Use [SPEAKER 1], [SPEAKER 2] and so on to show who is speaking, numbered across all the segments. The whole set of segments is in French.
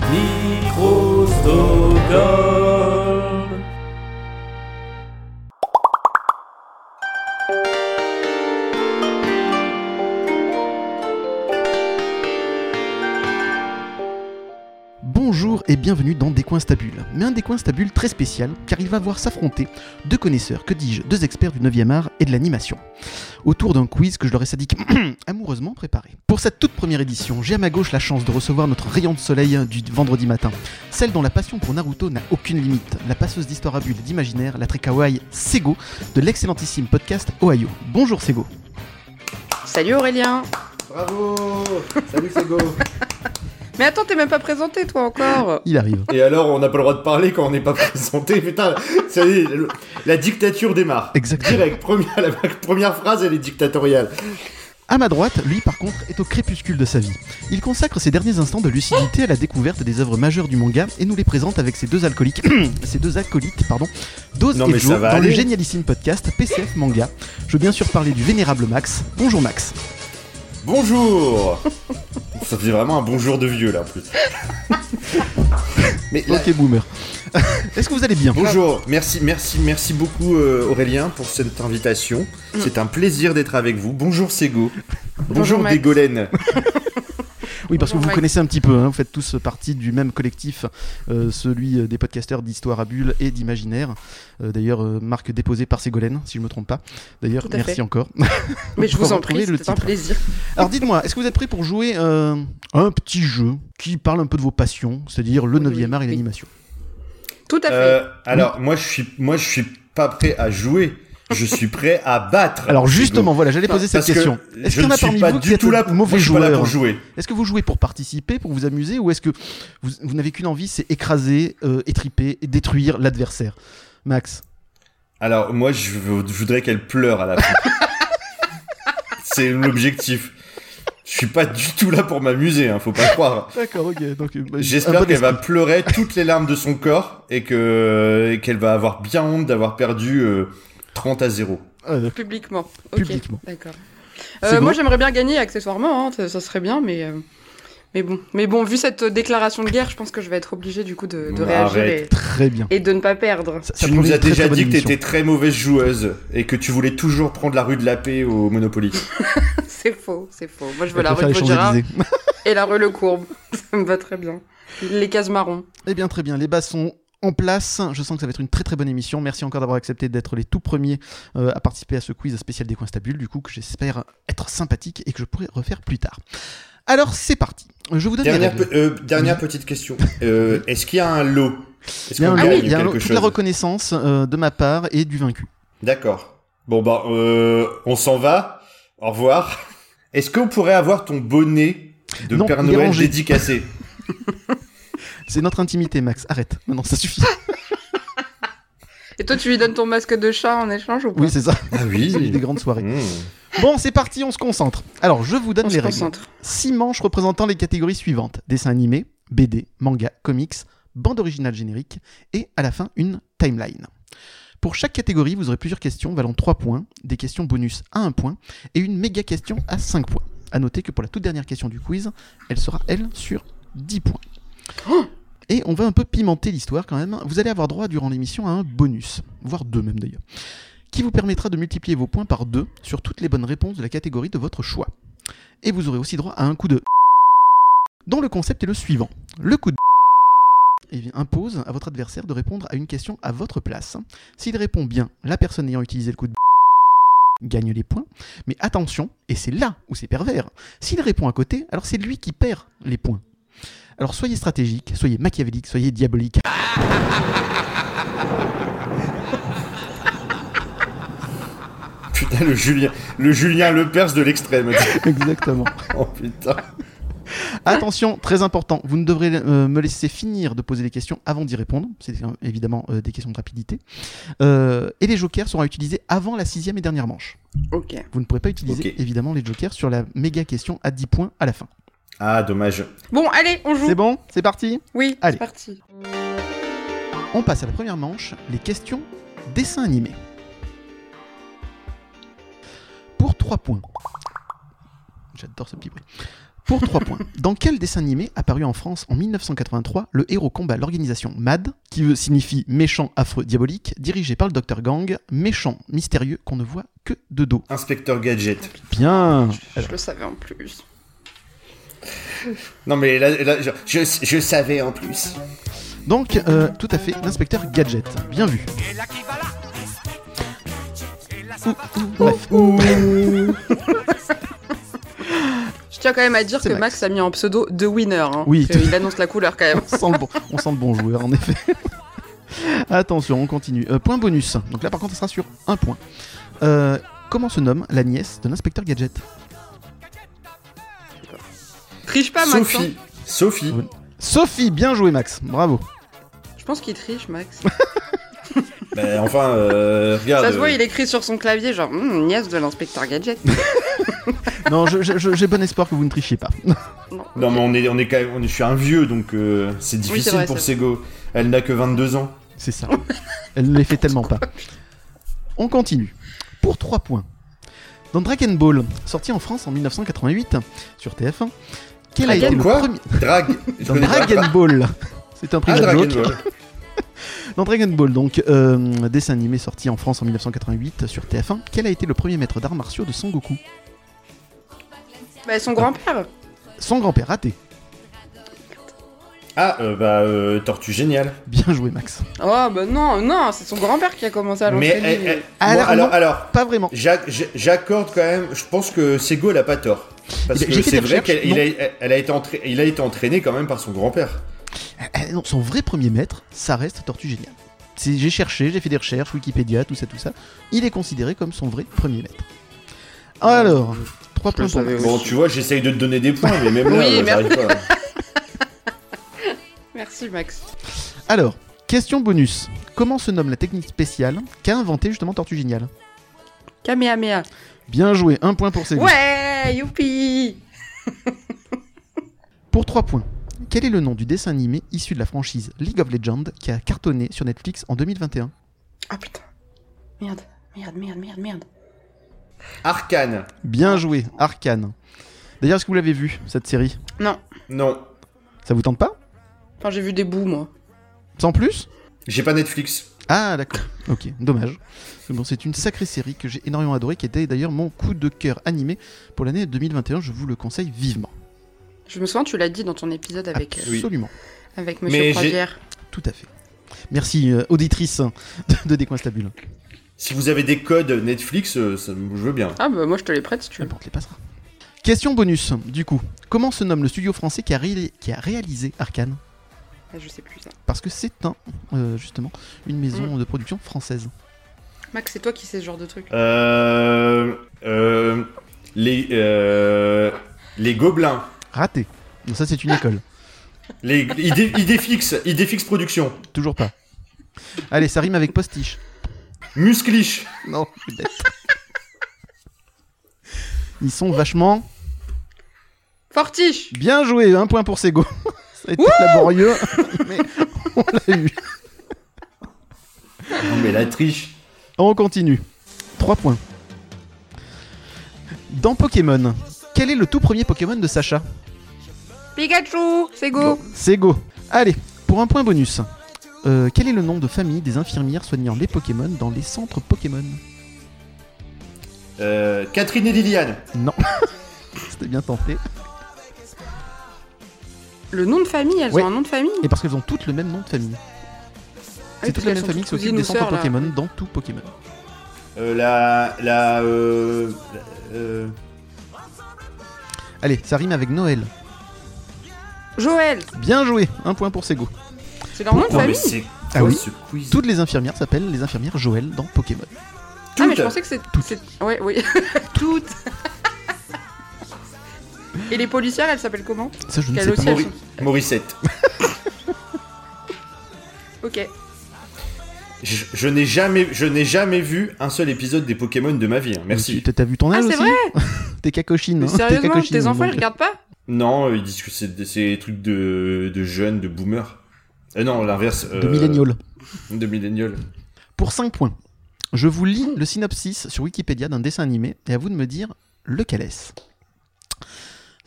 [SPEAKER 1] Micro Stockholm.
[SPEAKER 2] Bonjour et bienvenue dans Des coins Stabules, mais un Des coins Stabules très spécial car il va voir s'affronter deux connaisseurs, que dis-je, deux experts du 9e art et de l'animation, autour d'un quiz que je leur ai sadique amoureusement préparé. Pour cette toute première édition, j'ai à ma gauche la chance de recevoir notre rayon de soleil du vendredi matin, celle dont la passion pour Naruto n'a aucune limite, la passeuse d'histoire à bulles et d'imaginaire, la très kawaii Sego de l'excellentissime podcast Ohio. Bonjour Sego.
[SPEAKER 3] Salut Aurélien
[SPEAKER 4] Bravo Salut Sego
[SPEAKER 3] Mais attends, t'es même pas présenté toi encore
[SPEAKER 2] Il arrive.
[SPEAKER 4] Et alors, on n'a pas le droit de parler quand on n'est pas présenté. Putain, ça y est, le- la dictature démarre.
[SPEAKER 2] Exactement.
[SPEAKER 4] Direct, première, la première phrase, elle est dictatoriale.
[SPEAKER 2] À ma droite, lui par contre est au crépuscule de sa vie. Il consacre ses derniers instants de lucidité à la découverte des œuvres majeures du manga et nous les présente avec ses deux alcooliques, ses deux acolytes, pardon, Dose
[SPEAKER 4] Non,
[SPEAKER 2] et
[SPEAKER 4] mais
[SPEAKER 2] Joe,
[SPEAKER 4] ça va
[SPEAKER 2] dans le
[SPEAKER 4] aller.
[SPEAKER 2] génialissime podcast PCF Manga. Je veux bien sûr parler du vénérable Max. Bonjour Max.
[SPEAKER 4] Bonjour Ça fait vraiment un bonjour de vieux, là, en plus. Mais là,
[SPEAKER 2] Ok boomer. Est-ce que vous allez bien
[SPEAKER 4] Bonjour, merci, merci, merci beaucoup euh, Aurélien pour cette invitation. C'est un plaisir d'être avec vous. Bonjour Sego. Bonjour,
[SPEAKER 3] Max.
[SPEAKER 4] Dégolène.
[SPEAKER 2] Oui, parce que
[SPEAKER 3] Bonjour,
[SPEAKER 2] vous
[SPEAKER 3] Mike.
[SPEAKER 2] connaissez un petit peu, hein, vous faites tous partie du même collectif, euh, celui euh, des podcasteurs d'histoire à bulles et d'imaginaire. Euh, D'ailleurs, euh, marque déposée par Ségolène, si je me trompe pas. D'ailleurs,
[SPEAKER 3] Tout à
[SPEAKER 2] merci
[SPEAKER 3] fait.
[SPEAKER 2] encore.
[SPEAKER 3] Mais je vous en
[SPEAKER 2] Retrouver
[SPEAKER 3] prie,
[SPEAKER 2] le
[SPEAKER 3] c'était un
[SPEAKER 2] titre.
[SPEAKER 3] plaisir.
[SPEAKER 2] Alors dites-moi, est-ce que vous êtes prêts pour jouer euh, un petit jeu qui parle un peu de vos passions, c'est-à-dire le
[SPEAKER 3] Oui,
[SPEAKER 2] 9e
[SPEAKER 3] oui,
[SPEAKER 2] art et
[SPEAKER 3] oui.
[SPEAKER 2] l'animation
[SPEAKER 3] Tout à fait.
[SPEAKER 4] Euh, alors, moi, je suis, moi, je suis pas prêt à jouer. Je suis prêt à battre.
[SPEAKER 2] Alors
[SPEAKER 4] Sego.
[SPEAKER 2] justement, voilà, j'allais poser cette
[SPEAKER 4] Ah, Parce que
[SPEAKER 2] question. Est-ce
[SPEAKER 4] je
[SPEAKER 2] qu'il y en
[SPEAKER 4] ne
[SPEAKER 2] a
[SPEAKER 4] suis
[SPEAKER 2] parmi
[SPEAKER 4] pas
[SPEAKER 2] vous
[SPEAKER 4] du
[SPEAKER 2] qui êtes
[SPEAKER 4] tout là
[SPEAKER 2] mauvais
[SPEAKER 4] moi, je suis pas là
[SPEAKER 2] joueur
[SPEAKER 4] pour jouer.
[SPEAKER 2] Est-ce que vous jouez pour participer, pour vous amuser, ou est-ce que vous, vous n'avez qu'une envie, c'est écraser, euh, étriper, et détruire l'adversaire Max,
[SPEAKER 4] Alors moi, je, veux- je voudrais qu'elle pleure à la fin. C'est l'objectif. Je suis pas du tout là pour m'amuser, hein, faut pas croire.
[SPEAKER 2] d'accord, ok. Donc euh, bah, un
[SPEAKER 4] J'espère
[SPEAKER 2] bon
[SPEAKER 4] qu'elle va
[SPEAKER 2] esprit.
[SPEAKER 4] pleurer toutes les larmes de son corps et que et qu'elle va avoir bien honte d'avoir perdu euh, 30 à 0.
[SPEAKER 2] Euh,
[SPEAKER 3] Publiquement. Ok,
[SPEAKER 2] Publiquement.
[SPEAKER 3] D'accord.
[SPEAKER 2] C'est
[SPEAKER 3] Euh, moi
[SPEAKER 2] bon
[SPEAKER 3] j'aimerais bien gagner accessoirement, hein, ça, ça serait bien, mais, euh, mais, bon. mais bon, vu cette euh, déclaration de guerre, je pense que je vais être obligé du coup de, de
[SPEAKER 2] Bah,
[SPEAKER 4] Arrête.
[SPEAKER 3] réagir et,
[SPEAKER 2] très bien.
[SPEAKER 3] et de ne pas perdre.
[SPEAKER 2] Ça, ça
[SPEAKER 4] Tu
[SPEAKER 2] promet
[SPEAKER 4] nous
[SPEAKER 2] une
[SPEAKER 4] as
[SPEAKER 2] très,
[SPEAKER 4] déjà
[SPEAKER 2] très bonne
[SPEAKER 4] dit que
[SPEAKER 2] émission.
[SPEAKER 4] t'étais très mauvaise joueuse et que tu voulais toujours prendre la rue de la paix au Monopoly.
[SPEAKER 3] C'est faux, c'est faux. Moi je veux
[SPEAKER 2] Elle
[SPEAKER 3] la
[SPEAKER 2] préfère
[SPEAKER 3] rue
[SPEAKER 2] les
[SPEAKER 3] de Gérard
[SPEAKER 2] Champs-Élysées.
[SPEAKER 3] et la rue Le Courbe. ça me va très bien. Les cases marrons.
[SPEAKER 2] Eh bien, très bien. Les bas sont en place. Je sens que ça va être une très très bonne émission. Merci encore d'avoir accepté d'être les tout premiers euh, à participer à ce quiz spécial des coins stables, du coup, que j'espère être sympathique et que je pourrai refaire plus tard. Alors, c'est parti. Je vous donne les
[SPEAKER 4] Dernière,
[SPEAKER 2] règles.
[SPEAKER 4] pe- euh, dernière petite question. Euh, Est-ce qu'il y a un lot Est-ce
[SPEAKER 2] Il y a
[SPEAKER 4] qu'on
[SPEAKER 2] un lot,
[SPEAKER 4] gagne
[SPEAKER 2] il y a un lot.
[SPEAKER 4] Ah quelque
[SPEAKER 2] toute la
[SPEAKER 4] chose
[SPEAKER 2] reconnaissance euh, de ma part et du vaincu.
[SPEAKER 4] D'accord. Bon bah euh, on s'en va. Au revoir. Est-ce qu'on pourrait avoir ton bonnet de
[SPEAKER 2] Non,
[SPEAKER 4] Père
[SPEAKER 2] il est
[SPEAKER 4] Noël
[SPEAKER 2] rangé.
[SPEAKER 4] dédicacé
[SPEAKER 2] C'est notre intimité, Max. Arrête. Maintenant, ça suffit.
[SPEAKER 3] Et toi tu lui donnes ton masque de chat en échange ou pas
[SPEAKER 2] Oui, c'est ça.
[SPEAKER 4] Ah oui.
[SPEAKER 2] Celui des grandes soirées.
[SPEAKER 4] Mmh.
[SPEAKER 2] Bon, c'est parti. On se concentre. Alors, je vous donne
[SPEAKER 3] On
[SPEAKER 2] les
[SPEAKER 3] se
[SPEAKER 2] règles.
[SPEAKER 3] concentre.
[SPEAKER 2] Six manches représentant les catégories suivantes dessin animé, BD, manga, comics, bande originale générique et à la fin une timeline. Pour chaque catégorie, vous aurez plusieurs questions valant 3 points, des questions bonus à 1 point et une méga question à 5 points. A noter que pour la toute dernière question du quiz, elle sera elle sur 10 points. Et on va un peu pimenter l'histoire quand même. Vous allez avoir droit durant l'émission à un bonus, voire deux même d'ailleurs, qui vous permettra de multiplier vos points par 2 sur toutes les bonnes réponses de la catégorie de votre choix et vous aurez aussi droit à un coup de dont le concept est le suivant. Le coup de eh bien, impose à votre adversaire de répondre à une question à votre place. S'il répond bien, la personne ayant utilisé le coup de gagne les points, mais attention, et c'est là où c'est pervers, s'il répond à côté, alors c'est lui qui perd les points. Alors soyez stratégique, soyez machiavélique, soyez diabolique.
[SPEAKER 4] Putain le Julien, le Julien Lepers de l'extrême.
[SPEAKER 2] Exactement.
[SPEAKER 4] Oh putain.
[SPEAKER 2] Attention, très important, vous ne devrez euh, me laisser finir de poser les questions avant d'y répondre. C'est euh, évidemment euh, des questions de rapidité. Euh, et les jokers seront utilisés avant la sixième et dernière manche.
[SPEAKER 3] Ok.
[SPEAKER 2] Vous ne pourrez pas utiliser
[SPEAKER 4] Ok.
[SPEAKER 2] évidemment les jokers sur la méga question à 10 points à la fin.
[SPEAKER 4] Ah dommage.
[SPEAKER 3] Bon allez, on joue.
[SPEAKER 2] C'est bon C'est parti
[SPEAKER 3] Oui,
[SPEAKER 2] Allez.
[SPEAKER 3] c'est parti.
[SPEAKER 2] On passe à la première manche, les questions dessins animés. Pour 3 points. J'adore ce petit bruit. Pour 3 points. Dans quel dessin animé apparu en France en 1983, le héros combat l'organisation MAD, qui veut- signifie méchant, affreux, diabolique, dirigé par le Dr Gang, méchant, mystérieux, qu'on ne voit que de dos
[SPEAKER 4] Inspecteur Gadget.
[SPEAKER 2] Bien
[SPEAKER 3] Je, je le savais en plus.
[SPEAKER 4] Non, mais là, là, je, je- je savais en plus.
[SPEAKER 2] Donc, euh, tout à fait, l'inspecteur Gadget. Bien vu. Bref.
[SPEAKER 3] Je tiens quand même à dire
[SPEAKER 2] C'est
[SPEAKER 3] que
[SPEAKER 2] Max.
[SPEAKER 3] Max. a mis en pseudo The Winner. hein,
[SPEAKER 2] Oui.
[SPEAKER 3] parce qu'il annonce la couleur quand même.
[SPEAKER 2] On sent, le bon, on sent le bon joueur, en effet. Attention, on continue. Euh, point bonus. Donc là, par contre, ça sera sur un point. Euh, comment se nomme la nièce de l'inspecteur Gadget
[SPEAKER 3] Triche pas, Max. hein.
[SPEAKER 4] Sophie. Sophie.
[SPEAKER 2] Oui. Sophie, bien joué, Max. Bravo.
[SPEAKER 3] hein. Je pense qu'il triche, Max.
[SPEAKER 4] Ah, Ben, enfin, euh, regarde.
[SPEAKER 3] Ça se voit,
[SPEAKER 4] euh,
[SPEAKER 3] il écrit sur son clavier, genre, Hum, nièce de l'inspecteur Gadget.
[SPEAKER 2] Non, je- je- je- j'ai bon espoir que vous ne trichiez pas.
[SPEAKER 3] Non.
[SPEAKER 4] Non, mais on est, on est quand même. On est, je suis un vieux, donc euh, c'est difficile
[SPEAKER 3] vrai,
[SPEAKER 4] pour
[SPEAKER 3] c'est
[SPEAKER 4] Sego. Elle n'a que 22 ans.
[SPEAKER 2] C'est ça. Elle ne les fait tellement pas. On continue. Pour 3 points. Dans Dragon Ball, sorti en France en 1988 sur TF1, quel a
[SPEAKER 3] Dragon
[SPEAKER 2] été le
[SPEAKER 4] quoi
[SPEAKER 2] premier.
[SPEAKER 4] Drag. Je
[SPEAKER 2] Dans
[SPEAKER 4] connais pas.
[SPEAKER 2] Dragon Ball C'est un
[SPEAKER 4] Ah,
[SPEAKER 2] private
[SPEAKER 4] Dragon
[SPEAKER 2] joke.
[SPEAKER 4] Ball.
[SPEAKER 2] Dans Dragon Ball, donc, euh, dessin animé sorti en France en 1988 sur TF1, quel a été le premier maître d'arts martiaux de Son Goku
[SPEAKER 3] Bah, son grand-père.
[SPEAKER 2] Son grand-père, raté.
[SPEAKER 4] Ah, euh, bah, euh, Tortue Géniale.
[SPEAKER 2] Bien joué, Max.
[SPEAKER 3] Oh, bah non, non, c'est son grand-père qui a commencé à
[SPEAKER 4] Mais.
[SPEAKER 3] l'entraîner.
[SPEAKER 4] eh, eh,
[SPEAKER 2] Alors,
[SPEAKER 4] moi, alors,
[SPEAKER 2] non.
[SPEAKER 4] alors.
[SPEAKER 2] Pas vraiment.
[SPEAKER 4] J'a- j'a- J'accorde quand même, je pense que Sego elle a pas tort. Parce
[SPEAKER 2] Eh ben, j'ai fait
[SPEAKER 4] que c'est
[SPEAKER 2] des
[SPEAKER 4] vrai
[SPEAKER 2] recherches,
[SPEAKER 4] qu'elle il
[SPEAKER 2] non.
[SPEAKER 4] a, elle a été entra- il a été entraîné quand même par son grand-père.
[SPEAKER 2] Euh, non, son vrai premier maître, ça reste Tortue Géniale. C'est- J'ai cherché, j'ai fait des recherches, Wikipédia, tout ça, tout ça. Il est considéré comme son vrai premier maître. Alors, 3 points
[SPEAKER 3] Euh, le
[SPEAKER 2] pour
[SPEAKER 3] savais,
[SPEAKER 2] Max.
[SPEAKER 3] oui.
[SPEAKER 4] Bon, tu vois, j'essaye de te donner des points, mais même là,
[SPEAKER 3] Oui,
[SPEAKER 4] euh, j'arrive pas. eh.
[SPEAKER 3] Merci, Max.
[SPEAKER 2] Alors, question bonus. Comment se nomme la technique spéciale qu'a inventée justement Tortue Géniale
[SPEAKER 3] Kamehameha.
[SPEAKER 2] Bien joué, un point pour Ségo.
[SPEAKER 3] Ouais, youpi
[SPEAKER 2] Pour 3 points. Quel est le nom du dessin animé issu de la franchise League of Legends qui a cartonné sur Netflix en 2021
[SPEAKER 3] Ah putain. Merde, merde, merde, merde, merde.
[SPEAKER 4] Arcane.
[SPEAKER 2] Bien joué, Arcane. D'ailleurs, est-ce que vous l'avez vu, cette série
[SPEAKER 3] Non.
[SPEAKER 4] Non,
[SPEAKER 2] Ça vous tente pas
[SPEAKER 3] Enfin, j'ai vu des bouts, moi.
[SPEAKER 2] Sans plus
[SPEAKER 4] j'ai pas Netflix.
[SPEAKER 2] Ah d'accord, ok, dommage. Mais Bon, c'est une sacrée série que j'ai énormément adorée, qui était d'ailleurs mon coup de cœur animé pour l'année 2021, je vous le conseille vivement.
[SPEAKER 3] Je me souviens, tu l'as dit dans ton épisode avec, euh,
[SPEAKER 4] Ah, oui.
[SPEAKER 2] Absolument,
[SPEAKER 3] avec
[SPEAKER 4] Mais
[SPEAKER 3] Monsieur
[SPEAKER 4] j'ai-
[SPEAKER 3] Croisière.
[SPEAKER 2] tout à fait. Merci euh, auditrice de, de Décoinstabule.
[SPEAKER 4] Si vous avez des codes Netflix, euh, ça, me- je veux bien.
[SPEAKER 3] Ah bah moi, je te les prête si tu
[SPEAKER 2] Ah
[SPEAKER 3] veux.
[SPEAKER 2] bon, on te les passera. Question bonus, du coup. Comment se nomme le studio français qui a, ré- qui a réalisé Arkane
[SPEAKER 3] Ah, je sais plus ça.
[SPEAKER 2] Parce que c'est un, euh, justement, une maison de production française.
[SPEAKER 3] Max, c'est toi qui sais ce genre de truc.
[SPEAKER 4] Euh, euh, les, euh, les gobelins.
[SPEAKER 2] Raté. Non, ça c'est une école.
[SPEAKER 4] Les, idée, Idéfix, Idéfix Production.
[SPEAKER 2] Toujours pas. Allez, ça rime avec postiche.
[SPEAKER 4] Muscliche.
[SPEAKER 2] Non, je suis bête. Ils sont vachement
[SPEAKER 3] Fortiche
[SPEAKER 2] bien joués. Un point pour Sego. Ça a été laborieux, mais on l'a eu.
[SPEAKER 4] Non, mais la triche.
[SPEAKER 2] On continue. 3 points. Dans Pokémon, quel est le tout premier Pokémon de Sacha
[SPEAKER 3] Pikachu C'est go
[SPEAKER 2] Sego. Allez, pour un point bonus. Euh, quel est le nom de famille des infirmières soignant les Pokémon dans les centres Pokémon
[SPEAKER 4] Euh, Catherine et Liliane.
[SPEAKER 2] Non. C'était bien tenté.
[SPEAKER 3] Le nom de famille, elles
[SPEAKER 2] Ouais.
[SPEAKER 3] ont un nom de famille Ah
[SPEAKER 2] Et parce qu'elles ont toutes le même nom de famille. C'est toute la même famille qui s'occupe des centres Pokémon dans tout Pokémon.
[SPEAKER 4] Euh, la. La. Euh, la- euh,
[SPEAKER 2] Allez, ça rime avec Noël.
[SPEAKER 3] Joël
[SPEAKER 2] Bien joué, un point pour Sego.
[SPEAKER 3] C'est leur nom de
[SPEAKER 4] non,
[SPEAKER 3] famille
[SPEAKER 4] mais c'est quoi
[SPEAKER 2] Ah oui.
[SPEAKER 4] ce quiz
[SPEAKER 2] Toutes les infirmières s'appellent les infirmières Joël dans Pokémon.
[SPEAKER 3] Ah, mais
[SPEAKER 4] Toutes.
[SPEAKER 3] je pensais que c'est. c'est- Ouais, oui. Toutes Et les policières, elles s'appellent comment
[SPEAKER 2] Ça, je ne
[SPEAKER 3] Quelle
[SPEAKER 2] sais pas.
[SPEAKER 3] aussi elles
[SPEAKER 4] Mauri-
[SPEAKER 3] sont-
[SPEAKER 4] Morissette.
[SPEAKER 3] Ok.
[SPEAKER 4] Je, je n'ai jamais, je n'ai jamais vu un seul épisode des Pokémon de ma vie. hein. Merci.
[SPEAKER 2] Tu- T'as vu ton âge
[SPEAKER 3] Ah, c'est
[SPEAKER 2] aussi T'es cacochine.
[SPEAKER 3] Mais
[SPEAKER 2] hein, t'es
[SPEAKER 3] sérieusement,
[SPEAKER 2] cacochine,
[SPEAKER 3] tes enfants, ils
[SPEAKER 2] donc.
[SPEAKER 3] regardent pas
[SPEAKER 4] Non, euh, ils disent que c'est des- c'est des trucs de, de jeunes, de boomers. Euh, non, l'inverse.
[SPEAKER 2] De
[SPEAKER 4] euh,
[SPEAKER 2] millénials.
[SPEAKER 4] De millénials.
[SPEAKER 2] Pour 5 points, je vous lis le synopsis sur Wikipédia d'un dessin animé et à vous de me dire lequel est-ce.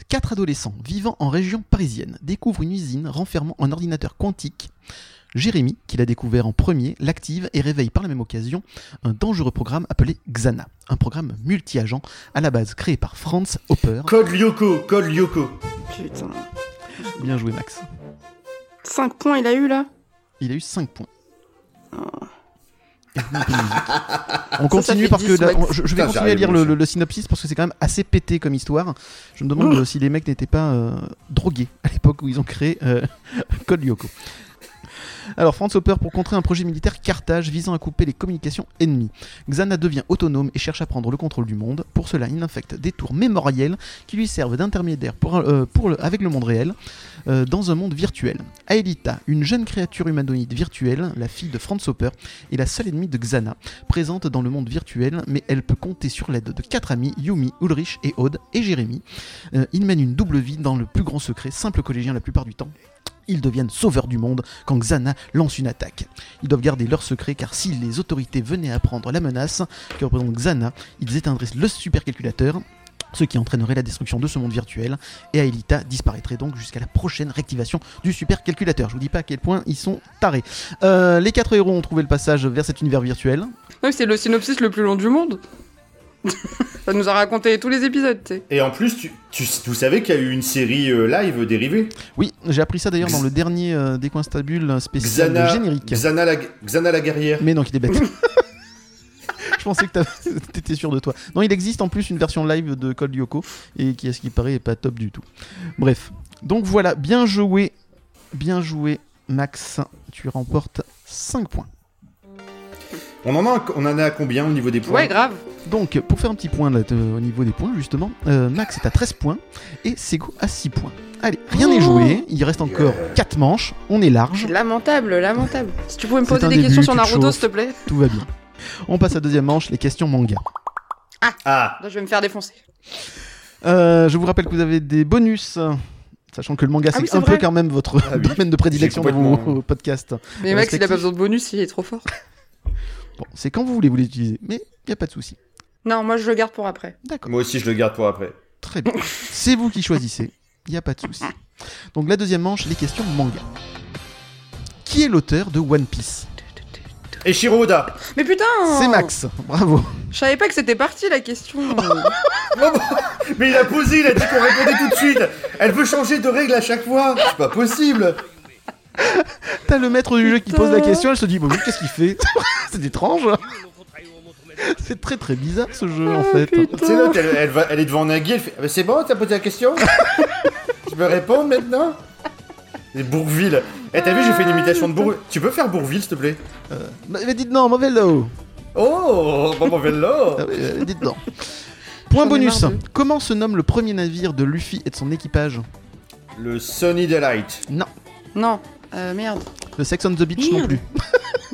[SPEAKER 2] Quatre adolescents vivant en région parisienne découvrent une usine renfermant un ordinateur quantique. Jérémy, qui l'a découvert en premier, l'active et réveille par la même occasion un dangereux programme appelé Xana, un programme multi-agent à la base créé par Franz Hopper.
[SPEAKER 4] Code Lyoko, code Lyoko.
[SPEAKER 3] Putain.
[SPEAKER 2] Bien joué Max.
[SPEAKER 3] 5 points, il a eu là
[SPEAKER 2] Il a eu 5 points.
[SPEAKER 3] Oh.
[SPEAKER 2] Et vous, un peu de musique. On continue
[SPEAKER 3] fait
[SPEAKER 2] parce que
[SPEAKER 3] 10,
[SPEAKER 2] là,
[SPEAKER 3] ouais.
[SPEAKER 2] on- je, je vais
[SPEAKER 4] Putain,
[SPEAKER 2] continuer à
[SPEAKER 4] j'arrive,
[SPEAKER 2] lire
[SPEAKER 4] moi
[SPEAKER 2] le,
[SPEAKER 4] aussi.
[SPEAKER 2] le- le synopsis parce que c'est quand même assez pété comme histoire. Je me demande euh, si les mecs n'étaient pas euh, drogués à l'époque où ils ont créé euh, Code Lyoko. Alors, Franz Hopper pour contrer un projet militaire Carthage visant à couper les communications ennemies. Xana devient autonome et cherche à prendre le contrôle du monde. Pour cela, il infecte des tours mémorielles qui lui servent d'intermédiaire pour, euh, pour le- avec le monde réel euh, dans un monde virtuel. Aelita, une jeune créature humanoïde virtuelle, la fille de Franz Hopper, est la seule ennemie de Xana, présente dans le monde virtuel, mais elle peut compter sur l'aide de quatre amis, Yumi, Ulrich et Aude, et Jérémy. Euh, ils mènent une double vie dans le plus grand secret, simple collégien la plupart du temps. Ils deviennent sauveurs du monde quand Xana lance une attaque. Ils doivent garder leur secret car si les autorités venaient à prendre la menace que représente Xana, ils éteindraient le supercalculateur, ce qui entraînerait la destruction de ce monde virtuel, et Aelita disparaîtrait donc jusqu'à la prochaine réactivation du supercalculateur. Je vous dis pas à quel point ils sont tarés. Euh, les quatre héros ont trouvé le passage vers cet univers virtuel.
[SPEAKER 3] Non, mais c'est le synopsis le plus long du monde. Ça nous a raconté tous les épisodes, tu sais.
[SPEAKER 4] Et en plus, tu, tu, vous savez qu'il y a eu une série euh, live dérivée
[SPEAKER 2] Oui, j'ai appris ça d'ailleurs dans
[SPEAKER 4] Gz-
[SPEAKER 2] le dernier euh, des coins stables spécial
[SPEAKER 4] Xana,
[SPEAKER 2] générique.
[SPEAKER 4] Xana la, Xana la guerrière.
[SPEAKER 2] Mais non, qu'il est bête. Je pensais que t'avais- t'étais sûr de toi. Non, il existe en plus une version live de Cold Lyoko et qui, à ce qui paraît, est pas top du tout. Bref, donc voilà, bien joué, bien joué, Max. Tu remportes 5 points.
[SPEAKER 4] On en, a, on en a à combien au niveau des points
[SPEAKER 3] Ouais, grave.
[SPEAKER 2] Donc, pour faire un petit point là, de- euh, au niveau des points, justement, euh, Max est à 13 points et Sego à 6 points. Allez, rien n'est joué, il reste encore 4 manches, on est large,
[SPEAKER 3] Lamentable, lamentable. Si tu pouvais me
[SPEAKER 2] C'est
[SPEAKER 3] poser
[SPEAKER 2] un
[SPEAKER 3] des
[SPEAKER 2] début,
[SPEAKER 3] questions sur
[SPEAKER 2] tu te
[SPEAKER 3] Naruto,
[SPEAKER 2] chauffes.
[SPEAKER 3] s'il te plaît.
[SPEAKER 2] tout va bien. On passe à la deuxième manche, les questions manga.
[SPEAKER 4] Ah,
[SPEAKER 3] Là, je vais me faire défoncer.
[SPEAKER 2] Euh, je vous rappelle que vous avez des bonus, euh, sachant que le manga,
[SPEAKER 3] Ah
[SPEAKER 2] c'est
[SPEAKER 3] oui, c'est
[SPEAKER 2] un peu
[SPEAKER 3] vrai.
[SPEAKER 2] quand même votre
[SPEAKER 4] Ah oui,
[SPEAKER 2] domaine de prédilection
[SPEAKER 4] j'ai
[SPEAKER 2] dans vos,
[SPEAKER 4] complètement-
[SPEAKER 2] vos podcasts.
[SPEAKER 3] Mais Max, il a
[SPEAKER 2] Respectif.
[SPEAKER 3] pas besoin de bonus, il est trop fort.
[SPEAKER 2] Bon, c'est quand vous voulez, vous les utilisez, mais il n'y a pas de souci.
[SPEAKER 3] Non, moi, je le garde pour après.
[SPEAKER 2] D'accord,
[SPEAKER 4] moi aussi je le garde pour après.
[SPEAKER 2] très bien. C'est vous qui choisissez, il n'y a pas de souci. Donc la deuxième manche, les questions manga. Qui est l'auteur de One Piece
[SPEAKER 4] Et Shiroda
[SPEAKER 3] Mais putain
[SPEAKER 2] C'est Max, bravo.
[SPEAKER 3] Je savais pas que c'était parti, la question.
[SPEAKER 4] Mais il a posé, il a dit qu'on répondait tout de suite Elle veut changer de règle à chaque fois C'est pas possible
[SPEAKER 2] T'as le maître du jeu qui pose la
[SPEAKER 3] Putain.
[SPEAKER 2] question, elle se dit bon, qu'est-ce qu'il fait C'est étrange. C'est très très bizarre ce jeu en
[SPEAKER 3] Ah,
[SPEAKER 2] fait.
[SPEAKER 3] putain.
[SPEAKER 4] Tu sais, l'autre, elle, elle va- elle est devant Nagui, elle fait Ah, mais C'est bon, t'as posé la question Tu veux répondre maintenant Et Bourville Eh, t'as vu, j'ai fait une imitation de
[SPEAKER 2] Ah.
[SPEAKER 4] Bourville. Tu peux faire Bourville, s'il te plaît
[SPEAKER 2] Mais mais dites non, mauvais lot.
[SPEAKER 4] Oh Bon, bon, vélo
[SPEAKER 2] Ah oui, euh, dites non. Point
[SPEAKER 3] J'en ai
[SPEAKER 2] bonus.
[SPEAKER 3] marre de-
[SPEAKER 2] Comment se nomme le premier navire de Luffy et de son équipage
[SPEAKER 4] Le Sunny Delight.
[SPEAKER 3] Non, euh, merde.
[SPEAKER 2] Le Sex on the Beach non
[SPEAKER 3] Merde.
[SPEAKER 2] plus.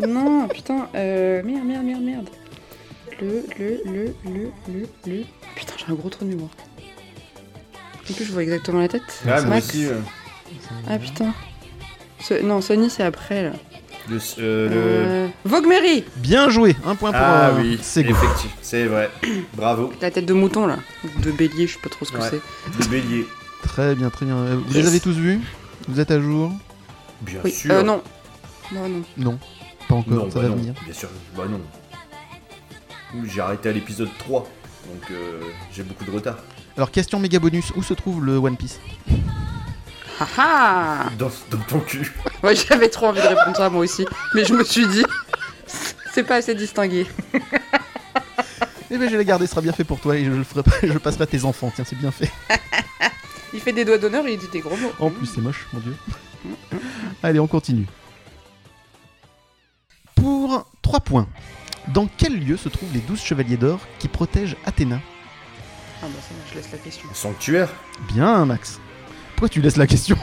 [SPEAKER 3] Non, putain, euh, merde, merde, merde, merde. Le, le, le, le, le, le. Putain, j'ai un gros trou de mémoire. En plus, je vois exactement la tête.
[SPEAKER 4] Ah, moi
[SPEAKER 3] Max.
[SPEAKER 4] aussi. euh,
[SPEAKER 3] Ah putain. Ce- Non, Sony, c'est après là.
[SPEAKER 4] le, euh, le-
[SPEAKER 3] Euh, Vogue Mary
[SPEAKER 2] Bien joué. Un point pour
[SPEAKER 4] Ah
[SPEAKER 2] euh,
[SPEAKER 4] oui,
[SPEAKER 2] Sego.
[SPEAKER 4] effectif- c'est vrai. Bravo.
[SPEAKER 3] La tête de mouton là. De bélier, je sais pas trop ce que
[SPEAKER 4] Ouais.
[SPEAKER 3] c'est.
[SPEAKER 4] Le bélier.
[SPEAKER 2] Très bien, très bien. Euh, Vous
[SPEAKER 3] Yes.
[SPEAKER 2] les avez tous vus Vous êtes à jour
[SPEAKER 4] Bien
[SPEAKER 3] Oui,
[SPEAKER 4] sûr.
[SPEAKER 3] euh, non. Non, non.
[SPEAKER 2] Non. Pas encore,
[SPEAKER 4] Non,
[SPEAKER 2] ça
[SPEAKER 4] bah
[SPEAKER 2] va
[SPEAKER 4] non.
[SPEAKER 2] venir.
[SPEAKER 4] Bien sûr, bah non. J'ai arrêté à l'épisode 3, donc euh, j'ai beaucoup de retard.
[SPEAKER 2] Alors, question méga bonus où se trouve le One Piece
[SPEAKER 3] Haha
[SPEAKER 4] Dans, dans ton cul.
[SPEAKER 3] Ouais, j'avais trop envie de répondre ça moi aussi. Mais je me suis dit. C'est pas assez distingué.
[SPEAKER 2] Eh bien, je vais la garder, ce sera bien fait pour toi et je le ferai pas, je le passerai à tes enfants. Tiens, c'est bien fait.
[SPEAKER 3] Il fait des doigts d'honneur et il dit des gros mots.
[SPEAKER 2] En plus, c'est moche, mon dieu. Allez, on continue. Pour 3 points, dans quel lieu se trouvent les 12 chevaliers d'or qui protègent Athéna
[SPEAKER 3] Ah bah ça va, je laisse la question.
[SPEAKER 4] Sanctuaire
[SPEAKER 2] Bien, Max. Pourquoi tu laisses la question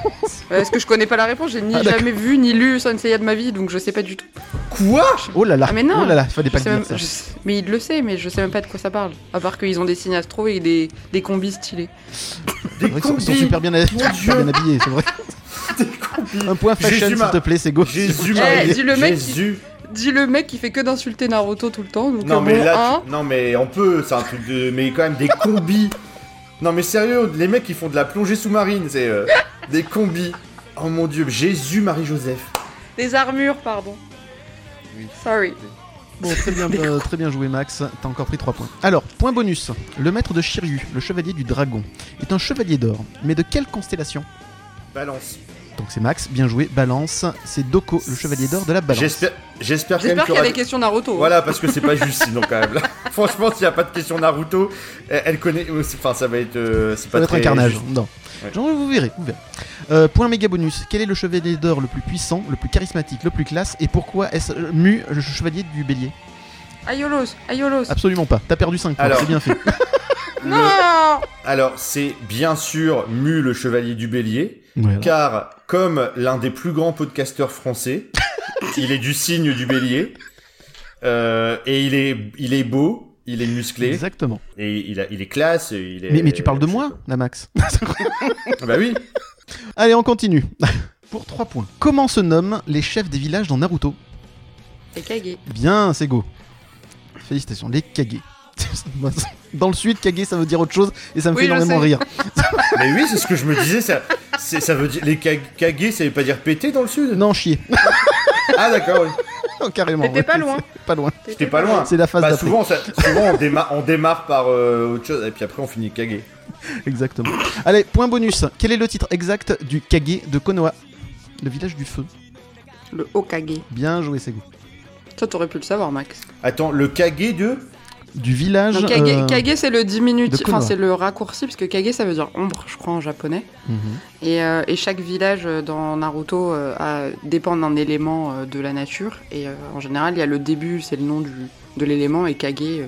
[SPEAKER 3] Euh, Est-ce que je connais pas la réponse J'ai ni
[SPEAKER 2] Ah, d'accord.
[SPEAKER 3] jamais vu ni lu Senseiya de ma vie, donc je sais pas du tout.
[SPEAKER 4] Quoi
[SPEAKER 2] Oh là là,
[SPEAKER 3] Ah, mais non.
[SPEAKER 2] oh là là, il fallait
[SPEAKER 3] Je
[SPEAKER 2] pas le
[SPEAKER 3] sais
[SPEAKER 2] dire
[SPEAKER 3] même-
[SPEAKER 2] ça.
[SPEAKER 3] je sais- Mais il le sait, mais je sais même pas de quoi ça parle. À part qu'ils ont des signes astro et des, des combis stylés.
[SPEAKER 4] Des
[SPEAKER 2] C'est vrai qu'ils sont- ils sont
[SPEAKER 4] combis.
[SPEAKER 2] super bien,
[SPEAKER 4] Mon
[SPEAKER 2] super bien
[SPEAKER 4] Dieu.
[SPEAKER 2] habillés, c'est vrai.
[SPEAKER 4] Des combis.
[SPEAKER 2] Un point fashion,
[SPEAKER 4] Jésus
[SPEAKER 2] s'il
[SPEAKER 4] m'a-
[SPEAKER 2] te plaît, c'est go.
[SPEAKER 4] Jésus,
[SPEAKER 3] Eh,
[SPEAKER 4] Marie.
[SPEAKER 3] dis le mec qui-
[SPEAKER 4] Jésus.
[SPEAKER 3] Dis le mec qui fait que d'insulter Naruto tout le temps. Donc
[SPEAKER 4] Non
[SPEAKER 3] euh,
[SPEAKER 4] mais
[SPEAKER 3] bon,
[SPEAKER 4] là,
[SPEAKER 3] un,
[SPEAKER 4] tu- non mais on peut, c'est un truc de, mais quand même des combis. Non mais sérieux, les mecs qui font de la plongée sous-marine, c'est euh, des combis. Oh mon dieu, Jésus Marie-Joseph.
[SPEAKER 3] Des armures, pardon.
[SPEAKER 4] Oui.
[SPEAKER 3] Sorry.
[SPEAKER 2] Bon, très bien, euh, très bien joué Max, t'as encore pris 3 points. Alors, point bonus, le maître de Shiryu, le chevalier du dragon, est un chevalier d'or, mais de quelle constellation
[SPEAKER 4] Balance.
[SPEAKER 2] Donc c'est Max, bien joué, balance, c'est Doko, le chevalier d'or de la balance.
[SPEAKER 4] J'espère, j'espère
[SPEAKER 3] J'espère
[SPEAKER 4] quand même qu'il
[SPEAKER 3] qu'il
[SPEAKER 4] y
[SPEAKER 3] y a
[SPEAKER 4] aura-
[SPEAKER 3] des questions hein. Naruto.
[SPEAKER 4] Voilà, parce que c'est pas juste sinon quand même. là. Franchement, s'il n'y a pas de question Naruto, elle, elle connaît. euh, c'est- Enfin, ça va être. euh, c'est
[SPEAKER 2] Ça
[SPEAKER 4] pas
[SPEAKER 2] va être
[SPEAKER 4] très
[SPEAKER 2] un carnage,
[SPEAKER 4] juste.
[SPEAKER 2] non.
[SPEAKER 4] Ouais.
[SPEAKER 2] Genre, vous verrez, vous verrez. Euh, point méga bonus, quel est le chevalier d'or le plus puissant, le plus charismatique, le plus classe, et pourquoi est-ce euh, Mu, le chevalier du bélier
[SPEAKER 3] Aiolos, Aiolos.
[SPEAKER 2] Absolument pas, t'as perdu 5 points,
[SPEAKER 4] Alors.
[SPEAKER 2] c'est bien fait.
[SPEAKER 4] Le-
[SPEAKER 3] Non
[SPEAKER 4] Alors, c'est bien sûr Mu le chevalier du bélier,
[SPEAKER 2] Voilà.
[SPEAKER 4] car comme l'un des plus grands podcasteurs français, il est du signe du bélier, euh, et il est, il est beau, il est musclé,
[SPEAKER 2] Exactement.
[SPEAKER 4] et il, a, il est classe. et Il est,
[SPEAKER 2] Mais, mais tu parles de moi,
[SPEAKER 4] je
[SPEAKER 2] la Max
[SPEAKER 4] sais pas. Bah oui.
[SPEAKER 2] Allez, on continue. Pour 3 points, comment se nomment les chefs des villages dans Naruto
[SPEAKER 3] C'est Kage.
[SPEAKER 2] Bien, c'est go. Félicitations, les Kage. Dans le sud, Kage, ça veut dire autre chose, et ça me
[SPEAKER 3] Oui,
[SPEAKER 2] fait
[SPEAKER 3] je
[SPEAKER 2] énormément
[SPEAKER 3] sais.
[SPEAKER 2] rire.
[SPEAKER 4] Mais oui, c'est ce que je me disais. Ça, c'est- ça veut dire les kag- kage, ça veut pas dire péter dans le sud.
[SPEAKER 2] Non, chier.
[SPEAKER 4] Ah d'accord. oui.
[SPEAKER 2] Carrément.
[SPEAKER 3] T'étais pas loin.
[SPEAKER 2] C'est Pas loin.
[SPEAKER 4] J'étais pas loin.
[SPEAKER 2] C'est la phase
[SPEAKER 4] Bah,
[SPEAKER 2] d'après.
[SPEAKER 4] souvent, ça- souvent on, déma- on démarre par euh, autre chose et puis après on finit Kage.
[SPEAKER 2] Exactement. Allez, point bonus. Quel est le titre exact du Kage de Konoha Le village du feu.
[SPEAKER 3] Le Okage.
[SPEAKER 2] Bien joué, Sego.
[SPEAKER 3] Ça, t'aurais pu le savoir, Max.
[SPEAKER 4] Attends, le Kage de
[SPEAKER 2] Du village.
[SPEAKER 3] Non, Kage,
[SPEAKER 2] euh,
[SPEAKER 3] Kage, c'est le
[SPEAKER 2] de
[SPEAKER 3] diminutif,
[SPEAKER 2] Konoha.
[SPEAKER 3] enfin c'est le raccourci, parce que Kage ça veut dire ombre, je crois, en japonais.
[SPEAKER 2] mhm.
[SPEAKER 3] Et, euh, et chaque village euh, dans Naruto euh, a- dépend d'un élément euh, de la nature. Et euh, en général, il y a le début, c'est le nom du, de l'élément, et Kage, euh,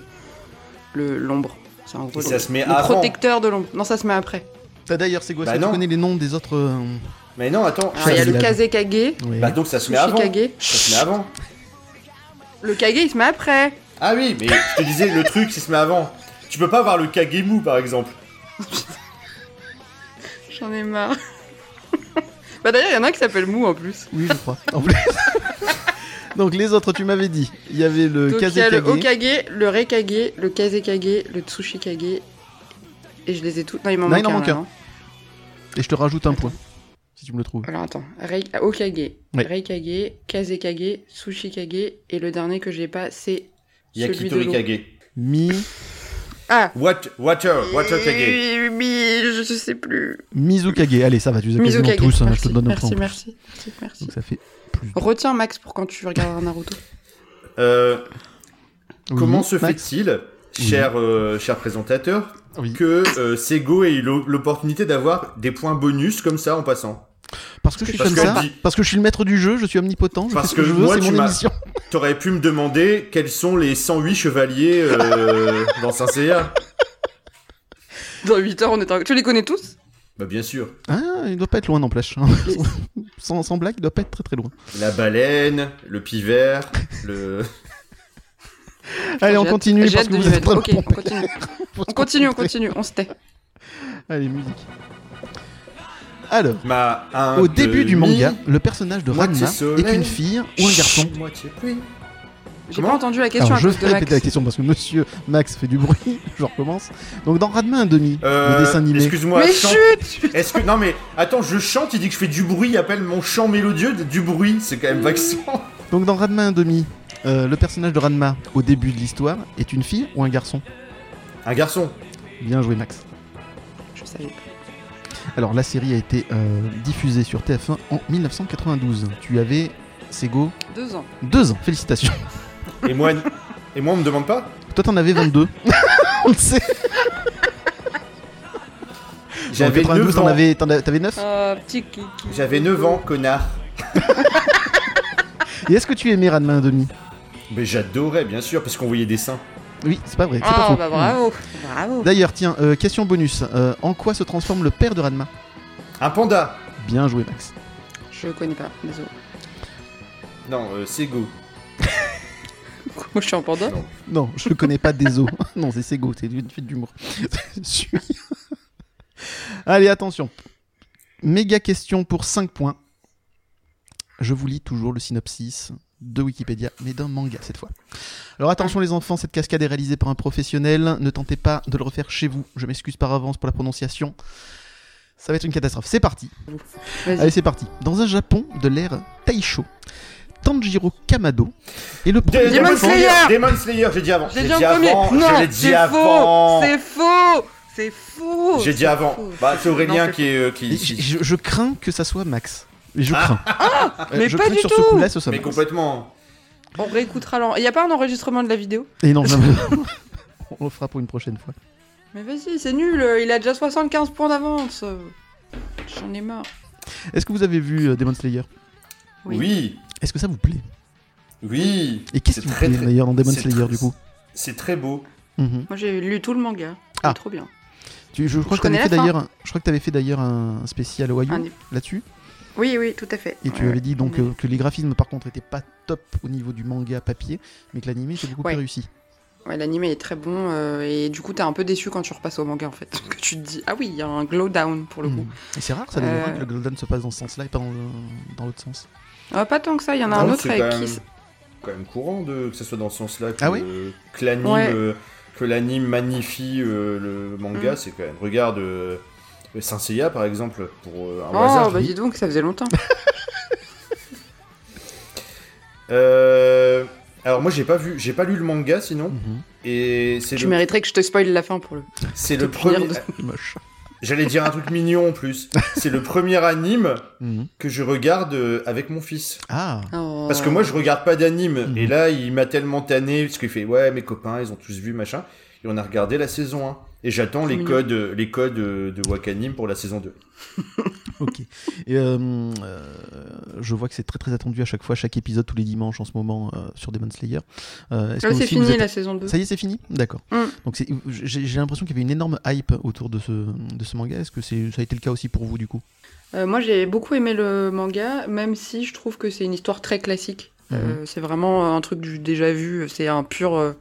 [SPEAKER 3] le l'ombre. C'est en gros
[SPEAKER 4] Et
[SPEAKER 3] le,
[SPEAKER 4] ça se met
[SPEAKER 3] le
[SPEAKER 4] avant.
[SPEAKER 3] protecteur de l'ombre. Non, ça se met après.
[SPEAKER 2] T'as d'ailleurs, Sego, est-ce
[SPEAKER 4] Bah
[SPEAKER 2] que tu
[SPEAKER 4] non.
[SPEAKER 2] connais les noms des autres. euh,
[SPEAKER 4] Mais non, attends.
[SPEAKER 3] Alors, il y a
[SPEAKER 2] Chaque
[SPEAKER 3] le
[SPEAKER 2] village.
[SPEAKER 3] Kaze Kage,
[SPEAKER 2] ouais.
[SPEAKER 4] Bah donc ça se met
[SPEAKER 3] Sushi
[SPEAKER 4] avant.
[SPEAKER 3] Kage.
[SPEAKER 4] Ça se met avant.
[SPEAKER 3] Le Kage, il se met après.
[SPEAKER 4] Ah oui, mais je te disais le truc, ça se met avant. Tu peux pas avoir le Kage mou par exemple.
[SPEAKER 3] J'en ai marre. bah d'ailleurs, il y en a un qui s'appelle Mou en plus.
[SPEAKER 2] Oui, je crois. En plus. Donc, les autres, tu m'avais dit. Il y avait le
[SPEAKER 3] Donc
[SPEAKER 2] Kaze
[SPEAKER 3] il y a le
[SPEAKER 2] Kage.
[SPEAKER 3] Okage, le Rekage, le Kazekage, le Tsushikage. Et je les ai tous. Non, il m'en hein.
[SPEAKER 2] Non, il
[SPEAKER 3] manque,
[SPEAKER 2] en manque
[SPEAKER 3] là,
[SPEAKER 2] un.
[SPEAKER 3] non
[SPEAKER 2] Et je te rajoute un point. Si tu me le trouves.
[SPEAKER 3] Alors attends, Rei... Okage,
[SPEAKER 2] Oui.
[SPEAKER 3] Reikage, Kazekage, Tsushikage et le dernier que j'ai pas c'est celui de
[SPEAKER 4] Yakitori
[SPEAKER 3] l'eau.
[SPEAKER 4] Kage.
[SPEAKER 2] Mi.
[SPEAKER 3] Ah
[SPEAKER 4] Wat- water, water Kage.
[SPEAKER 3] Oui, oui, je je sais plus.
[SPEAKER 2] Mizukage. Allez, ça va, tu les as quasiment
[SPEAKER 3] Mizukage.
[SPEAKER 2] tous. hein,
[SPEAKER 3] merci,
[SPEAKER 2] je te donne un
[SPEAKER 3] merci,
[SPEAKER 2] point. en plus.
[SPEAKER 3] merci, merci, merci.
[SPEAKER 2] Donc, ça fait plus.
[SPEAKER 3] Retiens Max pour quand tu regarderas Naruto.
[SPEAKER 4] Euh,
[SPEAKER 2] Oui,
[SPEAKER 4] comment se
[SPEAKER 2] Max
[SPEAKER 4] fait-il,
[SPEAKER 2] Oui.
[SPEAKER 4] cher, euh, cher présentateur,
[SPEAKER 2] Oui.
[SPEAKER 4] que euh, Sego ait eu l'o- l'opportunité d'avoir des points bonus comme ça en passant
[SPEAKER 2] Parce que je suis
[SPEAKER 4] Parce
[SPEAKER 2] comme
[SPEAKER 4] que
[SPEAKER 2] ça,
[SPEAKER 4] dis-
[SPEAKER 2] parce que je suis le maître du jeu, je suis omnipotent, je
[SPEAKER 4] Parce
[SPEAKER 2] fais ce que,
[SPEAKER 4] que
[SPEAKER 2] je veux,
[SPEAKER 4] moi,
[SPEAKER 2] c'est
[SPEAKER 4] tu
[SPEAKER 2] mon
[SPEAKER 4] m'as-
[SPEAKER 2] émission.
[SPEAKER 4] T'aurais pu me demander quels sont les 108 chevaliers euh, dans saint CA
[SPEAKER 3] Dans 8 heures, on est en... Tu les connais tous
[SPEAKER 4] Bah bien sûr.
[SPEAKER 2] Ah, il doit pas être loin, n'empêche. sans, sans blague, il doit pas être très très loin.
[SPEAKER 4] La baleine, le pivert, le...
[SPEAKER 2] Allez,
[SPEAKER 3] J'ai
[SPEAKER 2] on
[SPEAKER 3] hâte-
[SPEAKER 2] continue,
[SPEAKER 3] j'ai
[SPEAKER 2] parce
[SPEAKER 3] hâte
[SPEAKER 2] que
[SPEAKER 3] de
[SPEAKER 2] vous
[SPEAKER 3] m'y
[SPEAKER 2] êtes
[SPEAKER 3] mettre.
[SPEAKER 2] vraiment
[SPEAKER 3] Ok, on continue. On continue, on continue, on se tait.
[SPEAKER 2] Allez, musique. Alors,
[SPEAKER 4] Ma, un,
[SPEAKER 2] au
[SPEAKER 4] deux,
[SPEAKER 2] début du
[SPEAKER 4] mi,
[SPEAKER 2] manga, le personnage de
[SPEAKER 4] Moitié
[SPEAKER 2] Ranma
[SPEAKER 4] soleil.
[SPEAKER 2] est une fille ou un garçon.
[SPEAKER 4] Moitié pluie.
[SPEAKER 3] J'ai
[SPEAKER 4] Comment
[SPEAKER 3] pas entendu la question
[SPEAKER 2] Alors,
[SPEAKER 3] à
[SPEAKER 2] je
[SPEAKER 3] cause de
[SPEAKER 2] vais répéter la
[SPEAKER 3] Max.
[SPEAKER 2] question parce que monsieur Max fait du bruit, je recommence. Donc, dans Ranma 1,5,
[SPEAKER 4] Euh,
[SPEAKER 2] le dessin animé.
[SPEAKER 4] Excuse-moi,
[SPEAKER 3] Mais
[SPEAKER 4] chante-
[SPEAKER 3] chut
[SPEAKER 4] Est-ce que... Non mais, attends, je chante, il dit que je fais du bruit, il appelle mon chant mélodieux de- du bruit, c'est quand même vexant.
[SPEAKER 2] Donc, dans Ranma 1,5, euh, le personnage de Ranma, au début de l'histoire, est une fille ou un garçon
[SPEAKER 4] Un garçon.
[SPEAKER 2] Bien joué, Max.
[SPEAKER 3] Je savais pas.
[SPEAKER 2] Alors la série a été euh, diffusée sur TF1 en 1992. Tu avais, Sego,
[SPEAKER 3] Deux ans.
[SPEAKER 2] deux ans. Félicitations.
[SPEAKER 4] Et moi, et moi on me demande pas
[SPEAKER 2] Toi t'en avais 22. On le sait.
[SPEAKER 4] J'avais
[SPEAKER 2] En 92,
[SPEAKER 4] 9
[SPEAKER 2] t'en
[SPEAKER 4] ans.
[SPEAKER 2] avais, t'en avais- t'avais 9.
[SPEAKER 3] Euh, petit kiki.
[SPEAKER 4] J'avais 9 ans, connard.
[SPEAKER 2] Et est-ce que tu aimais Ranma un demi
[SPEAKER 4] Mais j'adorais, bien sûr, parce qu'on voyait des seins.
[SPEAKER 2] Oui, c'est pas vrai. c'est pas
[SPEAKER 3] Oh,
[SPEAKER 2] faux.
[SPEAKER 3] bah bravo. Bravo.
[SPEAKER 2] Mmh. D'ailleurs, tiens, euh, question bonus. Euh, en quoi se transforme le père de Ranma
[SPEAKER 4] Un panda
[SPEAKER 2] Bien joué, Max.
[SPEAKER 3] Je connais pas, oh. désolé.
[SPEAKER 4] Non, euh, c'est go.
[SPEAKER 3] Moi, je suis en panda.
[SPEAKER 4] Non.
[SPEAKER 2] Non, je le connais pas des os. non, c'est Sego, c'est une fille d'humour. Je suis- Allez, attention. Méga question pour 5 points. Je vous lis toujours le synopsis de Wikipédia, mais d'un manga cette fois. Alors attention les enfants, cette cascade est réalisée par un professionnel. Ne tentez pas de le refaire chez vous. Je m'excuse par avance pour la prononciation. Ça va être une catastrophe. C'est parti.
[SPEAKER 3] Vas-y.
[SPEAKER 2] Allez, c'est parti. Dans un Japon de l'ère Taisho, Tanjiro Kamado est le premier.
[SPEAKER 3] Demon Slayer
[SPEAKER 4] Demon Slayer, j'ai dit avant.
[SPEAKER 3] J'ai dit en premier.
[SPEAKER 4] avant, je
[SPEAKER 3] non,
[SPEAKER 4] l'ai dit
[SPEAKER 3] c'est faux.
[SPEAKER 4] avant.
[SPEAKER 3] C'est faux. C'est faux.
[SPEAKER 4] J'ai dit
[SPEAKER 3] C'est
[SPEAKER 4] avant.
[SPEAKER 3] faux.
[SPEAKER 4] Bah, c'est
[SPEAKER 3] Non,
[SPEAKER 4] Aurélien
[SPEAKER 3] c'est
[SPEAKER 4] qui est. euh,
[SPEAKER 2] Et
[SPEAKER 4] qui-
[SPEAKER 2] Je,
[SPEAKER 4] qui-
[SPEAKER 2] je- je crains que ça soit Max. Et Je crains. Euh,
[SPEAKER 3] Ah, mais
[SPEAKER 2] je
[SPEAKER 3] pas
[SPEAKER 2] crains que
[SPEAKER 3] du
[SPEAKER 2] sur
[SPEAKER 3] tout.
[SPEAKER 2] ce coup-là, ce soit
[SPEAKER 4] Ah. Mais
[SPEAKER 2] Max.
[SPEAKER 4] complètement.
[SPEAKER 3] On réécoutera l'en... Il n'y a pas un enregistrement de la vidéo
[SPEAKER 2] Et non, jamais. on le fera pour une prochaine fois.
[SPEAKER 3] Mais vas-y, c'est nul. euh, Il a déjà 75 points d'avance. euh. J'en ai marre.
[SPEAKER 2] Est-ce que vous avez vu euh, Demon Slayer
[SPEAKER 3] Oui.
[SPEAKER 4] Oui.
[SPEAKER 2] Est-ce que ça vous plaît
[SPEAKER 4] Oui.
[SPEAKER 2] Et qu'est-ce
[SPEAKER 4] C'est
[SPEAKER 2] qui vous
[SPEAKER 4] très,
[SPEAKER 2] plaît
[SPEAKER 4] très-
[SPEAKER 2] d'ailleurs dans Demon
[SPEAKER 4] c'est
[SPEAKER 2] Slayer
[SPEAKER 4] très-
[SPEAKER 2] du coup
[SPEAKER 4] C'est très beau.
[SPEAKER 2] Mhm.
[SPEAKER 3] Moi, j'ai lu tout le manga. C'est
[SPEAKER 2] Ah.
[SPEAKER 3] Trop bien.
[SPEAKER 2] Tu- je, crois
[SPEAKER 3] Je
[SPEAKER 2] que t'avais
[SPEAKER 3] connais
[SPEAKER 2] fait
[SPEAKER 3] la fin.
[SPEAKER 2] d'ailleurs, un- je crois que t'avais fait d'ailleurs un spécial Ohio
[SPEAKER 3] Un ép-
[SPEAKER 2] là-dessus,
[SPEAKER 3] Oui, oui, tout à fait.
[SPEAKER 2] et tu
[SPEAKER 3] Ouais,
[SPEAKER 2] avais dit donc
[SPEAKER 3] on est-
[SPEAKER 2] euh, que les graphismes par contre étaient pas top au niveau du manga papier, mais que l'animé était beaucoup
[SPEAKER 3] Ouais.
[SPEAKER 2] plus réussi.
[SPEAKER 3] Ouais, l'anime est très bon euh, et du coup t'es un peu déçu quand tu repasses au manga en fait. Que tu te dis ah oui il y a un glow down pour le coup.
[SPEAKER 2] Mhm. Et c'est rare ça les
[SPEAKER 3] Euh.
[SPEAKER 2] horreurs, que le Golden se passe dans ce sens-là et pas dans le- dans l'autre sens.
[SPEAKER 3] Ah, pas tant que ça, il y en a un
[SPEAKER 4] Non,
[SPEAKER 3] autre
[SPEAKER 4] c'est
[SPEAKER 3] avec
[SPEAKER 4] quand
[SPEAKER 3] qui
[SPEAKER 4] même- quand même courant de, que ce soit dans ce sens-là que,
[SPEAKER 2] Ah oui
[SPEAKER 4] que l'anime
[SPEAKER 3] Ouais.
[SPEAKER 4] euh, que l'anime magnifie euh, le manga,
[SPEAKER 3] Mm.
[SPEAKER 4] c'est quand même. Regarde euh, Saint Seiya par exemple, pour euh, un
[SPEAKER 3] Oh
[SPEAKER 4] hasard.
[SPEAKER 3] bah dis donc ça faisait longtemps.
[SPEAKER 4] Euh, alors moi j'ai pas vu, j'ai pas lu le manga sinon,
[SPEAKER 2] Mhm.
[SPEAKER 4] et c'est
[SPEAKER 3] tu
[SPEAKER 4] le,
[SPEAKER 3] mériterais que je te spoil la fin pour le.
[SPEAKER 4] c'est
[SPEAKER 3] te
[SPEAKER 4] le
[SPEAKER 3] punir
[SPEAKER 4] premier.
[SPEAKER 3] de-
[SPEAKER 2] Moche.
[SPEAKER 4] J'allais dire un truc mignon en plus. C'est le premier anime
[SPEAKER 2] Mhm.
[SPEAKER 4] que je regarde euh, avec mon fils.
[SPEAKER 2] Ah,
[SPEAKER 3] Oh.
[SPEAKER 4] Parce que moi, je regarde pas d'anime.
[SPEAKER 2] Mhm.
[SPEAKER 4] Et là, il m'a tellement tanné, parce qu'il fait, ouais, mes copains, ils ont tous vu, machin. Et on a regardé la saison 1. Et j'attends les
[SPEAKER 3] Mignon.
[SPEAKER 4] codes, les codes euh, de Wakanim pour la saison 2.
[SPEAKER 2] ok. Et, euh, euh, je vois que c'est très très attendu à chaque fois, chaque épisode tous les dimanches en ce moment euh, sur Demon Slayer. Euh, est-ce que vous
[SPEAKER 3] Là, Ah, c'est
[SPEAKER 2] aussi, vous
[SPEAKER 3] fini
[SPEAKER 2] êtes-
[SPEAKER 3] la saison 2.
[SPEAKER 2] Ça y est, c'est fini D'accord.
[SPEAKER 3] Mm.
[SPEAKER 2] Donc c'est- j'ai j'ai l'impression qu'il y avait une énorme hype autour de ce, de ce manga. Est-ce que c'est ça a été le cas aussi pour vous du coup
[SPEAKER 3] Euh, moi, j'ai beaucoup aimé le manga, même si je trouve que c'est une histoire très classique.
[SPEAKER 2] Mhm.
[SPEAKER 3] Euh, c'est vraiment euh, un truc du déjà vu. C'est un pur, euh,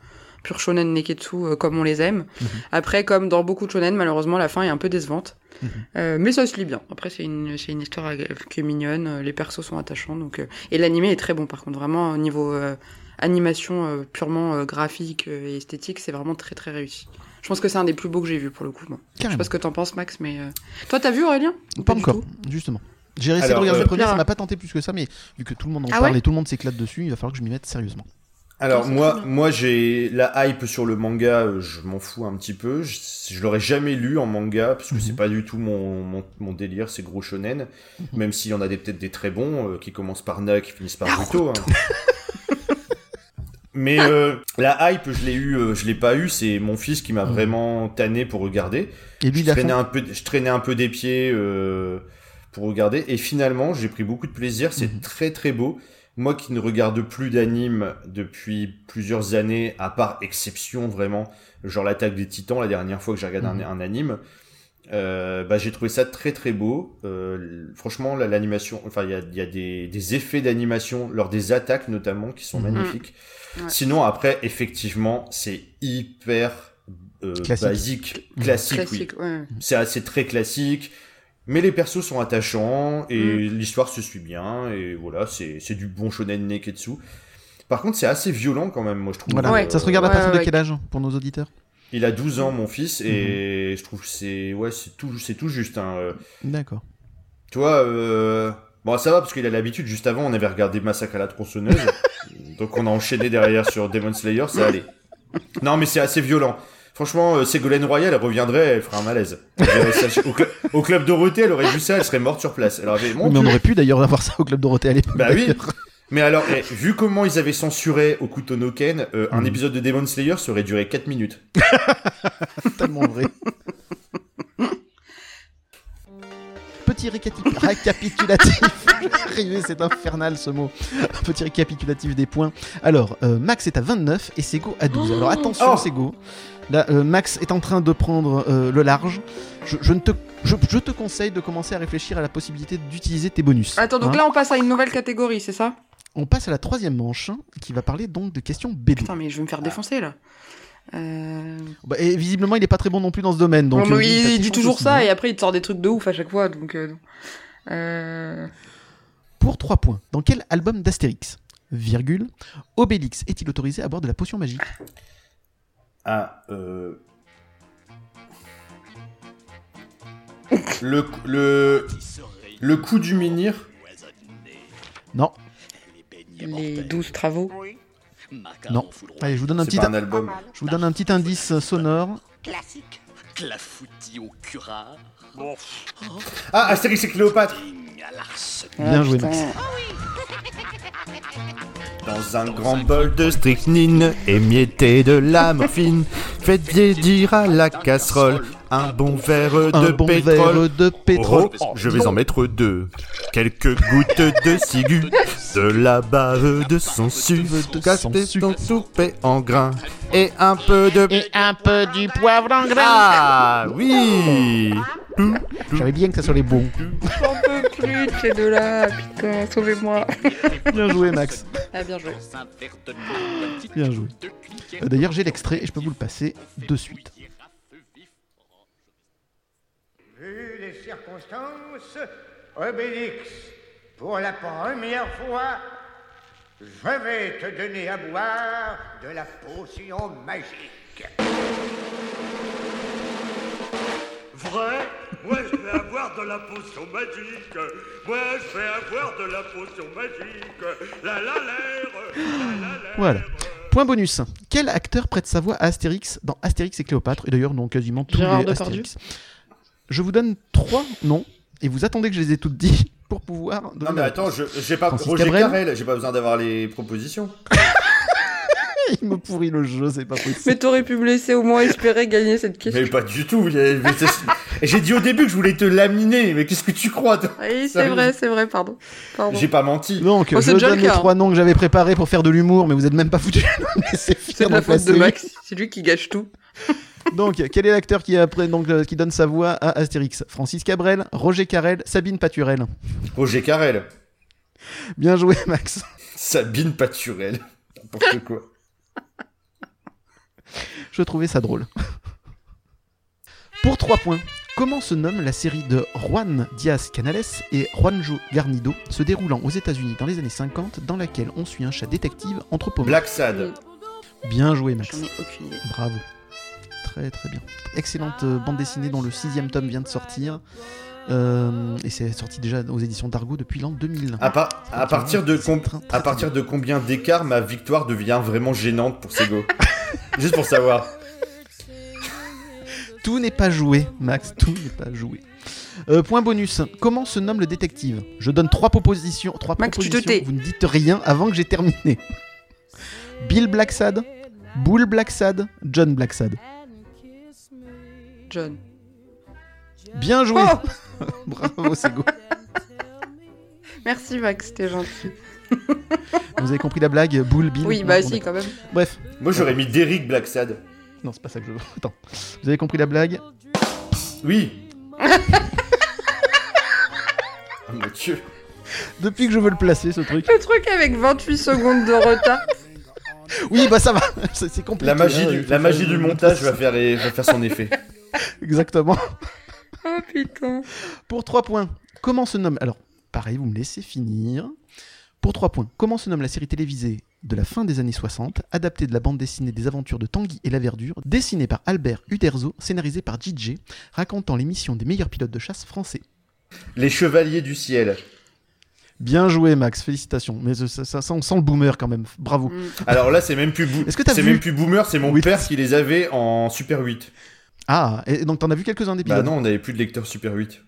[SPEAKER 3] pur shonen neketsu euh, comme on les aime.
[SPEAKER 2] Mhm.
[SPEAKER 3] Après, comme dans beaucoup de shonen, malheureusement, la fin est un peu décevante.
[SPEAKER 2] Mhm.
[SPEAKER 3] Euh, mais ça se lit bien. Après, c'est une, c'est une histoire agré- qui est mignonne. euh, Les persos sont attachants. Donc, euh, et l'animé est très bon. Par contre, vraiment au niveau euh, animation euh, purement euh, graphique euh, et esthétique, c'est vraiment très très réussi. Je pense que c'est un des plus beaux que j'ai vu pour le coup. moi. Je sais
[SPEAKER 2] Carrément.
[SPEAKER 3] pas ce que t'en penses, Max, mais euh, toi, t'as vu Aurélien Ou
[SPEAKER 2] Pas
[SPEAKER 3] du
[SPEAKER 2] encore,
[SPEAKER 3] tout
[SPEAKER 2] justement. J'ai essayé de
[SPEAKER 4] Alors,
[SPEAKER 2] regarder
[SPEAKER 4] euh,
[SPEAKER 2] le premier, ça
[SPEAKER 3] Clara.
[SPEAKER 2] m'a pas tenté plus que ça, mais vu que tout le monde en
[SPEAKER 3] Ah
[SPEAKER 2] parle
[SPEAKER 3] ouais
[SPEAKER 2] et tout le monde s'éclate dessus, il va falloir que je m'y mette sérieusement.
[SPEAKER 4] Alors,
[SPEAKER 3] c'est
[SPEAKER 4] moi,
[SPEAKER 3] très bien.
[SPEAKER 4] moi, j'ai la hype sur le manga, euh, je m'en fous un petit peu. Je, je l'aurais jamais lu en manga, parce que
[SPEAKER 2] Mhm. Mhm.
[SPEAKER 4] c'est pas du tout mon, mon, mon délire, c'est gros shonen. Même s'il y en a des- peut-être des très bons, euh, qui commencent par Na, qui finissent par Naruto. hein. Mais euh, la hype, je l'ai eu, euh, je l'ai pas eu. C'est mon fils qui m'a
[SPEAKER 2] Mhm.
[SPEAKER 4] vraiment tanné pour regarder.
[SPEAKER 2] Et lui,
[SPEAKER 4] je
[SPEAKER 2] il a
[SPEAKER 4] traînais,
[SPEAKER 2] fond.
[SPEAKER 4] un peu, je traînais un peu des pieds euh, pour regarder. Et finalement, j'ai pris beaucoup de plaisir. C'est
[SPEAKER 2] Mhm.
[SPEAKER 4] très très beau. Moi qui ne regarde plus d'anime depuis plusieurs années, à part exception vraiment, genre l'attaque des titans, la dernière fois que j'ai regardé un-
[SPEAKER 2] Mhm.
[SPEAKER 4] un, anime, euh, bah, j'ai trouvé ça très très beau. Euh, l- franchement, là, l'animation, enfin il y a, il y a des, des effets d'animation lors des attaques notamment qui sont
[SPEAKER 2] Mhm.
[SPEAKER 4] magnifiques.
[SPEAKER 3] Ouais.
[SPEAKER 4] Sinon après, effectivement, c'est hyper euh,
[SPEAKER 2] Classique.
[SPEAKER 4] basique,
[SPEAKER 2] Mhm.
[SPEAKER 4] classique, oui.
[SPEAKER 3] Classique, ouais.
[SPEAKER 4] C'est assez très classique, mais les persos sont attachants et l'histoire se suit bien et voilà, c'est c'est du bon shonen neketsu. Par contre, c'est assez violent quand même, moi je trouve. Euh,
[SPEAKER 2] Voilà.
[SPEAKER 3] Ouais.
[SPEAKER 2] Ça se regarde à
[SPEAKER 3] Ouais,
[SPEAKER 2] partir de
[SPEAKER 3] ouais.
[SPEAKER 2] quel âge pour nos auditeurs
[SPEAKER 4] Il a 12 ans mon fils et
[SPEAKER 2] Mm-hmm.
[SPEAKER 4] je trouve que c'est ouais, c'est tout c'est tout juste hein. Euh,
[SPEAKER 2] D'accord.
[SPEAKER 4] Tu vois euh, bon ça va parce qu'il a l'habitude juste avant on avait regardé Massacre à la tronçonneuse. donc on a enchaîné derrière sur Demon Slayer, ça allait. Non mais c'est assez violent. Franchement, euh, Ségolène Royal, elle reviendrait, elle ferait un malaise. Elle dirait ça- au, cl- au club Dorothée, elle aurait vu ça, elle serait morte sur place. Elle aurait fait, Mon
[SPEAKER 2] Oui, mais on
[SPEAKER 4] Dieu.
[SPEAKER 2] aurait pu d'ailleurs avoir ça au Club Dorothée à l'époque.
[SPEAKER 4] Bah oui.
[SPEAKER 2] d'ailleurs.
[SPEAKER 4] Mais alors, eh, vu comment ils avaient censuré au couteau no Ken, euh, un
[SPEAKER 2] Mhm.
[SPEAKER 4] épisode de Demon Slayer serait duré 4 minutes.
[SPEAKER 2] Tellement vrai. Petit récapit- récapitulatif. Je vais arriver, c'est infernal ce mot. Petit récapitulatif des points. Alors, euh, Max est à 29 et Sego à 12. Alors attention,
[SPEAKER 4] Oh.
[SPEAKER 2] Sego. Là, euh, Max est en train de prendre euh, le large. Je, je ne te, je, je te conseille de commencer à réfléchir à la possibilité d'utiliser tes bonus.
[SPEAKER 3] Attends, donc
[SPEAKER 2] Hein
[SPEAKER 3] là on passe à une nouvelle catégorie, c'est ça
[SPEAKER 2] On passe à la troisième manche hein, qui va parler donc de questions BD.
[SPEAKER 3] Putain, mais je vais me faire défoncer là. Euh...
[SPEAKER 2] Bah, et visiblement, il n'est pas très bon non plus dans ce domaine. Donc,
[SPEAKER 3] bon,
[SPEAKER 2] euh,
[SPEAKER 3] Oh, mais il,
[SPEAKER 2] t'as
[SPEAKER 3] dit
[SPEAKER 2] tes chances
[SPEAKER 3] toujours
[SPEAKER 2] aussi,
[SPEAKER 3] ça
[SPEAKER 2] hein.
[SPEAKER 3] et après il te sort des trucs de ouf à chaque fois, donc. euh, non. Euh,
[SPEAKER 2] Pour 3 points, dans quel album d'Astérix virgule, Obélix est-il autorisé à boire de la potion magique
[SPEAKER 4] Ah, euh... le, le, le coup du menhir
[SPEAKER 2] Non,
[SPEAKER 3] Les 12 travaux.
[SPEAKER 2] non. Allez, je vous donne un
[SPEAKER 4] C'est
[SPEAKER 2] petit,
[SPEAKER 4] pas un album.
[SPEAKER 2] je vous donne un petit indice sonore.
[SPEAKER 1] Classique. Clafoutis au curare.
[SPEAKER 4] Ah, Astérix et Cléopâtre
[SPEAKER 1] Ding à l'arsenal.
[SPEAKER 3] Ah,
[SPEAKER 2] Bien joué, Max.
[SPEAKER 4] Dans un grand bol de strychnine, émietté de la morphine, faites vieillir à la casserole un bon verre
[SPEAKER 2] Un
[SPEAKER 4] de
[SPEAKER 2] bon
[SPEAKER 4] pétrole.
[SPEAKER 2] verre de pétrole.
[SPEAKER 4] Oh, je vais en mettre deux. Quelques gouttes de cigu, de la bave de sangsue,
[SPEAKER 2] De
[SPEAKER 4] casser
[SPEAKER 2] sangsue.
[SPEAKER 4] ton toupet en grains, et un peu de...
[SPEAKER 2] Et un peu du poivre en
[SPEAKER 4] Ah oui
[SPEAKER 2] J'avais bien que ça soit les bons.
[SPEAKER 3] J'en peux plus de ces deux-là, putain, sauvez-moi.
[SPEAKER 2] Bien joué, Max.
[SPEAKER 3] Ah, bien joué.
[SPEAKER 2] Bien joué. Euh, D'ailleurs, j'ai l'extrait et je peux vous le passer de suite.
[SPEAKER 5] Vu les circonstances, Obélix, pour la première fois, je vais te donner à boire de la potion magique.
[SPEAKER 6] Vrai Moi, je vais avoir de la potion magique. Moi, je vais avoir de la potion magique. La la l'air. La la l'air.
[SPEAKER 2] Voilà. Point bonus. Quel acteur prête sa voix à Astérix dans Astérix et Cléopâtre Et d'ailleurs, non, quasiment tous
[SPEAKER 3] Gérard
[SPEAKER 2] les
[SPEAKER 3] Depardieu
[SPEAKER 2] Astérix. Je vous donne trois noms et vous attendez que je les ai toutes dites pour pouvoir. donner
[SPEAKER 4] Non mais
[SPEAKER 2] la
[SPEAKER 4] attends,
[SPEAKER 2] réponse.
[SPEAKER 4] je- j'ai pas
[SPEAKER 2] Francis
[SPEAKER 4] Roger
[SPEAKER 2] Cabrel
[SPEAKER 4] Carrel, j'ai pas besoin d'avoir les propositions.
[SPEAKER 2] Il me pourrit le jeu, c'est pas possible.
[SPEAKER 3] Mais t'aurais pu me laisser au moins espérer gagner cette question.
[SPEAKER 4] Mais pas du tout. il y a- mais c'est- J'ai dit au début que je voulais te laminer, mais qu'est-ce que tu crois toi
[SPEAKER 3] Oui, c'est
[SPEAKER 4] Sérieux
[SPEAKER 3] vrai, c'est vrai, pardon. Pardon.
[SPEAKER 4] J'ai pas menti.
[SPEAKER 2] Donc,
[SPEAKER 3] Oh,
[SPEAKER 2] je
[SPEAKER 3] c'est déjà
[SPEAKER 2] donne
[SPEAKER 3] le
[SPEAKER 2] les
[SPEAKER 3] cas, hein.
[SPEAKER 2] trois noms que j'avais préparés pour faire de l'humour, mais vous êtes même pas foutu. c'est
[SPEAKER 3] C'est
[SPEAKER 2] fier
[SPEAKER 3] de la
[SPEAKER 2] d'en
[SPEAKER 3] faute de
[SPEAKER 2] passer.
[SPEAKER 3] Max, c'est lui qui gâche tout.
[SPEAKER 2] Donc, quel est l'acteur qui, après, donc, euh, qui donne sa voix à Astérix Francis Cabrel, Roger Carrel, Sabine Paturel.
[SPEAKER 4] Roger Carrel,
[SPEAKER 2] Bien joué, Max.
[SPEAKER 4] Sabine Paturel, n'importe quoi.
[SPEAKER 2] Je trouvais ça drôle. Pour 3 points, comment se nomme la série de Juan Diaz Canales et Juanjo Garnido se déroulant aux États-Unis dans les années 50 dans laquelle on suit un chat détective anthropomorphe
[SPEAKER 4] Black Sad.
[SPEAKER 2] Bien joué,
[SPEAKER 3] J'en
[SPEAKER 2] Max.
[SPEAKER 3] ai aucune idée.
[SPEAKER 2] Bravo. Très très bien. Excellente euh, bande dessinée dont le sixième tome vient de sortir. Euh, et c'est sorti déjà aux éditions d'Argo depuis l'an 2000.
[SPEAKER 4] À, par- à partir de com-
[SPEAKER 2] Très, très
[SPEAKER 4] à partir
[SPEAKER 2] bien.
[SPEAKER 4] de combien d'écart ma victoire devient vraiment gênante pour Sego Juste pour savoir.
[SPEAKER 2] Tout n'est pas joué, Max, tout n'est pas joué. Euh, point bonus, comment se nomme le détective Je donne trois propositions. Trois
[SPEAKER 3] Max, tu te
[SPEAKER 2] propositions.
[SPEAKER 3] tais.
[SPEAKER 2] Vous ne dites rien avant que j'ai terminé. Bill Blacksad, Bull Blacksad, John Blacksad.
[SPEAKER 3] John.
[SPEAKER 2] Bien joué
[SPEAKER 3] Oh
[SPEAKER 2] Bravo, Sego.
[SPEAKER 3] Merci Max, t'es gentil.
[SPEAKER 2] Vous avez compris la blague Bull, Bill
[SPEAKER 3] Oui,
[SPEAKER 2] non,
[SPEAKER 3] bah
[SPEAKER 2] bon,
[SPEAKER 3] si,
[SPEAKER 2] d'accord.
[SPEAKER 3] quand même.
[SPEAKER 2] Bref,
[SPEAKER 4] Moi j'aurais mis Derrick Black Sad.
[SPEAKER 2] non, c'est pas ça que je veux. Attends. Vous avez compris la blague
[SPEAKER 4] Oui. oh mon dieu.
[SPEAKER 2] Depuis que je veux le placer, ce truc.
[SPEAKER 3] Le truc avec 28 secondes de retard.
[SPEAKER 2] Oui, bah ça va, c'est c'est compliqué.
[SPEAKER 4] La magie
[SPEAKER 2] hein,
[SPEAKER 4] du,
[SPEAKER 2] il faut
[SPEAKER 4] la
[SPEAKER 2] faire
[SPEAKER 4] magie
[SPEAKER 2] une-
[SPEAKER 4] du montage va faire, les- va faire son effet.
[SPEAKER 2] Exactement.
[SPEAKER 3] Oh putain.
[SPEAKER 2] Pour 3 points, comment se nomme. Alors, pareil, vous me laissez finir. Pour 3 points, comment se nomme la série télévisée de la fin des années 60, adaptée de la bande dessinée des aventures de Tanguy et la Verdure, dessinée par Albert Uderzo, scénarisée par DJ, racontant les missions des meilleurs pilotes de chasse français
[SPEAKER 4] Les Chevaliers du Ciel.
[SPEAKER 2] Bien joué, Max, félicitations. Mais ça, ça- ça sent, sent le boomer quand même, bravo.
[SPEAKER 3] Mm.
[SPEAKER 4] Alors là, c'est même plus, bou-
[SPEAKER 2] Est-ce que t'as
[SPEAKER 4] c'est
[SPEAKER 2] vu
[SPEAKER 4] même plus boomer, c'est mon
[SPEAKER 2] Oui.
[SPEAKER 4] père qui les avait en Super 8.
[SPEAKER 2] Ah, et donc t'en as vu quelques-uns
[SPEAKER 4] Bah
[SPEAKER 2] d'épisodes
[SPEAKER 4] non, on n'avait plus de lecteur Super 8.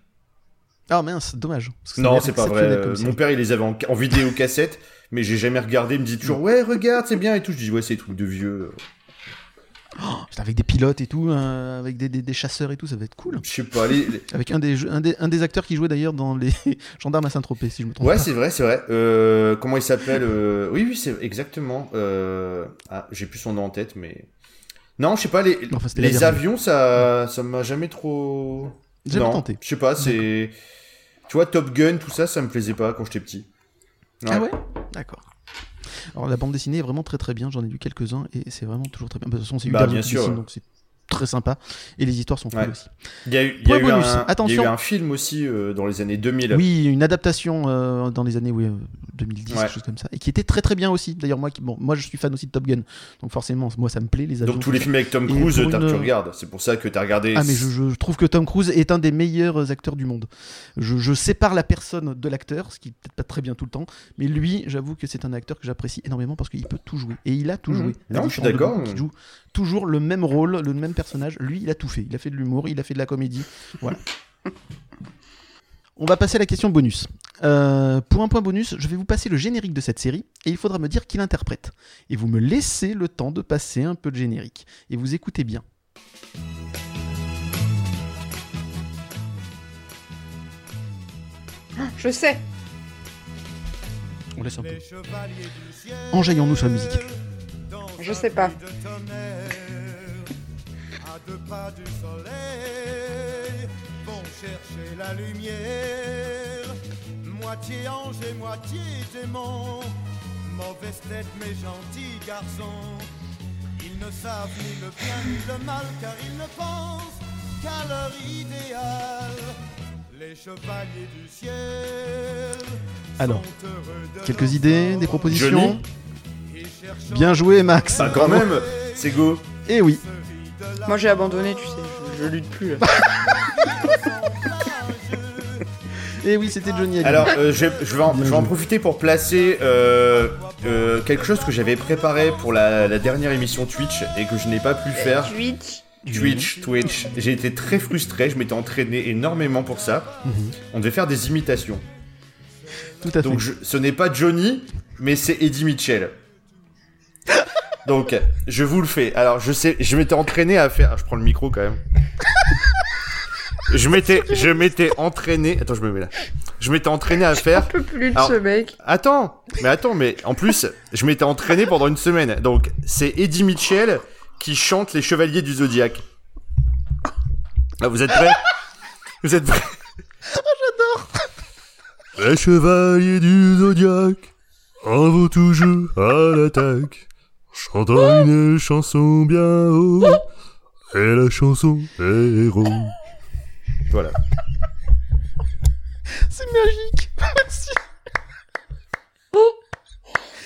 [SPEAKER 2] Ah mince, dommage. parce que ça a
[SPEAKER 4] Non,
[SPEAKER 2] l'air
[SPEAKER 4] c'est pas vrai.
[SPEAKER 2] exceptionnel
[SPEAKER 4] euh,
[SPEAKER 2] comme série.
[SPEAKER 4] Mon père, il les avait en, en vidéo cassette, mais j'ai jamais regardé. Il me dit
[SPEAKER 2] Mm.
[SPEAKER 4] toujours, ouais, regarde, c'est bien et tout. Je dis, ouais, c'est des trucs de vieux.
[SPEAKER 2] Putain, avec des pilotes et tout, euh, avec des, des- des chasseurs et tout, ça va être cool.
[SPEAKER 4] euh, Je sais pas. les- les-
[SPEAKER 2] Avec un des, jeux- un des, un des acteurs qui jouait d'ailleurs dans les Gendarmes à Saint-Tropez, si je me trompe
[SPEAKER 4] Ouais,
[SPEAKER 2] pas.
[SPEAKER 4] c'est vrai, c'est vrai. Euh, comment il s'appelle euh, Oui, oui, c'est exactement. euh, Ah, j'ai plus son nom en tête, mais. Non, je sais pas, les,
[SPEAKER 2] Enfin, c'était la
[SPEAKER 4] les
[SPEAKER 2] dernière.
[SPEAKER 4] avions, ça ça m'a jamais trop.
[SPEAKER 2] Jamais
[SPEAKER 4] non,
[SPEAKER 2] tenté.
[SPEAKER 4] Je sais pas, c'est. Tu vois, Top Gun, tout ça, ça me plaisait pas quand j'étais petit.
[SPEAKER 2] Ah ouais D'accord. Alors la bande dessinée est vraiment très très bien, j'en ai lu quelques-uns et c'est vraiment toujours très bien. De toute façon, c'est
[SPEAKER 4] Bah,
[SPEAKER 2] Uderzo
[SPEAKER 4] bien
[SPEAKER 2] qui
[SPEAKER 4] sûr.
[SPEAKER 2] dessine, donc c'est très sympa. Et les histoires sont cool
[SPEAKER 4] Ouais.
[SPEAKER 2] aussi.
[SPEAKER 4] Il y a eu, il y a
[SPEAKER 2] Point
[SPEAKER 4] eu
[SPEAKER 2] bonus,
[SPEAKER 4] un, il y a eu
[SPEAKER 2] attention.
[SPEAKER 4] un film aussi euh, dans les années 2000.
[SPEAKER 2] Oui, une adaptation euh, dans les années oui, euh, 2010,
[SPEAKER 4] Ouais.
[SPEAKER 2] quelque chose comme ça. Et qui était très très bien aussi. D'ailleurs, moi, qui, bon, moi je suis fan aussi de Top Gun. Donc forcément, moi ça me plaît, les avions.
[SPEAKER 4] Donc tous les films avec Tom
[SPEAKER 2] Et pour
[SPEAKER 4] Cruise, t'as-
[SPEAKER 2] une-
[SPEAKER 4] tu regardes. C'est pour ça que t'as regardé.
[SPEAKER 2] Ah mais je, je trouve que Tom Cruise est un des meilleurs acteurs du monde. Je, je sépare la personne de l'acteur, ce qui est peut-être pas très bien tout le temps, mais lui, j'avoue que c'est un acteur que j'apprécie énormément parce qu'il peut tout jouer et il a tout
[SPEAKER 4] Mhm.
[SPEAKER 2] joué.
[SPEAKER 4] Non,
[SPEAKER 2] À
[SPEAKER 4] je suis
[SPEAKER 2] différents
[SPEAKER 4] d'accord.
[SPEAKER 2] degrés, Il joue toujours le même rôle, le même personnage. Lui, il a tout fait. Il a fait de l'humour, il a fait de la comédie. Voilà. On va passer à la question bonus. Euh, pour un point bonus, je vais vous passer le générique de cette série et il faudra me dire qui l'interprète. Et vous me laissez le temps de passer un peu de générique. Et vous écoutez bien.
[SPEAKER 3] Je sais.
[SPEAKER 2] On laisse un peu.
[SPEAKER 7] Enjaillons-nous sur la musique.
[SPEAKER 3] Je sais pas.
[SPEAKER 7] À deux pas du soleil, vont chercher la lumière. Moitié ange et moitié démon. Mauvaise tête, mais gentil garçon. Ils ne savent ni le bien ni le mal, car ils ne pensent qu'à leur idéal. Les chevaliers du ciel.
[SPEAKER 2] Alors,
[SPEAKER 7] sont heureux de
[SPEAKER 2] Quelques
[SPEAKER 7] leur
[SPEAKER 2] idées,
[SPEAKER 7] sort.
[SPEAKER 2] des propositions
[SPEAKER 4] Johnny
[SPEAKER 7] Ils cherchent
[SPEAKER 2] Bien joué, Max
[SPEAKER 4] Bah, quand même, c'est go.
[SPEAKER 2] Eh oui
[SPEAKER 7] celui de la
[SPEAKER 3] Moi j'ai abandonné, tu sais. Je, je lutte plus. là.
[SPEAKER 2] Eh oui, c'était Johnny Hallyday.
[SPEAKER 4] Alors, euh, je, vais- je vais en, je vais en profiter pour placer euh, euh, quelque chose que j'avais préparé pour la, la dernière émission Twitch et que je n'ai pas pu faire.
[SPEAKER 3] Twitch.
[SPEAKER 2] Eh,
[SPEAKER 4] Twitch, Twitch. J'ai été très frustré, je m'étais entraîné énormément pour ça.
[SPEAKER 2] Mhm.
[SPEAKER 4] On devait faire des imitations.
[SPEAKER 2] Tout à fait.
[SPEAKER 4] Donc, je- ce n'est pas Johnny, mais c'est Eddie Mitchell. Donc, je vous le fais. Alors, je sais, je m'étais entraîné à faire. ah, je prends le micro quand même. Je m'étais, je m'étais entraîné. Attends, je me mets là. Je m'étais entraîné à faire
[SPEAKER 3] Un peu plus de
[SPEAKER 4] Alors-
[SPEAKER 3] ce mec.
[SPEAKER 4] Attends, mais attends, mais en plus, je m'étais entraîné pendant une semaine. Donc, c'est Eddie Mitchell qui chante Les Chevaliers du Zodiaque. Ah, vous êtes prêts Vous êtes prêts
[SPEAKER 8] Les chevaliers du Zodiac, en vont toujours à l'attaque, chantant une chanson bien haut, et la chanson des héros.
[SPEAKER 4] Voilà.
[SPEAKER 2] C'est magique Merci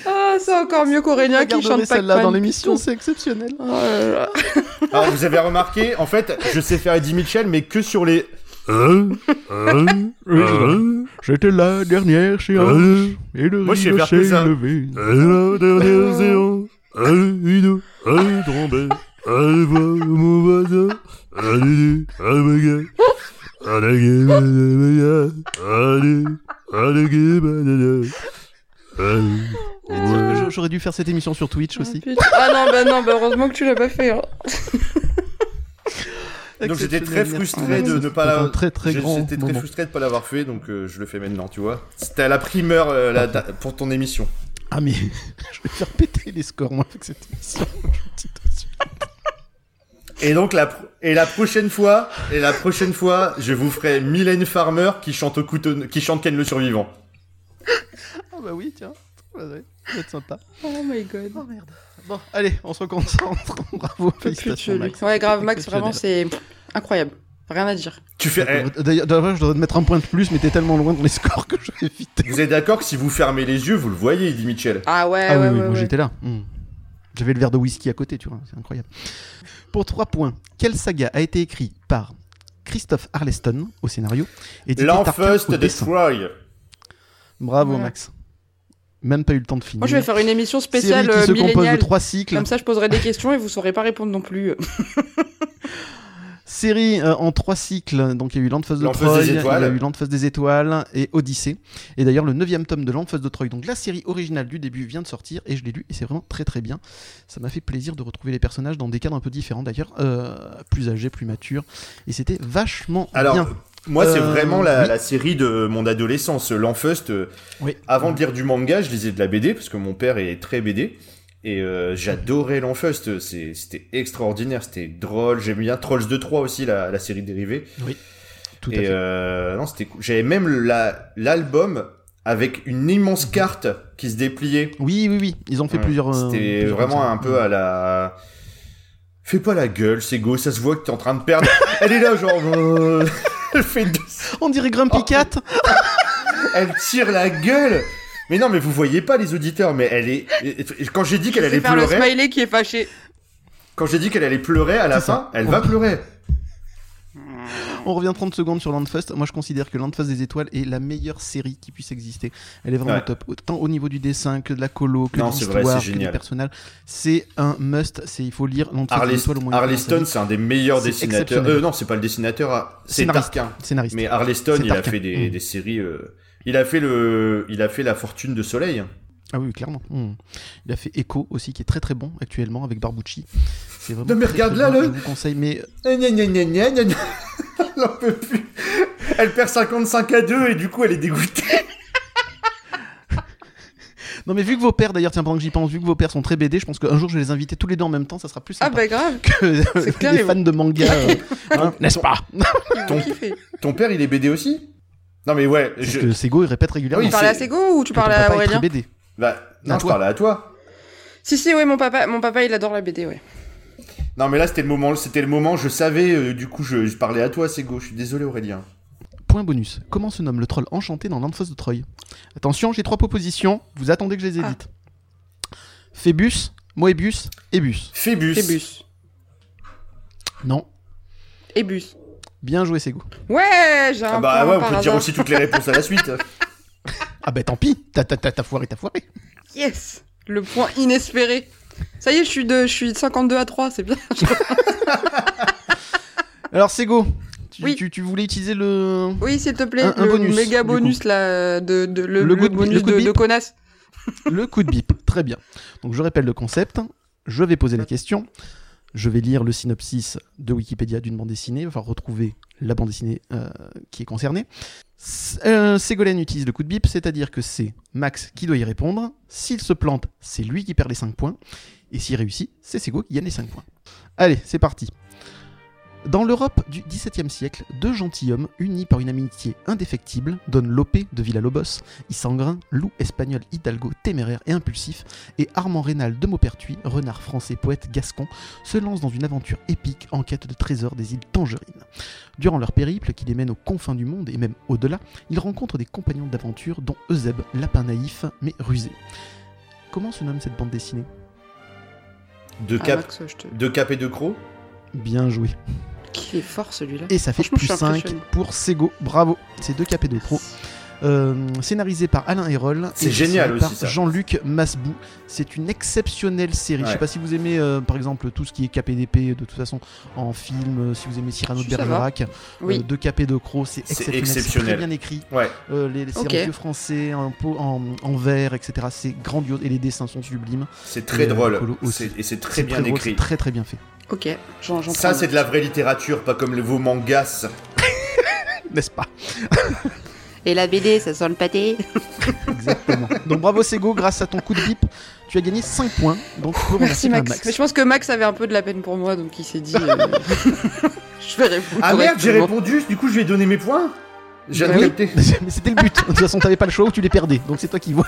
[SPEAKER 3] Ah, c'est encore mieux qu'Aurélien qui
[SPEAKER 2] Regarderez
[SPEAKER 3] chante pas
[SPEAKER 2] celle-là dans l'émission, c'est exceptionnel.
[SPEAKER 3] Oh
[SPEAKER 4] Alors, vous avez remarqué, en fait, je sais faire Eddie Mitchell, mais que sur les.
[SPEAKER 8] Hein Hein Hein
[SPEAKER 2] J'étais la dernière chez
[SPEAKER 8] Hein
[SPEAKER 2] et le
[SPEAKER 4] Euh, Moi, je sais rideau faire que s'est ça.
[SPEAKER 2] levé.
[SPEAKER 8] Et la dernière séance, elle une, elle trompée, elle voit mon voisin, elle dit, elle me gueule, elle est gueule, elle me gueule, elle dit, elle est gueule, elle est gueule.
[SPEAKER 2] Je- J'aurais dû faire cette émission sur Twitch aussi.
[SPEAKER 3] Ah non, bah non, bah heureusement que tu l'as pas fait. hein.
[SPEAKER 4] Donc, j'étais très
[SPEAKER 2] Exceptionnel, merci,
[SPEAKER 4] frustré
[SPEAKER 2] Max.
[SPEAKER 4] de ne pas
[SPEAKER 2] C'était un
[SPEAKER 4] l'avoir.
[SPEAKER 2] très très
[SPEAKER 4] je-
[SPEAKER 2] grand
[SPEAKER 4] J'étais très
[SPEAKER 2] moment.
[SPEAKER 4] frustré de ne pas l'avoir fait, donc euh, je le fais maintenant, tu vois. C'était à la primeur euh, la da- pour ton émission.
[SPEAKER 2] Ah mais je vais faire péter les scores moi avec cette émission. Je vous dis tout de suite.
[SPEAKER 4] Et donc, la, pro- et la prochaine fois, et la prochaine fois, je vous ferai Mylène Farmer qui chante au couteau, qui chante Ken le survivant.
[SPEAKER 2] Ah bah oui tiens, Ouais, ouais. ça va être sympa.
[SPEAKER 3] Oh my god.
[SPEAKER 2] Oh merde. Bon allez, on se concentre. Bravo,
[SPEAKER 3] Peu plus de
[SPEAKER 2] félicitations
[SPEAKER 3] celui.
[SPEAKER 2] Max.
[SPEAKER 3] Ouais, grave, Max, vraiment, c'est incroyable. Rien à dire.
[SPEAKER 4] Tu fais. eh,
[SPEAKER 2] D'ailleurs, d'ailleurs, je devrais te mettre un point de plus, mais t'es tellement loin dans les scores que je vais éviter.
[SPEAKER 3] Eh
[SPEAKER 4] Vous êtes d'accord que si vous fermez les yeux, vous le voyez, Eddie Mitchell
[SPEAKER 3] Ah ouais,
[SPEAKER 2] Ah oui,
[SPEAKER 3] ouais,
[SPEAKER 2] oui,
[SPEAKER 3] ouais,
[SPEAKER 2] moi
[SPEAKER 3] ouais.
[SPEAKER 2] j'étais là. Mm. J'avais le verre de whisky à côté, tu vois, c'est incroyable. Pour 3 points, quelle saga a été écrite par Christophe Arleston au scénario et Didier Tarquin
[SPEAKER 4] L'enfust
[SPEAKER 2] au
[SPEAKER 4] de
[SPEAKER 2] dessin
[SPEAKER 4] Troy.
[SPEAKER 2] Bravo
[SPEAKER 3] Voilà.
[SPEAKER 2] Max. Même pas eu le temps de finir.
[SPEAKER 3] Moi, je vais faire une émission spéciale
[SPEAKER 2] Série qui se
[SPEAKER 3] euh,
[SPEAKER 2] compose de
[SPEAKER 3] milléniale.
[SPEAKER 2] 3 cycles.
[SPEAKER 3] Comme ça, je poserai des questions et vous saurez pas répondre non plus.
[SPEAKER 2] Série euh, en trois cycles. Donc il y a eu l'Anfeuse de
[SPEAKER 4] L'Enfeuse
[SPEAKER 2] Troy,
[SPEAKER 4] des
[SPEAKER 2] il y a
[SPEAKER 4] Étoiles.
[SPEAKER 2] eu l'Anfeuse des Étoiles et Odyssée. Et d'ailleurs le neuvième tome de l'Anfeuse de Troy, donc la série originale du début vient de sortir et je l'ai lu et c'est vraiment très très bien. Ça m'a fait plaisir de retrouver les personnages dans des cadres un peu différents d'ailleurs, euh, plus âgés, plus matures. Et c'était vachement
[SPEAKER 4] Alors,
[SPEAKER 2] bien.
[SPEAKER 4] moi, c'est
[SPEAKER 2] Euh,
[SPEAKER 4] vraiment la,
[SPEAKER 2] oui.
[SPEAKER 4] la série de mon adolescence. L'enfust, euh,
[SPEAKER 2] Oui.
[SPEAKER 4] avant de lire du manga, je lisais de la BD, parce que mon père est très BD. Et euh, j'adorais l'enfust. C'est- C'était extraordinaire, c'était drôle. J'aimais bien Trolls 2 3 aussi, la, la série dérivée.
[SPEAKER 2] Tout à
[SPEAKER 4] Et
[SPEAKER 2] fait.
[SPEAKER 4] euh, non, c'était cool. J'avais même la- l'album avec une immense carte qui se dépliait. Mmh.
[SPEAKER 2] Oui oui oui, ils ont Mmh. fait
[SPEAKER 4] Ouais.
[SPEAKER 2] plusieurs. euh,
[SPEAKER 4] C'était
[SPEAKER 2] plusieurs
[SPEAKER 4] vraiment
[SPEAKER 2] comme ça.
[SPEAKER 4] un peu à la. Fais pas la gueule, c'est go, ça se voit que t'es en train de perdre. Elle est là, genre. euh, Elle fait une-
[SPEAKER 2] On dirait Grumpy
[SPEAKER 4] Oh.
[SPEAKER 2] Cat
[SPEAKER 4] Elle tire la gueule Mais non, mais vous voyez pas les auditeurs, mais elle est. et- et- Quand j'ai dit qu'elle
[SPEAKER 3] Je vais
[SPEAKER 4] allait
[SPEAKER 3] faire le
[SPEAKER 4] pleurer,
[SPEAKER 3] smiley qui est fâché.
[SPEAKER 4] quand j'ai dit qu'elle allait pleurer à la
[SPEAKER 2] C'est ça.
[SPEAKER 4] fin, elle va pleurer.
[SPEAKER 2] On revient 30 secondes sur Landfest. Moi, je considère que Landfest des étoiles est la meilleure série qui puisse exister. Elle est vraiment
[SPEAKER 4] Ouais.
[SPEAKER 2] top. Autant au niveau du dessin que de la colo, que
[SPEAKER 4] Non,
[SPEAKER 2] de
[SPEAKER 4] c'est vrai,
[SPEAKER 2] l'histoire,
[SPEAKER 4] c'est
[SPEAKER 2] que des
[SPEAKER 4] génial.
[SPEAKER 2] personnages. C'est un must. C'est il faut lire Landfest des étoiles au moins. une fois dans sa
[SPEAKER 4] Arleston,
[SPEAKER 2] vie.
[SPEAKER 4] c'est un des meilleurs
[SPEAKER 2] C'est
[SPEAKER 4] dessinateurs.
[SPEAKER 2] exceptionnel.
[SPEAKER 4] Euh, non, c'est pas le dessinateur, ah, c'est
[SPEAKER 2] Scénariste.
[SPEAKER 4] Tarquin.
[SPEAKER 2] Scénariste.
[SPEAKER 4] Mais Arleston,
[SPEAKER 2] C'est
[SPEAKER 4] il a
[SPEAKER 2] Tarquin.
[SPEAKER 4] fait des,
[SPEAKER 2] Mm.
[SPEAKER 4] des séries. euh, Il a fait le, il a fait la fortune de Soleil.
[SPEAKER 2] Ah oui, clairement. Hmm. Il a fait Echo aussi, qui est très très bon actuellement avec Barbucci. C'est vraiment.
[SPEAKER 4] Non, mais
[SPEAKER 2] très, très
[SPEAKER 4] regarde là,
[SPEAKER 2] bon.
[SPEAKER 4] le-
[SPEAKER 2] Je vous conseille, mais
[SPEAKER 4] Gna, gna, gna, gna, gna, gna, gna. Elle en peut plus. Elle perd 55 à 2 et du coup elle est dégoûtée.
[SPEAKER 2] non, mais vu que vos pères, d'ailleurs, tiens, pendant que j'y pense, vu que vos pères sont très BD, je pense qu'un jour je vais les inviter tous les deux en même temps, ça sera plus
[SPEAKER 3] Ah
[SPEAKER 2] sympa
[SPEAKER 3] bah grave,
[SPEAKER 2] que euh,
[SPEAKER 3] c'est clair,
[SPEAKER 2] les
[SPEAKER 3] ils
[SPEAKER 2] fans de manga, euh, hein, n'est-ce pas
[SPEAKER 3] ils
[SPEAKER 4] Ton-
[SPEAKER 3] vont kiffer.
[SPEAKER 4] Ton père, il est BD aussi Non mais ouais,
[SPEAKER 2] Parce
[SPEAKER 4] je.
[SPEAKER 2] que Sego, il répète régulièrement.
[SPEAKER 4] Oui,
[SPEAKER 3] Tu
[SPEAKER 2] que
[SPEAKER 3] parles à
[SPEAKER 4] c'est-
[SPEAKER 3] Sego ou tu
[SPEAKER 2] ton
[SPEAKER 3] parles
[SPEAKER 2] papa est
[SPEAKER 3] à
[SPEAKER 2] très
[SPEAKER 3] Aurélien
[SPEAKER 2] BD.
[SPEAKER 4] Bah, non,
[SPEAKER 2] À
[SPEAKER 4] je
[SPEAKER 2] toi.
[SPEAKER 4] parle à toi.
[SPEAKER 3] Si si ouais mon papa mon papa il adore la BD ouais.
[SPEAKER 4] Non mais là c'était le moment, c'était le moment. Je savais, euh, du coup je, je parlais à toi, Sego. Je suis désolé Aurélien.
[SPEAKER 2] Point bonus. Comment se nomme le troll enchanté dans l'Anfos de Troy Attention, j'ai trois propositions. Vous attendez que je les
[SPEAKER 3] Ah.
[SPEAKER 2] édite. Phébus, Moebius, Ebus.
[SPEAKER 4] Phébus.
[SPEAKER 3] Ebus.
[SPEAKER 2] Non.
[SPEAKER 3] Ebus.
[SPEAKER 2] Bien joué, Sego.
[SPEAKER 3] Ouais, j'ai un
[SPEAKER 4] Ah bah
[SPEAKER 3] point
[SPEAKER 4] ouais, on
[SPEAKER 3] par
[SPEAKER 4] peut dire
[SPEAKER 3] hasard.
[SPEAKER 4] aussi toutes les réponses à la suite.
[SPEAKER 2] Ah bah tant pis. T'as t'as- t'as- t'as foiré, t'as foiré.
[SPEAKER 3] Yes, le point inespéré. Ça y est, je suis de je suis de 52 à 3, c'est bien.
[SPEAKER 2] Alors, Sego, tu,
[SPEAKER 3] Oui.
[SPEAKER 2] tu- tu voulais utiliser le.
[SPEAKER 3] Oui, s'il te plaît,
[SPEAKER 2] Un- un
[SPEAKER 3] le
[SPEAKER 2] bonus,
[SPEAKER 3] méga
[SPEAKER 2] du
[SPEAKER 3] bonus là de, de- le,
[SPEAKER 2] Le
[SPEAKER 3] le
[SPEAKER 2] coup de- le
[SPEAKER 3] bonus
[SPEAKER 2] coup de
[SPEAKER 3] de,
[SPEAKER 2] bip.
[SPEAKER 3] de connasse.
[SPEAKER 2] Le coup de bip. Très bien. Donc je répète le concept. Je vais poser la question. Je vais lire le synopsis de Wikipédia d'une bande dessinée. Il va falloir retrouver la bande dessinée euh, qui est concernée. S- euh, Ségolène utilise le coup de bip, c'est-à-dire que c'est Max qui doit y répondre. S'il se plante, c'est lui qui perd les 5 points. Et s'il réussit, c'est Sego qui gagne les 5 points. Allez, c'est parti. Dans l'Europe du XVIIe siècle, deux gentilshommes, unis par une amitié indéfectible, donnent l'opé de Villalobos Isengrin, loup espagnol hidalgo téméraire et impulsif, et Armand Rénal de Maupertuis, renard français poète gascon, se lancent dans une aventure épique en quête de trésors des îles Tangerines. Durant leur périple qui les mène aux confins du monde et même au-delà, ils rencontrent des compagnons d'aventure dont Eusèbe, lapin naïf mais rusé. Comment se nomme cette bande dessinée
[SPEAKER 4] De
[SPEAKER 3] Ah,
[SPEAKER 4] cap,
[SPEAKER 3] Max, je te...
[SPEAKER 4] de cap et de croc.
[SPEAKER 2] Bien joué.
[SPEAKER 3] Qu'il est fort celui-là.
[SPEAKER 2] Et ça fait
[SPEAKER 3] Franchement,
[SPEAKER 2] plus
[SPEAKER 3] je suis
[SPEAKER 2] 5
[SPEAKER 3] impressionné.
[SPEAKER 2] pour Sego. Bravo. C'est deux capés de pro. Euh, scénarisé par Alain Hérol.
[SPEAKER 4] C'est
[SPEAKER 2] et dessiné
[SPEAKER 4] génial aussi,
[SPEAKER 2] par
[SPEAKER 4] ça.
[SPEAKER 2] Jean-Luc Masbou. C'est une exceptionnelle série. Je sais
[SPEAKER 4] Ouais.
[SPEAKER 2] pas si vous aimez, euh, par exemple, tout ce qui est KPDP, de toute façon, en film, euh, si vous aimez Cyrano de
[SPEAKER 3] Si, ça va.
[SPEAKER 2] Bergerac,
[SPEAKER 3] Oui.
[SPEAKER 2] euh, deux capés de Croc, c'est
[SPEAKER 4] C'est
[SPEAKER 2] exceptionnel.
[SPEAKER 4] exceptionnel.
[SPEAKER 2] C'est très bien écrit.
[SPEAKER 4] Ouais.
[SPEAKER 2] Euh, les les- c'est
[SPEAKER 3] Ok.
[SPEAKER 2] en vieux français, en, peau- en, en verre, etc. C'est grandiose et les dessins sont sublimes.
[SPEAKER 4] C'est
[SPEAKER 2] Et,
[SPEAKER 4] très
[SPEAKER 2] euh,
[SPEAKER 4] drôle.
[SPEAKER 2] Colo aussi.
[SPEAKER 4] C'est- Et c'est très
[SPEAKER 2] C'est
[SPEAKER 4] bien
[SPEAKER 2] très drôle,
[SPEAKER 4] écrit.
[SPEAKER 2] c'est très très bien fait.
[SPEAKER 3] OK, j'en j'en
[SPEAKER 4] euh, Ça,
[SPEAKER 3] prends
[SPEAKER 4] c'est de la vraie littérature, pas comme les, vos mangas.
[SPEAKER 2] N'est-ce pas
[SPEAKER 3] note. Et la BD, ça sent le pâté.
[SPEAKER 2] Exactement. Donc bravo Sego, grâce à ton coup de bip, tu as gagné 5 points. Donc je peux
[SPEAKER 3] Merci
[SPEAKER 2] remercier quand même
[SPEAKER 3] Max. Mais je pense que Max avait un peu de la peine pour moi donc il s'est dit euh, je vais répondre.
[SPEAKER 4] Ah merde, j'ai
[SPEAKER 3] correctement.
[SPEAKER 4] répondu, du coup, je vais donner mes points J'ai
[SPEAKER 3] Bah oui.
[SPEAKER 4] capté.
[SPEAKER 2] Mais c'était le but. De toute façon, t'avais pas le choix ou tu les perdais. Donc c'est toi qui vois.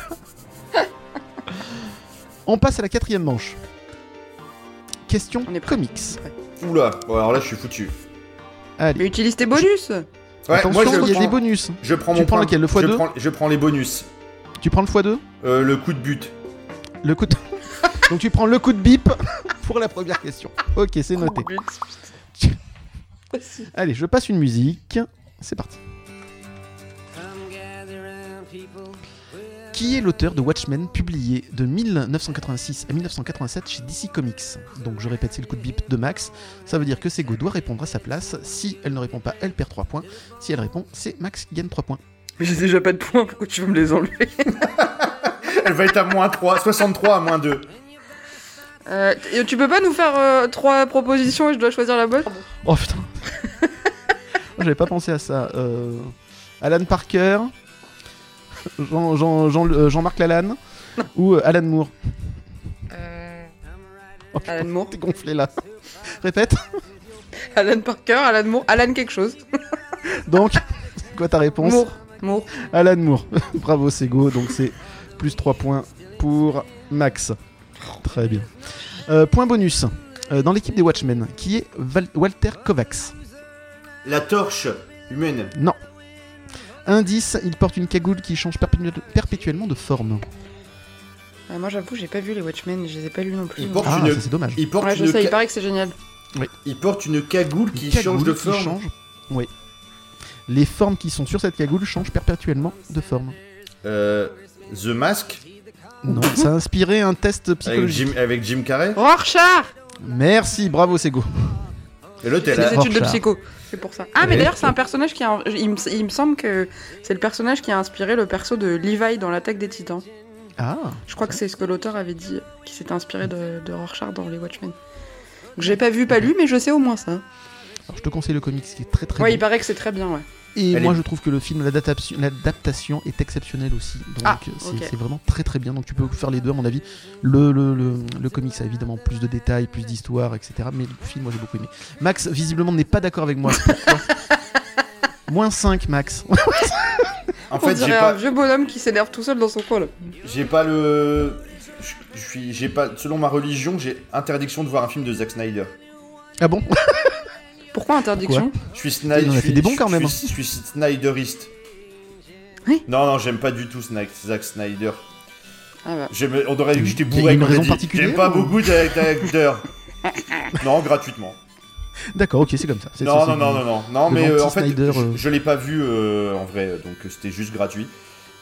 [SPEAKER 2] On passe à la quatrième manche. Question
[SPEAKER 3] On est prêt.
[SPEAKER 2] comics.
[SPEAKER 4] Oula, bon, alors là, je suis foutu.
[SPEAKER 3] Mais utilise tes bonus.
[SPEAKER 4] Ouais,
[SPEAKER 2] Attention,
[SPEAKER 4] moi, je
[SPEAKER 2] il y a des
[SPEAKER 4] prends,
[SPEAKER 2] bonus.
[SPEAKER 4] je prends
[SPEAKER 2] Tu
[SPEAKER 4] mon
[SPEAKER 2] prends
[SPEAKER 4] point.
[SPEAKER 2] lequel, le
[SPEAKER 4] je,
[SPEAKER 2] x2?
[SPEAKER 4] prends, je prends les bonus.
[SPEAKER 2] Tu prends le x2,
[SPEAKER 4] Euh, le coup de but.
[SPEAKER 2] le coup de... Donc tu prends le coup de bip pour la première question. Ok, c'est noté.
[SPEAKER 3] Vas-y.
[SPEAKER 2] Allez, je passe une musique. C'est parti. Qui est l'auteur de Watchmen publié de 1986 à 1987 chez DC Comics Donc je répète, c'est le coup de bip de Max. Ça veut dire que Sego doit répondre à sa place. Si elle ne répond pas, elle perd 3 points. Si elle répond, c'est Max qui gagne 3 points.
[SPEAKER 3] Mais j'ai déjà pas de points, pourquoi tu veux me les enlever
[SPEAKER 4] Elle va être à moins 3, 63 à moins 2.
[SPEAKER 3] Euh, t- tu peux pas nous faire euh, trois propositions et je dois choisir la bonne
[SPEAKER 2] Oh putain J'avais pas pensé à ça. Euh, Alan Parker, Jean, Jean, Jean, euh, Jean-Marc Lalanne ou euh, Alan Moore. Oh, putain,
[SPEAKER 3] Alan Moore.
[SPEAKER 2] T'es gonflé là. Répète.
[SPEAKER 3] Alan Parker, Alan Moore, Alan quelque chose.
[SPEAKER 2] Donc, c'est quoi ta réponse
[SPEAKER 3] Moore. Moore.
[SPEAKER 2] Alan Moore. Bravo, Sego. Donc, c'est plus 3 points pour Max. Très bien. Euh, point bonus. euh, dans l'équipe des Watchmen, qui est Val- Walter Kovacs.
[SPEAKER 4] La torche humaine.
[SPEAKER 2] Non. Indice, il porte une cagoule qui change perpétu- perpétuellement de forme.
[SPEAKER 3] Ah, moi, j'avoue, j'ai pas vu les Watchmen, je les ai pas lus non plus.
[SPEAKER 4] Il porte,
[SPEAKER 2] Ah,
[SPEAKER 4] une...
[SPEAKER 2] ça, c'est dommage.
[SPEAKER 4] Il, porte
[SPEAKER 3] Ouais, je
[SPEAKER 4] une...
[SPEAKER 3] sais, il
[SPEAKER 4] ca-
[SPEAKER 3] paraît que c'est génial.
[SPEAKER 4] il porte une cagoule qui
[SPEAKER 2] Une cagoule
[SPEAKER 4] change de
[SPEAKER 2] qui
[SPEAKER 4] forme.
[SPEAKER 2] change. Oui. Les formes qui sont sur cette cagoule changent perpétuellement de forme.
[SPEAKER 4] Euh, The Mask
[SPEAKER 2] Non, ça a inspiré un test
[SPEAKER 4] avec
[SPEAKER 2] psychologique.
[SPEAKER 4] Jim, avec Jim Carrey.
[SPEAKER 3] Rorschach
[SPEAKER 2] Merci, bravo Sego.
[SPEAKER 4] Et l'autre, elle
[SPEAKER 3] C'est
[SPEAKER 4] a-
[SPEAKER 3] des études de
[SPEAKER 2] Rorschach.
[SPEAKER 3] psycho, c'est pour ça. Ah, mais
[SPEAKER 2] Ouais.
[SPEAKER 3] d'ailleurs, c'est un personnage qui a. Il me, il me semble que c'est le personnage qui a inspiré le perso de Levi dans l'attaque des titans.
[SPEAKER 2] Ah,
[SPEAKER 3] Je crois que c'est ce que l'auteur avait dit, qui s'est inspiré de, de Rorschach dans les Watchmen. Donc, J'ai pas vu, pas lu, mais je sais au moins ça.
[SPEAKER 2] alors je te conseille le comics qui est très très
[SPEAKER 3] ouais,
[SPEAKER 2] bon.
[SPEAKER 3] il paraît que c'est très bien, ouais.
[SPEAKER 2] Et
[SPEAKER 4] Elle
[SPEAKER 2] moi,
[SPEAKER 4] est-
[SPEAKER 2] je trouve que le film, l'adaptation l'adaptation est exceptionnelle aussi. Donc,
[SPEAKER 3] Ah,
[SPEAKER 2] c'est
[SPEAKER 3] ok.
[SPEAKER 2] c'est vraiment très très bien. Donc, tu peux faire les deux, à mon avis. Le, le, le, le comics a évidemment plus de détails, plus d'histoire, etc. Mais le film, moi, j'ai beaucoup aimé. Max, visiblement, n'est pas d'accord avec moi. Pourquoi Moins 5, Max.
[SPEAKER 4] En
[SPEAKER 3] On
[SPEAKER 4] fait, j'ai
[SPEAKER 3] dirait un
[SPEAKER 4] pas,
[SPEAKER 3] vieux bonhomme qui s'énerve tout seul dans son coin, là.
[SPEAKER 4] j'ai pas le. je- Je suis, j'ai pas. Selon ma religion, j'ai interdiction de voir un film de Zack Snyder.
[SPEAKER 2] ah bon
[SPEAKER 3] Pourquoi interdiction
[SPEAKER 4] Je suis Snyder.
[SPEAKER 2] Il en a
[SPEAKER 4] je
[SPEAKER 2] fait
[SPEAKER 4] suis-
[SPEAKER 2] des bons
[SPEAKER 4] je-
[SPEAKER 2] quand
[SPEAKER 4] je
[SPEAKER 2] même. hein.
[SPEAKER 4] suis- Je suis Snyderiste.
[SPEAKER 3] Oui.
[SPEAKER 4] Non, non, j'aime pas du tout Sna- Zack Snyder.
[SPEAKER 3] Ah bah.
[SPEAKER 4] J'aime- on aurait dit que j'étais
[SPEAKER 2] Il y a
[SPEAKER 4] bourré
[SPEAKER 2] une
[SPEAKER 4] quand j'ai
[SPEAKER 2] raison
[SPEAKER 4] dit.
[SPEAKER 2] particulière,
[SPEAKER 4] J'aime pas
[SPEAKER 2] ou-
[SPEAKER 4] beaucoup Zack Snyder. non, gratuitement.
[SPEAKER 2] D'accord, ok, c'est comme ça. C'est-
[SPEAKER 4] Non,
[SPEAKER 2] c'est-
[SPEAKER 4] non, non, non, non, non,
[SPEAKER 2] le
[SPEAKER 4] mais euh, en
[SPEAKER 2] gentil
[SPEAKER 4] fait,
[SPEAKER 2] Snyder,
[SPEAKER 4] je,
[SPEAKER 2] euh.
[SPEAKER 4] je l'ai pas vu euh, en vrai, donc euh, c'était juste gratuit.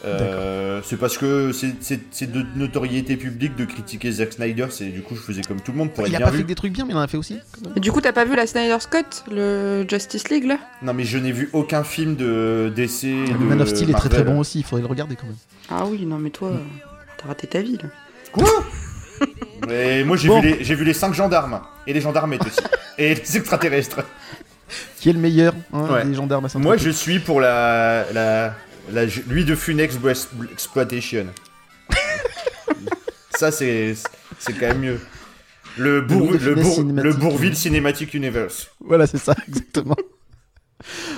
[SPEAKER 4] Euh, c'est parce que c'est- c'est c'est de notoriété publique de critiquer Zack Snyder, c'est du coup je faisais comme tout le monde pour être
[SPEAKER 2] Il a
[SPEAKER 4] bien
[SPEAKER 2] pas fait
[SPEAKER 4] vu. Euh,
[SPEAKER 2] que des trucs bien, mais il en a fait aussi. quand même.
[SPEAKER 3] Mais du coup, t'as pas vu la Snyder Scott, le Justice League, là
[SPEAKER 4] Non mais je n'ai vu aucun film de DC.
[SPEAKER 2] Le
[SPEAKER 4] de
[SPEAKER 2] Ah, Man of Steel est très très
[SPEAKER 4] Marvel.
[SPEAKER 2] bon aussi. Il faudrait le regarder quand même.
[SPEAKER 3] Ah oui, non, mais toi, euh, t'as raté ta vie, là.
[SPEAKER 4] Mais moi j'ai
[SPEAKER 2] Bon.
[SPEAKER 4] vu les j'ai vu les cinq gendarmes et les gendarmes aussi et les extraterrestres.
[SPEAKER 2] Qui est le meilleur hein,
[SPEAKER 4] Ouais.
[SPEAKER 2] des gendarmes à saint
[SPEAKER 4] Moi je suis pour la la, la lui de Funex Breast Exploitation. Ça c'est c'est quand même mieux. Le, bourg,
[SPEAKER 2] Bourg-
[SPEAKER 4] le,
[SPEAKER 2] Finesse
[SPEAKER 4] Bourg- le
[SPEAKER 2] cinématique.
[SPEAKER 4] Bourville Cinematic Universe.
[SPEAKER 2] Voilà, c'est ça, exactement.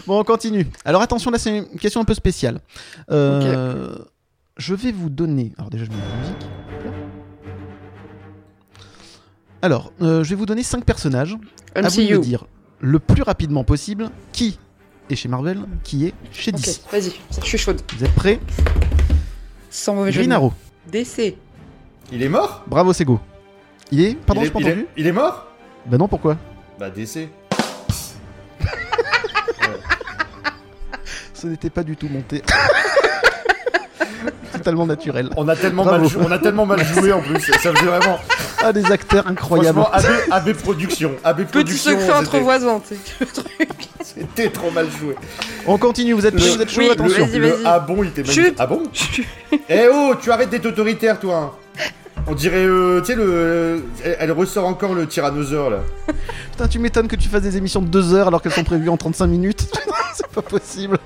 [SPEAKER 2] bon, on continue. Alors attention, là c'est une question un peu spéciale. Euh, Je vais vous donner. Alors déjà, je mets la musique. Alors, euh, je vais vous donner 5 personnages.
[SPEAKER 3] Ah
[SPEAKER 2] à vous de me
[SPEAKER 3] MCU.
[SPEAKER 2] dire le plus rapidement possible qui est chez Marvel, qui est chez
[SPEAKER 3] Ok,
[SPEAKER 2] DC.
[SPEAKER 3] vas-y, je suis chaude.
[SPEAKER 2] Vous êtes prêts
[SPEAKER 3] Sans mauvais jeu de
[SPEAKER 2] Green
[SPEAKER 3] mots.
[SPEAKER 2] Arrow.
[SPEAKER 3] DC.
[SPEAKER 4] Il est mort
[SPEAKER 2] Bravo, Sego. Il est Pardon,
[SPEAKER 4] il
[SPEAKER 2] je
[SPEAKER 4] est,
[SPEAKER 2] pas
[SPEAKER 4] il est-
[SPEAKER 2] entendu
[SPEAKER 4] il est mort
[SPEAKER 2] Bah non, pourquoi
[SPEAKER 4] Bah DC.
[SPEAKER 2] Ce n'était pas du tout monté. Totalement naturel.
[SPEAKER 4] On a tellement
[SPEAKER 2] Bravo.
[SPEAKER 4] mal jou- on a tellement mal joué en plus. Ça faisait vraiment
[SPEAKER 2] Ah, des acteurs incroyables.
[SPEAKER 4] franchement AB, AB Production. AB
[SPEAKER 3] Petit
[SPEAKER 4] Production.
[SPEAKER 3] secret entre
[SPEAKER 4] c'était-
[SPEAKER 3] voisins, tu sais, le truc.
[SPEAKER 4] C'était trop mal joué.
[SPEAKER 2] On continue, vous êtes chaud,
[SPEAKER 4] Le-
[SPEAKER 2] vous êtes chaud,
[SPEAKER 3] oui,
[SPEAKER 2] attention.
[SPEAKER 3] Vas-y,
[SPEAKER 4] Le
[SPEAKER 3] vas-y.
[SPEAKER 4] Ah bon, il était magnifique.
[SPEAKER 3] Chut.
[SPEAKER 4] Ah bon Eh oh, tu arrêtes d'être autoritaire, toi. hein. On dirait, euh, tu sais, le, euh, elle, elle ressort encore le tyrannosaure là.
[SPEAKER 2] Putain, tu m'étonnes que tu fasses des émissions de 2 heures alors qu'elles sont prévues en 35 minutes. c'est pas possible.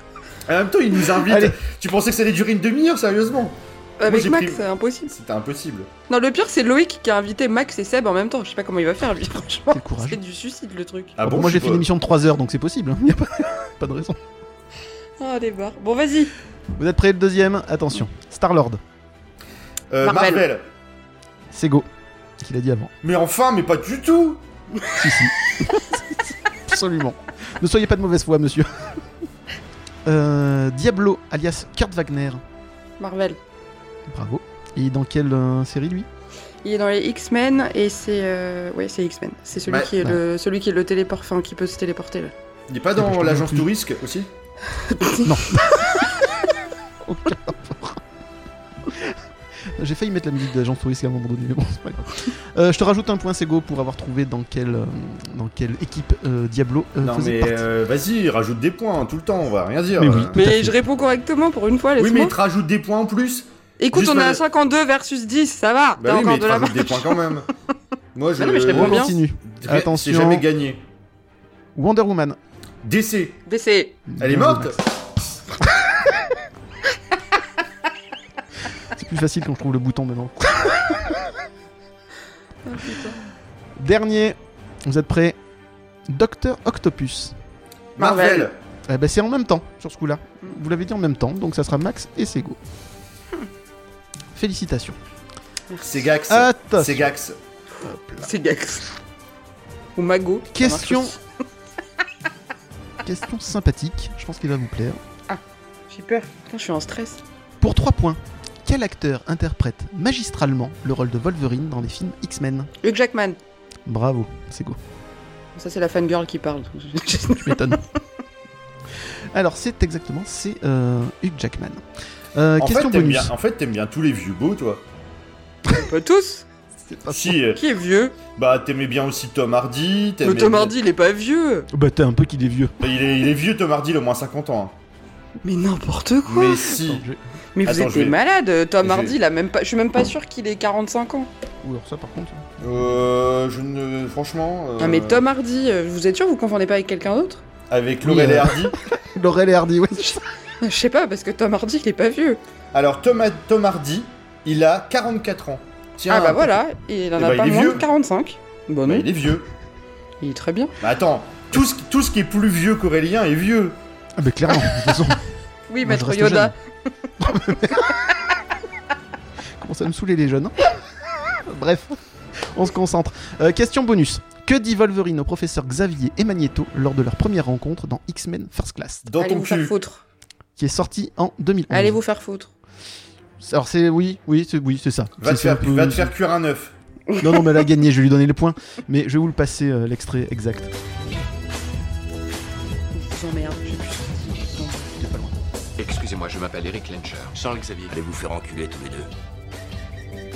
[SPEAKER 4] En même temps, il nous invite.
[SPEAKER 2] Allez.
[SPEAKER 4] Tu pensais que ça allait durer une demi-heure, sérieusement
[SPEAKER 3] Bah, Avec
[SPEAKER 4] j'ai
[SPEAKER 3] Max,
[SPEAKER 4] pris-
[SPEAKER 3] c'est impossible.
[SPEAKER 4] C'était impossible.
[SPEAKER 3] Non, le pire, c'est Loïc qui a invité Max et Seb en même temps. Je sais pas comment il va faire, lui, franchement.
[SPEAKER 2] Quel courage.
[SPEAKER 3] C'est du suicide, le truc.
[SPEAKER 4] Ah
[SPEAKER 2] Bon,
[SPEAKER 4] bon
[SPEAKER 2] moi
[SPEAKER 4] je
[SPEAKER 2] j'ai
[SPEAKER 4] sais
[SPEAKER 2] fait une
[SPEAKER 4] pas.
[SPEAKER 2] émission de 3 heures donc c'est possible. Il Y a pas, pas de raison.
[SPEAKER 3] Ah, des barres. Bon, vas-y.
[SPEAKER 2] Vous êtes prêts le deuxième Attention. Star-Lord,
[SPEAKER 4] Euh, Marvel.
[SPEAKER 3] Marvel.
[SPEAKER 2] c'est go. Qu'il a dit avant.
[SPEAKER 4] Mais enfin, mais pas du tout.
[SPEAKER 2] Si, si. Absolument. Ne soyez pas de mauvaise foi, monsieur. Euh, Diablo, alias Kurt Wagner.
[SPEAKER 3] Marvel.
[SPEAKER 2] Bravo. Et dans quelle euh, série lui
[SPEAKER 3] Il est dans les X-Men et c'est. euh, Ouais, c'est X-Men. C'est celui,
[SPEAKER 4] Ouais.
[SPEAKER 3] qui est le... celui qui est le téléport... enfin, qui peut se téléporter, là.
[SPEAKER 4] Il est pas
[SPEAKER 2] Je
[SPEAKER 4] dans
[SPEAKER 2] peux
[SPEAKER 4] l'agence
[SPEAKER 2] non plus.
[SPEAKER 4] Tourisque aussi
[SPEAKER 2] J'ai failli mettre la musique de Jean Touristique à un moment donné, mais bon, c'est pas grave. Euh, je te rajoute un point, Sego, pour avoir trouvé dans quelle, euh, dans quelle équipe euh, Diablo euh,
[SPEAKER 4] Non
[SPEAKER 2] faisait
[SPEAKER 4] mais
[SPEAKER 2] partie.
[SPEAKER 4] euh, vas-y, rajoute des points hein, tout le temps. On va rien dire.
[SPEAKER 2] Mais oui.
[SPEAKER 4] Euh,
[SPEAKER 2] Tout à fait.
[SPEAKER 3] Mais je réponds correctement pour une fois,
[SPEAKER 4] oui,
[SPEAKER 3] laisse-moi.
[SPEAKER 4] mais il te rajoute des points en plus.
[SPEAKER 3] Écoute,
[SPEAKER 4] juste
[SPEAKER 3] on est
[SPEAKER 4] ma-
[SPEAKER 3] à 52 versus 10, ça va. T'as
[SPEAKER 4] Bah oui,
[SPEAKER 3] encore
[SPEAKER 4] mais il
[SPEAKER 3] de
[SPEAKER 4] te
[SPEAKER 3] la
[SPEAKER 4] rajoute
[SPEAKER 3] marge. Ah
[SPEAKER 4] des points quand même. Moi, je.
[SPEAKER 3] non, mais je
[SPEAKER 2] On
[SPEAKER 3] réponds bien.
[SPEAKER 2] continue.
[SPEAKER 4] Attention.
[SPEAKER 2] Attention.
[SPEAKER 4] C'est jamais gagné.
[SPEAKER 2] Wonder Woman.
[SPEAKER 4] DC.
[SPEAKER 3] DC.
[SPEAKER 4] Elle est
[SPEAKER 2] Bien joué,
[SPEAKER 4] morte.
[SPEAKER 2] Max. C'est plus facile quand je trouve le bouton maintenant.
[SPEAKER 3] Ah, putain.
[SPEAKER 2] Dernier, vous êtes prêts Docteur Octopus.
[SPEAKER 4] Marvel.
[SPEAKER 3] Marvel.
[SPEAKER 2] Eh ben, c'est en même temps sur ce coup-là. Vous l'avez dit en même temps, donc ça sera Max et Sego. Félicitations.
[SPEAKER 4] C'est Gax.
[SPEAKER 2] Ah, Attention.
[SPEAKER 4] C'est Gax.
[SPEAKER 3] C'est Gax. Ou Mago. ça
[SPEAKER 2] Question.
[SPEAKER 3] marche aussi.
[SPEAKER 2] Question sympathique, je pense qu'il va vous plaire.
[SPEAKER 3] J'ai peur. Putain, je suis en stress.
[SPEAKER 2] Pour 3 points, quel acteur interprète magistralement le rôle de Wolverine dans les films X-Men
[SPEAKER 3] Hugh Jackman.
[SPEAKER 2] Bravo, c'est go.
[SPEAKER 3] Ça, c'est la fangirl qui parle.
[SPEAKER 2] Tu m'étonnes. Alors, c'est exactement, c'est euh, Hugh Jackman. Euh,
[SPEAKER 4] En fait,
[SPEAKER 2] question
[SPEAKER 4] t'aimes
[SPEAKER 2] bonus.
[SPEAKER 4] bien- en fait, t'aimes bien tous les vieux beaux, toi.
[SPEAKER 3] On peut tous.
[SPEAKER 2] C'est pas
[SPEAKER 4] Si, euh,
[SPEAKER 3] Qui est vieux
[SPEAKER 4] bah t'aimais bien aussi Tom Hardy.
[SPEAKER 3] Le
[SPEAKER 4] t'aimais-
[SPEAKER 3] Tom Hardy, il est pas vieux.
[SPEAKER 2] Bah, t'es un peu qu'il est vieux.
[SPEAKER 4] Il est, il est vieux, Tom Hardy, il a au moins 50 ans. hein.
[SPEAKER 3] Mais n'importe quoi.
[SPEAKER 4] Mais
[SPEAKER 3] Mais,
[SPEAKER 4] si.
[SPEAKER 3] vous
[SPEAKER 4] Attends, je
[SPEAKER 3] étiez
[SPEAKER 4] vais-
[SPEAKER 3] malade. Tom
[SPEAKER 4] je vais-
[SPEAKER 3] Hardy, il a même pas. Je suis même pas sûr qu'il ait 45 ans.
[SPEAKER 2] Ou alors ça, par contre. hein.
[SPEAKER 4] Euh, je ne. Franchement. euh,
[SPEAKER 3] Non, Ah, mais Tom Hardy, euh, vous êtes sûr vous confondez pas avec quelqu'un d'autre
[SPEAKER 4] Avec
[SPEAKER 2] Oui,
[SPEAKER 4] Laurel et
[SPEAKER 2] euh.
[SPEAKER 4] Hardy.
[SPEAKER 2] Laurel et Hardy, ouais.
[SPEAKER 3] Je sais pas, parce que Tom Hardy, il est pas vieux.
[SPEAKER 4] Alors, Tom, Tom Hardy, il a 44 ans. Tiens,
[SPEAKER 3] ah bah
[SPEAKER 4] un-
[SPEAKER 3] voilà, il en
[SPEAKER 4] Eh
[SPEAKER 3] a
[SPEAKER 4] bah,
[SPEAKER 3] pas
[SPEAKER 4] il est
[SPEAKER 3] moins de
[SPEAKER 4] vieux.
[SPEAKER 3] 45. Bon,
[SPEAKER 4] Bah,
[SPEAKER 3] non,
[SPEAKER 4] il est vieux.
[SPEAKER 3] il est très bien.
[SPEAKER 4] Bah, attends, tout ce, tout ce qui est plus vieux qu'Aurélien est vieux.
[SPEAKER 2] Ah, bah, clairement, de toute façon.
[SPEAKER 4] Bah,
[SPEAKER 3] Oui,
[SPEAKER 2] Moi, je
[SPEAKER 3] maître
[SPEAKER 2] reste
[SPEAKER 3] Yoda.
[SPEAKER 2] commence à me saouler les jeunes. hein. Bref, on se concentre. Euh, question bonus. Que dit Wolverine au professeur Xavier et Magneto lors de leur première rencontre dans X-Men First Class,
[SPEAKER 4] Dans
[SPEAKER 3] Allez
[SPEAKER 4] ton
[SPEAKER 3] vous faire
[SPEAKER 4] cul.
[SPEAKER 3] foutre. Mmh.
[SPEAKER 2] qui est sorti en 2011
[SPEAKER 3] Allez vous faire foutre.
[SPEAKER 2] Alors c'est oui, oui, c'est oui, c'est ça.
[SPEAKER 4] Va te,
[SPEAKER 2] C'est- c'est un
[SPEAKER 4] faire,
[SPEAKER 2] peu-
[SPEAKER 4] va te faire cuire un œuf.
[SPEAKER 2] Non, non, mais elle a gagné. Je vais lui donner le point, mais je vais vous le passer euh, l'extrait exact.
[SPEAKER 3] Je vous emmerde, je sais plus ce que c'est. Non.
[SPEAKER 2] T'es pas loin.
[SPEAKER 1] Excusez-moi, je m'appelle Eric Lencher. Charles Xavier.
[SPEAKER 9] Allez vous faire enculer tous les deux.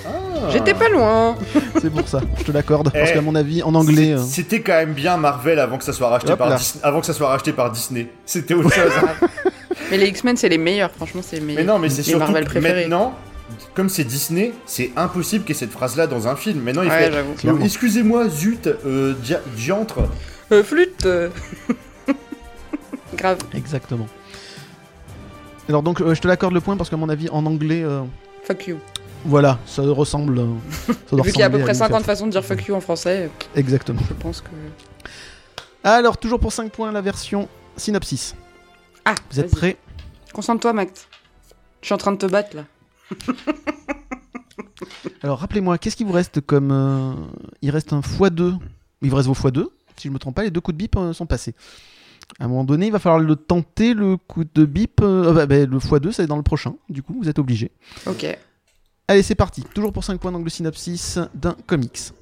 [SPEAKER 4] Ah.
[SPEAKER 3] J'étais pas loin.
[SPEAKER 2] C'est pour ça. Je te l'accorde parce
[SPEAKER 4] Eh,
[SPEAKER 2] qu'à mon avis, en
[SPEAKER 4] C'est-
[SPEAKER 2] anglais, euh,
[SPEAKER 4] C'était quand même bien Marvel avant que ça soit racheté,
[SPEAKER 2] Hop
[SPEAKER 4] par,
[SPEAKER 2] là.
[SPEAKER 4] Dis- avant que ça soit racheté par Disney. C'était autre chose. hein.
[SPEAKER 3] Mais les X-Men, c'est les meilleurs, franchement, c'est les
[SPEAKER 4] mais
[SPEAKER 3] meilleurs.
[SPEAKER 4] non, mais c'est
[SPEAKER 3] Mes
[SPEAKER 4] surtout
[SPEAKER 3] Marvel
[SPEAKER 4] que
[SPEAKER 3] préférés.
[SPEAKER 4] maintenant, comme c'est Disney, c'est impossible qu'il y ait cette phrase-là dans un film. Maintenant, il
[SPEAKER 3] ouais,
[SPEAKER 4] fait.
[SPEAKER 3] j'avoue.
[SPEAKER 4] Oh,
[SPEAKER 2] clairement.
[SPEAKER 4] Excusez-moi, zut, euh, dia- diantre.
[SPEAKER 3] Euh, flûte euh. Grave,
[SPEAKER 2] euh, exactement. Alors donc, euh, je te l'accorde le point parce qu'à mon avis, en anglais, euh,
[SPEAKER 3] fuck you.
[SPEAKER 2] voilà, ça ressemble. euh, ça doit
[SPEAKER 3] Vu qu'il y a à peu
[SPEAKER 2] ressembler
[SPEAKER 3] près
[SPEAKER 2] une
[SPEAKER 3] 50 façons de dire fuck you en français,
[SPEAKER 2] fête. Exactement.
[SPEAKER 3] je pense que.
[SPEAKER 2] Alors, toujours pour 5 points, la version synopsis.
[SPEAKER 3] Ah,
[SPEAKER 2] Vous êtes
[SPEAKER 3] vas-y.
[SPEAKER 2] prêts
[SPEAKER 3] Concentre-toi, Max. Je suis en train de te battre là.
[SPEAKER 2] Alors, rappelez-moi, qu'est-ce qui vous reste comme. euh, Il reste un x2. Il vous reste vos x2. Si je me trompe pas, les deux coups de bip euh, sont passés. À un moment donné, il va falloir le tenter, le coup de bip. euh, ah bah, bah, le x2, c'est dans le prochain. Du coup, vous êtes obligé.
[SPEAKER 3] Ok.
[SPEAKER 2] Allez, c'est parti. Toujours pour 5 points d'angle synopsis d'un comics.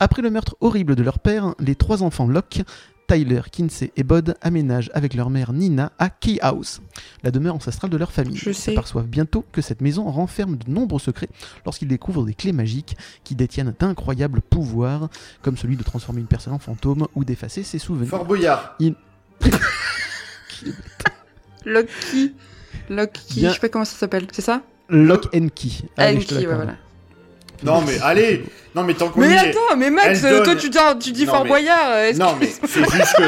[SPEAKER 2] Après le meurtre horrible de leur père, les trois enfants Locke, Tyler, Kinsey et Bod aménagent avec leur mère Nina à Key House, la demeure ancestrale de leur famille.
[SPEAKER 3] Je
[SPEAKER 2] Ils
[SPEAKER 3] sais.
[SPEAKER 2] s'aperçoivent bientôt que cette maison renferme de nombreux secrets lorsqu'ils découvrent des clés magiques qui détiennent d'incroyables pouvoirs, comme celui de transformer une personne en fantôme ou d'effacer ses souvenirs.
[SPEAKER 4] Fort Boyard.
[SPEAKER 3] Loki. Loki,
[SPEAKER 2] Bien.
[SPEAKER 3] je sais pas comment ça s'appelle, c'est ça
[SPEAKER 2] Locke and Key.
[SPEAKER 4] Ah,
[SPEAKER 2] Allez, je te
[SPEAKER 3] Anki, ouais,
[SPEAKER 2] l'accorde.
[SPEAKER 3] voilà.
[SPEAKER 4] Non, mais allez Non, mais tant qu'on y
[SPEAKER 3] Mais
[SPEAKER 4] est-
[SPEAKER 3] attends, mais Max,
[SPEAKER 4] Elle
[SPEAKER 3] euh,
[SPEAKER 4] donne.
[SPEAKER 3] toi tu dis, tu dis
[SPEAKER 4] Non,
[SPEAKER 3] Fort
[SPEAKER 4] mais-
[SPEAKER 3] Boyard, euh, est-ce
[SPEAKER 4] Non,
[SPEAKER 3] que-
[SPEAKER 4] mais c'est juste que.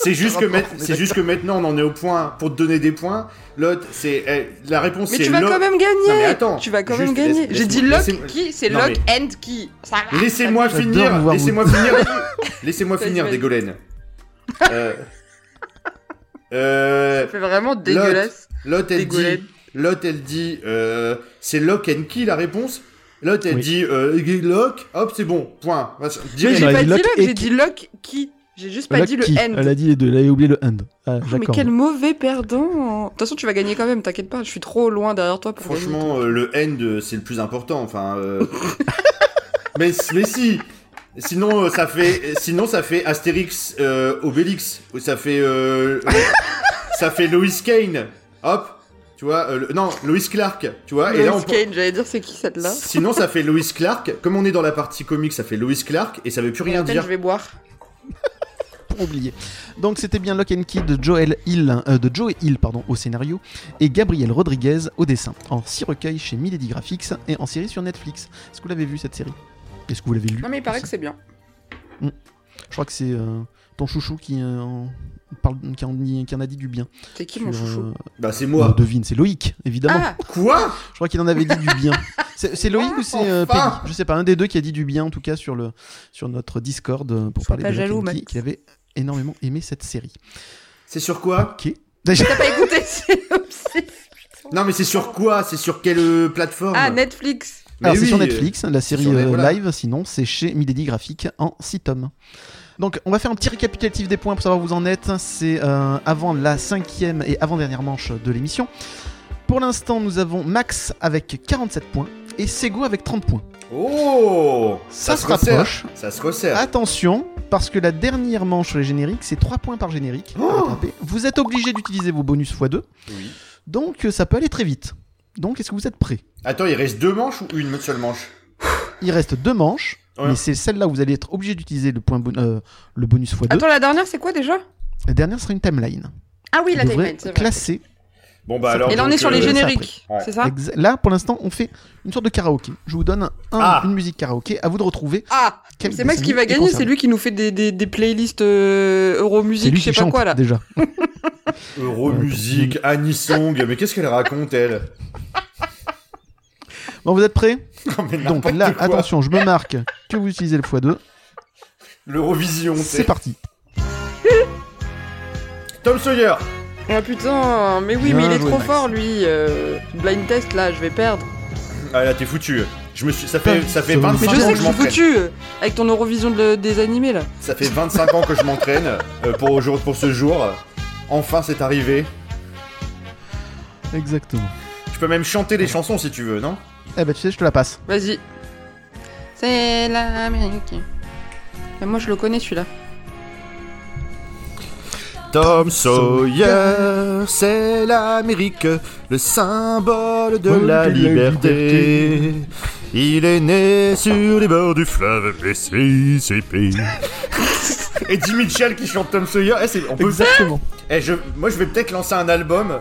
[SPEAKER 4] C'est juste que,
[SPEAKER 2] Rapport,
[SPEAKER 4] mait-
[SPEAKER 2] on est
[SPEAKER 4] c'est juste que maintenant on en est au point pour te donner des points. L'autre, c'est eh, la réponse
[SPEAKER 3] Mais
[SPEAKER 4] c'est
[SPEAKER 3] tu vas
[SPEAKER 4] Lo-
[SPEAKER 3] quand même gagner
[SPEAKER 4] Non, mais attends,
[SPEAKER 3] Tu vas quand
[SPEAKER 4] juste
[SPEAKER 3] même gagner
[SPEAKER 4] laisse-
[SPEAKER 3] J'ai dit
[SPEAKER 4] laisse-moi-
[SPEAKER 3] Lock
[SPEAKER 4] laissez-
[SPEAKER 3] qui, c'est
[SPEAKER 4] Non,
[SPEAKER 3] Lock and qui Ça va
[SPEAKER 4] Laissez-moi
[SPEAKER 2] J'adore
[SPEAKER 4] finir,
[SPEAKER 2] vous voir
[SPEAKER 4] laissez-moi finir, laissez-moi
[SPEAKER 3] Vas-y,
[SPEAKER 4] finir,
[SPEAKER 3] vas-y.
[SPEAKER 4] Dégolène. Euh, euh,
[SPEAKER 3] C'est vraiment dégueulasse.
[SPEAKER 4] Lot, elle
[SPEAKER 3] Dégolène.
[SPEAKER 4] dit, Lot, elle dit, euh, c'est Lock and Key la réponse. Lot, elle
[SPEAKER 2] Oui.
[SPEAKER 4] dit, euh, Lock, hop, c'est bon, point.
[SPEAKER 3] Mais
[SPEAKER 4] Direct.
[SPEAKER 2] elle
[SPEAKER 3] j'ai
[SPEAKER 2] a
[SPEAKER 3] pas
[SPEAKER 2] dit
[SPEAKER 3] dit
[SPEAKER 2] Lock
[SPEAKER 3] Lock,
[SPEAKER 2] et
[SPEAKER 3] j'ai
[SPEAKER 2] qui.
[SPEAKER 3] dit Lock qui. J'ai juste pas
[SPEAKER 2] Locke
[SPEAKER 3] dit le
[SPEAKER 2] Key.
[SPEAKER 3] end.
[SPEAKER 2] Elle a dit les deux, elle avait oublié le end. Ah,
[SPEAKER 3] mais
[SPEAKER 2] j'accorde.
[SPEAKER 3] quel mauvais perdant De toute façon, tu vas gagner quand même, t'inquiète pas, je suis trop loin derrière toi pour gagner.
[SPEAKER 4] Franchement, euh, le end, euh, c'est le plus important. Enfin, euh, mais, mais si. Sinon, euh, ça fait, sinon ça fait Astérix, euh, Obélix, ou ça fait, euh, euh, ça fait Lois Kane. Hop, tu vois. euh, le- non, Lois Clark, tu vois. et là, on
[SPEAKER 3] Lois Kane, j'allais dire c'est qui celle-là
[SPEAKER 4] Sinon, ça fait Lois Clark. Comme on est dans la partie comique, ça fait Lois Clark et ça veut plus rien
[SPEAKER 3] Attends,
[SPEAKER 4] dire.
[SPEAKER 3] Je vais boire.
[SPEAKER 2] pour oublier. Donc c'était bien Lock and Key de Joel Hill, euh, de Joe Hill pardon, au scénario et Gabriel Rodriguez au dessin. En 6 recueils chez Milady Graphics et en série sur Netflix. Est-ce que vous l'avez vu cette série Est-ce que vous l'avez lu
[SPEAKER 3] Non, mais il paraît que c'est bien.
[SPEAKER 2] Je crois que c'est euh, ton chouchou qui, euh, parle, qui, en, qui en a dit du bien.
[SPEAKER 3] C'est qui mon
[SPEAKER 2] Sur,
[SPEAKER 3] chouchou
[SPEAKER 2] euh,
[SPEAKER 4] Bah, c'est
[SPEAKER 2] on
[SPEAKER 4] moi.
[SPEAKER 2] devine, c'est Loïc, évidemment.
[SPEAKER 3] Ah
[SPEAKER 4] Quoi
[SPEAKER 2] Je crois qu'il en avait dit du bien. C'est c'est Loïc ou c'est euh,
[SPEAKER 4] Enfin
[SPEAKER 2] Peggy Je sais pas, un des deux qui a dit du bien en tout cas sur, le, sur notre Discord euh, pour
[SPEAKER 3] Sois
[SPEAKER 2] parler
[SPEAKER 3] pas
[SPEAKER 2] de Lock
[SPEAKER 3] jaloux,
[SPEAKER 2] and Key,
[SPEAKER 3] Max.
[SPEAKER 2] qu'il avait énormément aimé cette série.
[SPEAKER 4] C'est sur quoi
[SPEAKER 2] Ok.
[SPEAKER 3] T'as pas écouté Bah, c'est obscène.
[SPEAKER 2] Oh
[SPEAKER 4] Non, mais c'est sur quoi C'est sur quelle euh, plateforme
[SPEAKER 3] Ah, Netflix
[SPEAKER 2] Alors, c'est
[SPEAKER 4] oui,
[SPEAKER 2] sur
[SPEAKER 4] euh,
[SPEAKER 2] Netflix, la série
[SPEAKER 4] sur les-
[SPEAKER 2] euh,
[SPEAKER 4] voilà.
[SPEAKER 2] live, sinon c'est chez Milady Graphique en 6 tomes. Donc on va faire un petit récapitulatif des points pour savoir où vous en êtes. C'est euh, avant la cinquième et avant-dernière manche de l'émission. Pour l'instant, nous avons Max avec 47 points et Sego avec 30 points.
[SPEAKER 4] Oh
[SPEAKER 2] Ça, se
[SPEAKER 4] resserre.
[SPEAKER 2] rapproche. Ah.
[SPEAKER 4] Ça se resserre.
[SPEAKER 2] Attention, parce que la dernière manche sur les génériques, c'est 3 points par générique. à rattraper. Vous êtes obligé d'utiliser vos bonus x2,
[SPEAKER 4] Oh Oui.
[SPEAKER 2] donc euh, ça peut aller très vite. Donc est-ce que vous êtes prêts
[SPEAKER 4] Attends, il reste deux manches ou une seule manche
[SPEAKER 2] Il reste deux manches,
[SPEAKER 4] Ouais.
[SPEAKER 2] mais c'est celle-là où vous allez être obligé d'utiliser le, point bon- euh, le bonus x2.
[SPEAKER 3] Attends, la dernière, c'est quoi déjà
[SPEAKER 2] La dernière sera une timeline.
[SPEAKER 3] Ah oui, la
[SPEAKER 2] Vous devrez
[SPEAKER 3] timeline, c'est vrai.
[SPEAKER 2] classer.
[SPEAKER 4] Bon bah
[SPEAKER 2] Ça
[SPEAKER 4] alors.
[SPEAKER 3] Et là, on est
[SPEAKER 4] donc,
[SPEAKER 3] sur
[SPEAKER 4] euh,
[SPEAKER 3] les
[SPEAKER 2] ça
[SPEAKER 3] génériques,
[SPEAKER 4] après. Ouais.
[SPEAKER 3] c'est ça
[SPEAKER 2] Exa- Là, pour l'instant, on fait une sorte de karaoké. Je vous donne un-
[SPEAKER 4] Ah.
[SPEAKER 2] une musique karaoké. À vous de retrouver.
[SPEAKER 3] Ah
[SPEAKER 2] quel
[SPEAKER 3] C'est Max
[SPEAKER 2] dessin
[SPEAKER 3] qui va
[SPEAKER 2] animé est
[SPEAKER 3] gagner, c'est
[SPEAKER 2] concerné.
[SPEAKER 3] lui qui nous fait des, des, des playlists euh,
[SPEAKER 2] C'est
[SPEAKER 3] Euromusique,
[SPEAKER 2] lui
[SPEAKER 3] je sais
[SPEAKER 2] qui
[SPEAKER 3] pas
[SPEAKER 2] chante
[SPEAKER 3] quoi là.
[SPEAKER 2] déjà. Mmh.
[SPEAKER 4] Euromusique, Annie Song, mais qu'est-ce qu'elle raconte elle
[SPEAKER 2] Bon, vous êtes prêts
[SPEAKER 4] Non, mais
[SPEAKER 2] Donc
[SPEAKER 4] n'importe
[SPEAKER 2] là,
[SPEAKER 4] quoi.
[SPEAKER 2] attention, je me marque que vous utilisez le x2.
[SPEAKER 4] L'Eurovision,
[SPEAKER 2] C'est
[SPEAKER 4] c'est
[SPEAKER 2] parti.
[SPEAKER 4] Tom Sawyer
[SPEAKER 3] Ah putain, mais oui,
[SPEAKER 4] Bien
[SPEAKER 2] Ah,
[SPEAKER 3] mais il est
[SPEAKER 4] joué,
[SPEAKER 3] trop
[SPEAKER 4] Max.
[SPEAKER 3] fort lui. euh, blind test là, je vais perdre.
[SPEAKER 4] Ah là, t'es foutu. Je me suis... Ça fait, ça fait
[SPEAKER 2] Mais je
[SPEAKER 4] 25
[SPEAKER 3] Mais
[SPEAKER 4] ans
[SPEAKER 3] je sais
[SPEAKER 4] que
[SPEAKER 3] que
[SPEAKER 4] je
[SPEAKER 3] je suis
[SPEAKER 4] m'entraîne.
[SPEAKER 3] foutu euh, avec ton Eurovision de- des animés là.
[SPEAKER 4] Ça fait 25 ans que je m'entraîne euh, pour, aujourd'hui- pour ce jour. Enfin, c'est arrivé.
[SPEAKER 2] Exactement.
[SPEAKER 4] Tu peux même chanter des chansons si tu veux, non
[SPEAKER 2] Eh ben, tu sais, je te la passe.
[SPEAKER 3] Vas-y. C'est l'Amérique. Mais moi je le connais celui-là.
[SPEAKER 4] Tom Sawyer, c'est l'Amérique, le symbole de la liberté. Il est né sur les bords du fleuve Mississippi. Et Jim Mitchell qui chante Tom Sawyer, eh, c'est- on peut-
[SPEAKER 2] Exactement.
[SPEAKER 4] Eh, je- moi je vais peut-être lancer un album.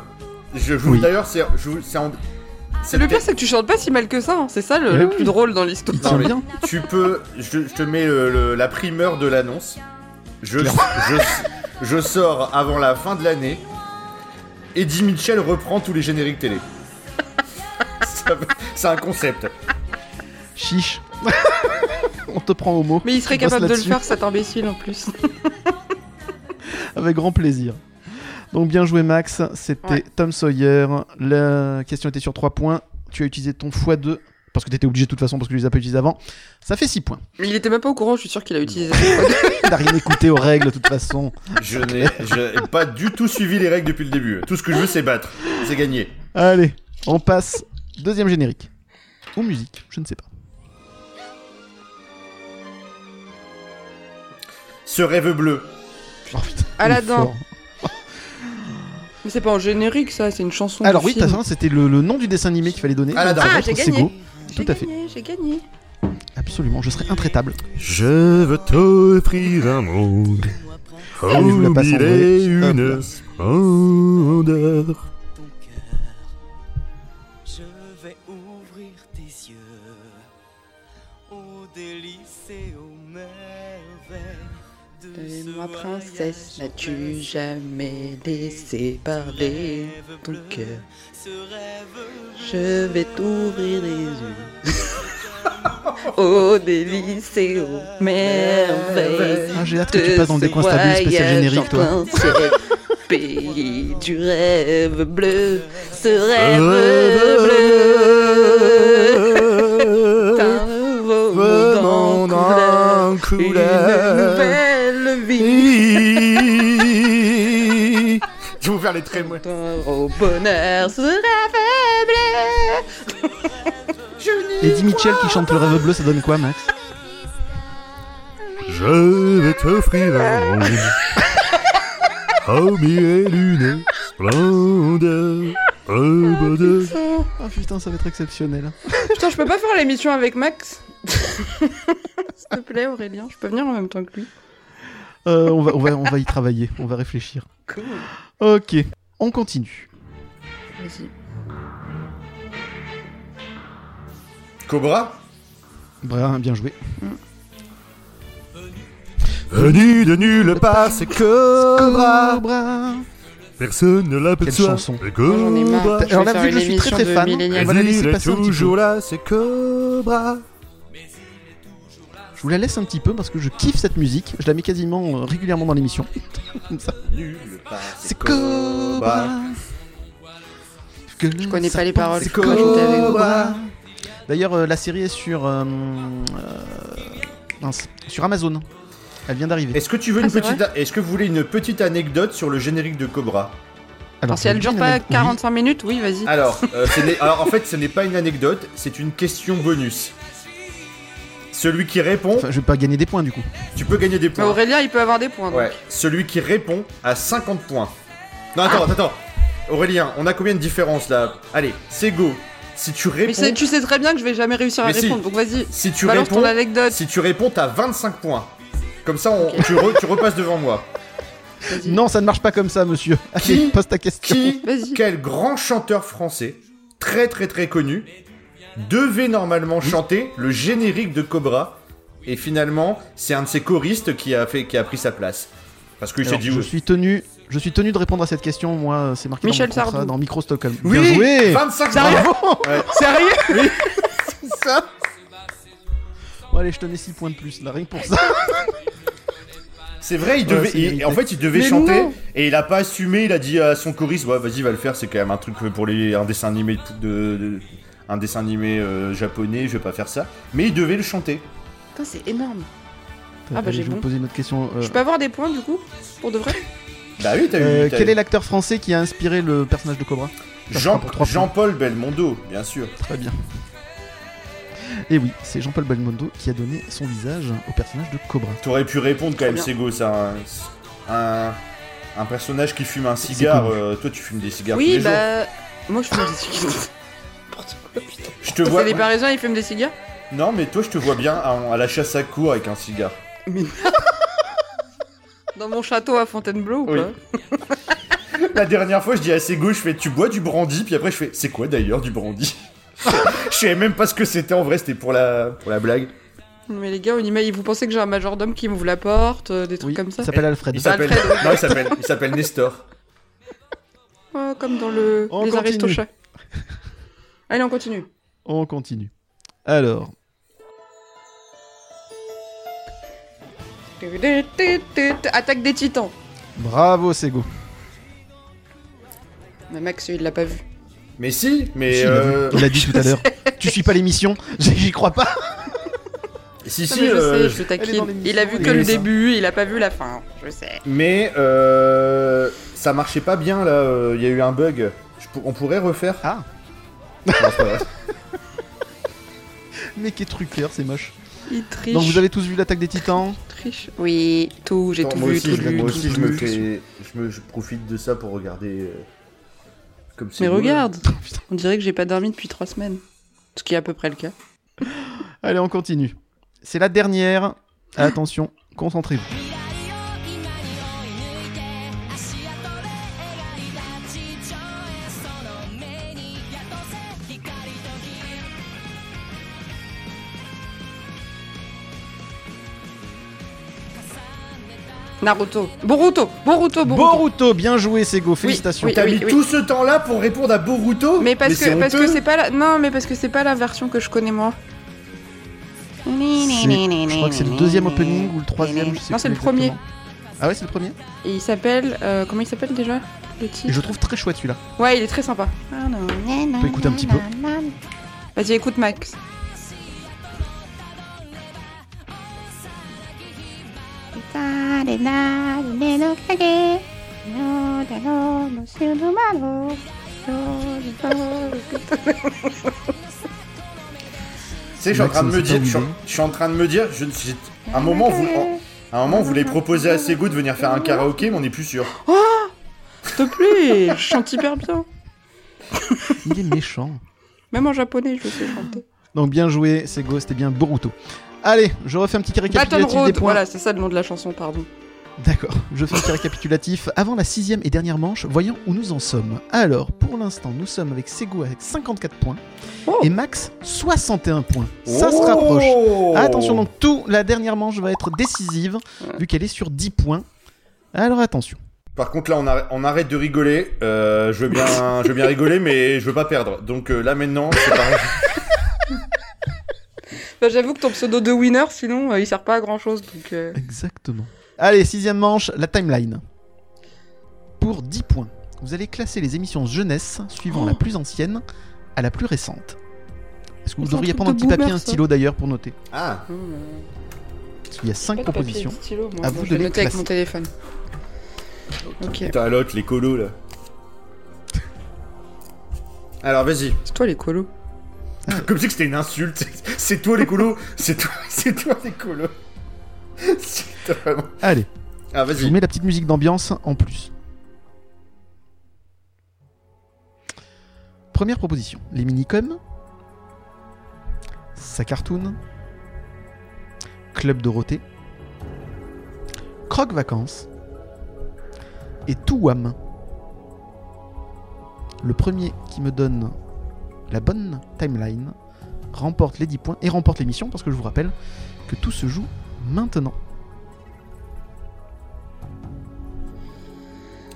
[SPEAKER 4] Je vous
[SPEAKER 2] Oui.
[SPEAKER 4] d'ailleurs c'est je vous- c'est en- c'est
[SPEAKER 3] Le pire
[SPEAKER 4] peut-être-
[SPEAKER 3] c'est que tu chantes pas si mal que ça, hein. c'est ça le,
[SPEAKER 2] Mais
[SPEAKER 3] le
[SPEAKER 2] oui.
[SPEAKER 3] plus drôle dans
[SPEAKER 2] Il
[SPEAKER 3] l'histoire.
[SPEAKER 2] tient bien.
[SPEAKER 4] Tu peux je, je te mets le- le- la primeur de l'annonce. Je, je je sors avant la fin de l'année. Eddie Mitchell reprend tous les génériques télé. Ça- C'est un concept.
[SPEAKER 2] Chiche. On te prend au mot.
[SPEAKER 3] Mais il serait
[SPEAKER 2] Tu bosses
[SPEAKER 3] capable de le
[SPEAKER 2] là-dessus.
[SPEAKER 3] faire cet imbécile en plus.
[SPEAKER 2] Avec grand plaisir. Donc bien joué Max, c'était
[SPEAKER 3] Ouais.
[SPEAKER 2] Tom Sawyer. La question était sur 3 points. Tu as utilisé ton x2 parce que tu étais obligé de toute façon parce que tu les as pas utilisés avant. Ça fait 6 points.
[SPEAKER 3] Mais il était même pas au courant, je suis sûr qu'il a utilisé.
[SPEAKER 2] Il n'a rien écouté aux règles de toute façon.
[SPEAKER 4] Je n'ai je n'ai pas du tout suivi les règles depuis le début. Tout ce que je veux c'est battre, c'est gagner.
[SPEAKER 2] Allez, on passe deuxième générique. Ou musique, je ne sais pas.
[SPEAKER 4] Ce rêve bleu.
[SPEAKER 2] Oh, putain,
[SPEAKER 3] Aladdin.
[SPEAKER 2] il est fort.
[SPEAKER 3] Mais c'est pas en générique ça, c'est une chanson.
[SPEAKER 2] Alors
[SPEAKER 3] du
[SPEAKER 2] oui, t'as
[SPEAKER 3] film.
[SPEAKER 2] raison, c'était le, le nom du dessin animé qu'il fallait donner.
[SPEAKER 4] Aladdin.
[SPEAKER 2] Ça va
[SPEAKER 3] Ah,
[SPEAKER 2] être
[SPEAKER 3] j'ai
[SPEAKER 2] Sego.
[SPEAKER 3] gagné.
[SPEAKER 2] Tout
[SPEAKER 3] J'ai
[SPEAKER 2] à fait.
[SPEAKER 3] gagné, j'ai gagné.
[SPEAKER 2] Absolument, je serais intraitable.
[SPEAKER 8] Je veux t'offrir un monde
[SPEAKER 2] Allez, Ah, je vous la
[SPEAKER 8] aux
[SPEAKER 2] passe en
[SPEAKER 8] mille
[SPEAKER 2] vrai.
[SPEAKER 8] et
[SPEAKER 2] Hop
[SPEAKER 8] une
[SPEAKER 2] là.
[SPEAKER 8] splendeurs.
[SPEAKER 9] ton cœur. Je vais ouvrir tes yeux aux délices et aux merveilles de ce
[SPEAKER 3] Moi, princesse,
[SPEAKER 9] voyage
[SPEAKER 3] n'as-tu
[SPEAKER 9] précieux.
[SPEAKER 3] jamais laissé parler
[SPEAKER 9] Rêve
[SPEAKER 3] ton
[SPEAKER 9] bleu,
[SPEAKER 3] cœur
[SPEAKER 9] ce rêve
[SPEAKER 3] Je vais t'ouvrir les yeux. oh, délice et oh, merveille.
[SPEAKER 2] Ah, j'ai hâte que tu passes dans le décoin stable spécial générique, toi.
[SPEAKER 9] pays du rêve
[SPEAKER 3] bleu, ce rêve bleu.
[SPEAKER 8] Rêve
[SPEAKER 3] Teint vos mondes en
[SPEAKER 8] mon en couleur.
[SPEAKER 3] couleur, une nouvelle vie.
[SPEAKER 8] Hi.
[SPEAKER 4] Je vais vous faire les traits moi.
[SPEAKER 3] Au bonheur, ce rêve bleu.
[SPEAKER 2] Eddie Mitchell qui chante le rêve bleu, ça donne quoi Max
[SPEAKER 8] Je vais t'offrir un monde aux mille et une splendeurs. Un bonheur.
[SPEAKER 2] Ah putain, ça va être exceptionnel.
[SPEAKER 3] Putain, je peux pas faire l'émission avec Max S'il te plaît, Aurélien, je peux venir en même temps que lui.
[SPEAKER 2] Euh, on, va, on, va, on va y travailler, on va réfléchir.
[SPEAKER 3] Cool.
[SPEAKER 2] Ok, on continue.
[SPEAKER 3] Vas-y.
[SPEAKER 4] Cobra
[SPEAKER 2] Bra- bien joué.
[SPEAKER 8] Venu de nulle part, c'est Cobra.
[SPEAKER 2] Cobra.
[SPEAKER 8] Personne ne
[SPEAKER 2] Quelle
[SPEAKER 8] l'aperçoit.
[SPEAKER 2] chanson.
[SPEAKER 8] C'est
[SPEAKER 3] Moi, j'en ai marre.
[SPEAKER 8] Cobra.
[SPEAKER 2] Alors là,
[SPEAKER 3] faire
[SPEAKER 2] vu que je
[SPEAKER 3] une
[SPEAKER 2] suis très
[SPEAKER 3] émission
[SPEAKER 2] très
[SPEAKER 3] de
[SPEAKER 2] fan,
[SPEAKER 3] millénial.
[SPEAKER 2] on va la laisser
[SPEAKER 8] est
[SPEAKER 2] passer un petit
[SPEAKER 8] toujours
[SPEAKER 2] peu.
[SPEAKER 8] là, c'est Cobra.
[SPEAKER 2] Je vous la laisse un petit peu parce que je kiffe cette musique. Je la mets quasiment euh, régulièrement dans l'émission. Comme ça.
[SPEAKER 4] Nulle part.
[SPEAKER 2] C'est Cobra.
[SPEAKER 3] Je connais pas les paroles,
[SPEAKER 2] C'est
[SPEAKER 3] je crois que j'étais avec vous.
[SPEAKER 2] Cobra. D'ailleurs, euh, la série est sur. euh, euh, mince, sur Amazon. Elle vient d'arriver.
[SPEAKER 4] Est-ce que tu veux
[SPEAKER 3] Ah,
[SPEAKER 4] une
[SPEAKER 3] c'est
[SPEAKER 4] petite, est-ce que vous voulez une petite anecdote sur le générique de Cobra
[SPEAKER 3] Alors, Ah, si elle dure pas 45 minutes, oui, vas-y.
[SPEAKER 4] Alors, euh, ce n'est- alors, en fait, ce n'est pas une anecdote, c'est une question bonus. Celui qui répond,
[SPEAKER 2] Enfin, je vais pas gagner des points du coup.
[SPEAKER 4] tu peux gagner des
[SPEAKER 3] Mais
[SPEAKER 4] points.
[SPEAKER 3] Aurélien, il peut avoir des points. donc.
[SPEAKER 4] Ouais. Celui qui répond a 50 points. Non, attends,
[SPEAKER 3] Ah.
[SPEAKER 4] attends. Aurélien, on a combien de différences là Allez, c'est go. Si tu
[SPEAKER 3] Mais
[SPEAKER 4] réponds,
[SPEAKER 3] c'est- tu sais très bien que je vais jamais réussir à
[SPEAKER 4] Mais si.
[SPEAKER 3] répondre, donc vas-y.
[SPEAKER 4] si tu
[SPEAKER 3] balance
[SPEAKER 4] réponds,
[SPEAKER 3] ton anecdote.
[SPEAKER 4] si tu réponds, t'as 25 points. Comme ça, on- tu, re- tu repasses devant moi.
[SPEAKER 3] Vas-y.
[SPEAKER 2] Non, ça ne marche pas comme ça, monsieur. Allez, pose ta question.
[SPEAKER 4] Qui,
[SPEAKER 3] Vas-y.
[SPEAKER 4] quel grand chanteur français, très très très connu, devait normalement chanter le générique de Cobra et finalement, c'est un de ses choristes qui a fait, qui a pris sa place. Parce que j'ai
[SPEAKER 2] Alors,
[SPEAKER 4] dit
[SPEAKER 2] je
[SPEAKER 4] oui.
[SPEAKER 2] suis tenu, je suis tenu de répondre à cette question. Moi, euh, c'est marqué
[SPEAKER 3] Michel
[SPEAKER 2] dans, mon contrat,
[SPEAKER 3] Sardou.
[SPEAKER 2] dans Micro Stockholm. Bien
[SPEAKER 4] Oui,
[SPEAKER 2] joué.
[SPEAKER 4] 25
[SPEAKER 2] Sérieux
[SPEAKER 4] points.
[SPEAKER 2] Sérieux C'est ça Bon, allez, je te mets 6 points de plus, là, rien que pour ça.
[SPEAKER 3] Ah,
[SPEAKER 4] C'est vrai, il
[SPEAKER 2] Ouais,
[SPEAKER 4] devait,
[SPEAKER 2] c'est
[SPEAKER 4] il-
[SPEAKER 2] mérité.
[SPEAKER 4] en fait, il devait
[SPEAKER 3] Mais
[SPEAKER 4] chanter
[SPEAKER 3] non.
[SPEAKER 4] et il a pas assumé. Il a dit à son choriste, ouais, vas-y, va le faire. C'est quand même un truc pour les, un dessin animé de, de- un dessin animé euh, japonais. Je vais pas faire ça. Mais il devait le chanter.
[SPEAKER 3] Putain, c'est énorme. bah,
[SPEAKER 2] Allez, je
[SPEAKER 3] j'ai
[SPEAKER 2] vais
[SPEAKER 3] bon.
[SPEAKER 2] vous poser une autre question. euh,
[SPEAKER 3] Je peux avoir des points du coup Pour de vrai
[SPEAKER 4] Bah oui, t'as
[SPEAKER 2] euh,
[SPEAKER 4] vu. t'as
[SPEAKER 2] quel
[SPEAKER 4] vu.
[SPEAKER 2] est l'acteur français qui a inspiré le personnage de Cobra
[SPEAKER 4] Jean,
[SPEAKER 2] pour trois points.
[SPEAKER 4] Jean-Paul Belmondo, bien sûr.
[SPEAKER 2] Très bien. Et oui, c'est Jean-Paul Belmondo qui a donné son visage au personnage de Cobra.
[SPEAKER 4] T'aurais pu répondre quand même,
[SPEAKER 3] bien.
[SPEAKER 4] Sego, ça. Un, un, un personnage qui fume un cigare.
[SPEAKER 2] connu.
[SPEAKER 4] euh, toi, tu fumes des cigares tous
[SPEAKER 3] Oui,
[SPEAKER 4] les jours.
[SPEAKER 3] bah. Moi je fume des cigares.
[SPEAKER 4] Je te vois.
[SPEAKER 3] C'est des parisiens, ils fument des cigares
[SPEAKER 4] Non, mais toi, je te vois bien à, à la chasse à cours avec un cigare.
[SPEAKER 3] Dans mon château à Fontainebleau ou
[SPEAKER 4] Oui.
[SPEAKER 3] pas
[SPEAKER 4] La dernière fois, je dis à Sego, je fais tu bois du brandy, puis après je fais c'est quoi d'ailleurs du brandy Je savais même pas ce que c'était en vrai, c'était pour la pour la blague.
[SPEAKER 3] Mais les gars, on y met- vous pensez que j'ai un majordome qui m'ouvre la porte, euh, des trucs
[SPEAKER 2] Oui,
[SPEAKER 3] comme ça
[SPEAKER 2] il s'appelle Alfred.
[SPEAKER 4] Il s'appelle
[SPEAKER 3] Alfred.
[SPEAKER 4] non, il s'appelle il s'appelle Nestor.
[SPEAKER 3] Oh, Comme dans le...
[SPEAKER 2] On
[SPEAKER 3] les
[SPEAKER 2] continue.
[SPEAKER 3] Aristochats. Allez, on continue.
[SPEAKER 2] On continue. Alors,
[SPEAKER 3] Attaque des titans.
[SPEAKER 2] bravo Sego.
[SPEAKER 3] Mais Max, il l'a pas vu.
[SPEAKER 4] Mais si, mais
[SPEAKER 2] Si, il, a dit-
[SPEAKER 4] euh,
[SPEAKER 2] il a dit tout à l'heure. Tu suis pas l'émission, j'y j'y crois pas.
[SPEAKER 4] si
[SPEAKER 3] Non,
[SPEAKER 4] si.
[SPEAKER 3] mais je
[SPEAKER 4] euh,
[SPEAKER 3] sais, je
[SPEAKER 2] elle est dans
[SPEAKER 3] taquine.
[SPEAKER 2] l'émission,
[SPEAKER 3] Il a vu
[SPEAKER 2] elle
[SPEAKER 3] que
[SPEAKER 4] est
[SPEAKER 3] le
[SPEAKER 4] ça.
[SPEAKER 3] début, il a pas vu la fin. Je sais.
[SPEAKER 4] Mais euh, ça marchait pas bien là, euh, il y a eu un bug. Je pour- on pourrait refaire.
[SPEAKER 2] Ah.
[SPEAKER 4] Non, c'est pas vrai.
[SPEAKER 2] Mais quel truc clair, c'est moche.
[SPEAKER 3] Il triche.
[SPEAKER 2] Donc vous avez tous vu l'attaque des titans
[SPEAKER 3] Triche. Oui, tout, j'ai
[SPEAKER 4] Attends,
[SPEAKER 3] tout
[SPEAKER 4] moi
[SPEAKER 3] vu,
[SPEAKER 4] aussi,
[SPEAKER 3] tout
[SPEAKER 4] je,
[SPEAKER 3] lu,
[SPEAKER 4] moi
[SPEAKER 3] tout
[SPEAKER 4] aussi, je me
[SPEAKER 3] vu.
[SPEAKER 4] fais, je me- je profite de ça pour regarder. euh, comme
[SPEAKER 3] Mais
[SPEAKER 4] Sego.
[SPEAKER 3] regarde, on dirait que j'ai pas dormi depuis trois semaines. Ce qui est à peu près le cas.
[SPEAKER 2] Allez, on continue. C'est la dernière. Attention, concentrez-vous.
[SPEAKER 3] ナルト. Boruto, Boruto, Boruto.
[SPEAKER 2] Boruto, bien joué Sego, félicitations.
[SPEAKER 3] Ah, oui.
[SPEAKER 4] T'as mis tout ce temps là pour répondre à Boruto
[SPEAKER 3] mais parce que parce que
[SPEAKER 4] honteux.
[SPEAKER 3] c'est pas la non mais parce que c'est pas la version que je connais moi.
[SPEAKER 2] C'est- Je crois que c'est le deuxième opening ou le troisième, je sais
[SPEAKER 3] Non,
[SPEAKER 2] plus
[SPEAKER 3] c'est le
[SPEAKER 2] exactement.
[SPEAKER 3] premier.
[SPEAKER 2] Ah ouais, c'est le premier
[SPEAKER 3] Et il s'appelle euh, comment il s'appelle déjà le
[SPEAKER 2] Et
[SPEAKER 3] titre
[SPEAKER 2] je le trouve très chouette celui-là.
[SPEAKER 3] Ouais, il est très sympa.
[SPEAKER 2] On peut écouter un petit peu.
[SPEAKER 3] Vas-y, écoute Max.
[SPEAKER 4] Tu sais, je suis en train de
[SPEAKER 2] Maxime,
[SPEAKER 4] me
[SPEAKER 2] c'est
[SPEAKER 4] dire,
[SPEAKER 2] pas
[SPEAKER 4] je suis en-
[SPEAKER 2] oublié.
[SPEAKER 4] je suis en train de me dire, je ne j'ai- à un moment vous, en- à un moment vous voulez proposer à Sego de venir faire un karaoké, mais on n'est plus sûr.
[SPEAKER 3] S'il te plaît, je chante hyper bien.
[SPEAKER 2] Il est méchant.
[SPEAKER 3] Même en japonais, je sais chanter.
[SPEAKER 2] Donc bien joué Sego, c'était bien Boruto. Allez, je refais un petit
[SPEAKER 3] Baton
[SPEAKER 2] récapitulatif des
[SPEAKER 3] Road,
[SPEAKER 2] points.
[SPEAKER 3] voilà, c'est ça le nom de la chanson, pardon.
[SPEAKER 2] D'accord, je fais un petit récapitulatif. Avant la sixième et dernière manche, voyons où nous en sommes. Alors, pour l'instant, nous sommes avec Sego avec 54 points
[SPEAKER 3] Oh.
[SPEAKER 2] et Max 61 points. Ça
[SPEAKER 4] Oh.
[SPEAKER 2] se rapproche. Attention, donc tout, la dernière manche va être décisive vu qu'elle est sur 10 points. Alors attention.
[SPEAKER 4] Par contre là on, arr- on arrête de rigoler. Euh, je veux bien, je veux bien rigoler, mais je veux pas perdre. Donc euh, là maintenant, c'est pareil.
[SPEAKER 3] Bah, J'avoue que ton pseudo de winner, sinon, euh, il sert pas à grand chose. Donc, euh,
[SPEAKER 2] Exactement. Allez, sixième manche, la timeline. Pour 10 points,
[SPEAKER 10] Oh.
[SPEAKER 2] vous allez classer les émissions jeunesse suivant la plus ancienne à la plus récente. Est-ce que
[SPEAKER 10] Mais
[SPEAKER 2] vous
[SPEAKER 10] c'est un
[SPEAKER 2] devriez
[SPEAKER 10] truc
[SPEAKER 2] prendre un
[SPEAKER 10] de
[SPEAKER 2] petit papier,
[SPEAKER 10] boomer,
[SPEAKER 2] un
[SPEAKER 10] ça.
[SPEAKER 2] stylo d'ailleurs pour noter
[SPEAKER 4] Ah,
[SPEAKER 3] Hum, euh,
[SPEAKER 2] Parce qu'il y a cinq
[SPEAKER 3] pas de papier et de
[SPEAKER 2] propositions.
[SPEAKER 3] stylo, moi.
[SPEAKER 2] À
[SPEAKER 3] Bon,
[SPEAKER 2] vous
[SPEAKER 3] je
[SPEAKER 2] de les
[SPEAKER 3] vais noter avec
[SPEAKER 2] classer.
[SPEAKER 3] mon téléphone. Ok.
[SPEAKER 4] putain, l'autre, les colos là. Alors vas-y.
[SPEAKER 3] C'est toi les colos.
[SPEAKER 4] Comme si c'était une insulte. C'est toi les colos. C'est toi, c'est toi les colos. C'est vraiment.
[SPEAKER 2] Allez,
[SPEAKER 4] Ah
[SPEAKER 2] je vous
[SPEAKER 4] vas-y.
[SPEAKER 2] mets la petite musique d'ambiance en plus. Première proposition les minicoms, sa cartoon, Club Dorothée, Croque Vacances et Touam. Le premier qui me donne la bonne timeline remporte les 10 points et remporte l'émission parce que je vous rappelle que tout se joue maintenant.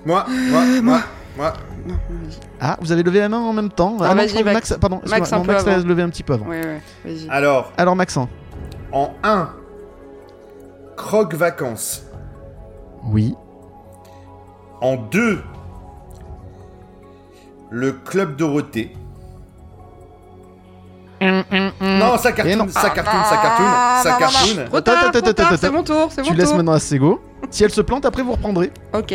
[SPEAKER 4] Moi, moi,
[SPEAKER 2] Euh,
[SPEAKER 4] moi, moi.
[SPEAKER 3] Non, vas-y.
[SPEAKER 2] Ah, vous avez levé la main en même temps.
[SPEAKER 3] Ah,
[SPEAKER 2] non,
[SPEAKER 3] vas-y,
[SPEAKER 2] je crois que
[SPEAKER 3] Max.
[SPEAKER 2] Pardon,
[SPEAKER 3] Max,
[SPEAKER 2] excuse-moi,
[SPEAKER 3] un
[SPEAKER 2] non,
[SPEAKER 3] peu
[SPEAKER 2] l'a
[SPEAKER 3] avant.
[SPEAKER 2] levé un petit peu avant.
[SPEAKER 3] Ouais, ouais, vas-y.
[SPEAKER 4] Alors,
[SPEAKER 2] Alors, hein. Maxent.
[SPEAKER 4] en 1, croque vacances.
[SPEAKER 2] Oui.
[SPEAKER 4] En 2, le club Dorothée. Non, ça
[SPEAKER 2] Et
[SPEAKER 4] cartoon,
[SPEAKER 2] non.
[SPEAKER 4] ça cartoon, ça cartoon, ça cartoon.
[SPEAKER 3] Retard,
[SPEAKER 2] Attends, attends,
[SPEAKER 3] retard,
[SPEAKER 2] attends,
[SPEAKER 3] c'est
[SPEAKER 2] attends.
[SPEAKER 3] mon tour, c'est mon
[SPEAKER 2] Tu laisses
[SPEAKER 3] tour.
[SPEAKER 2] maintenant à Sego. Si elle se plante, après vous reprendrez.
[SPEAKER 3] Ok,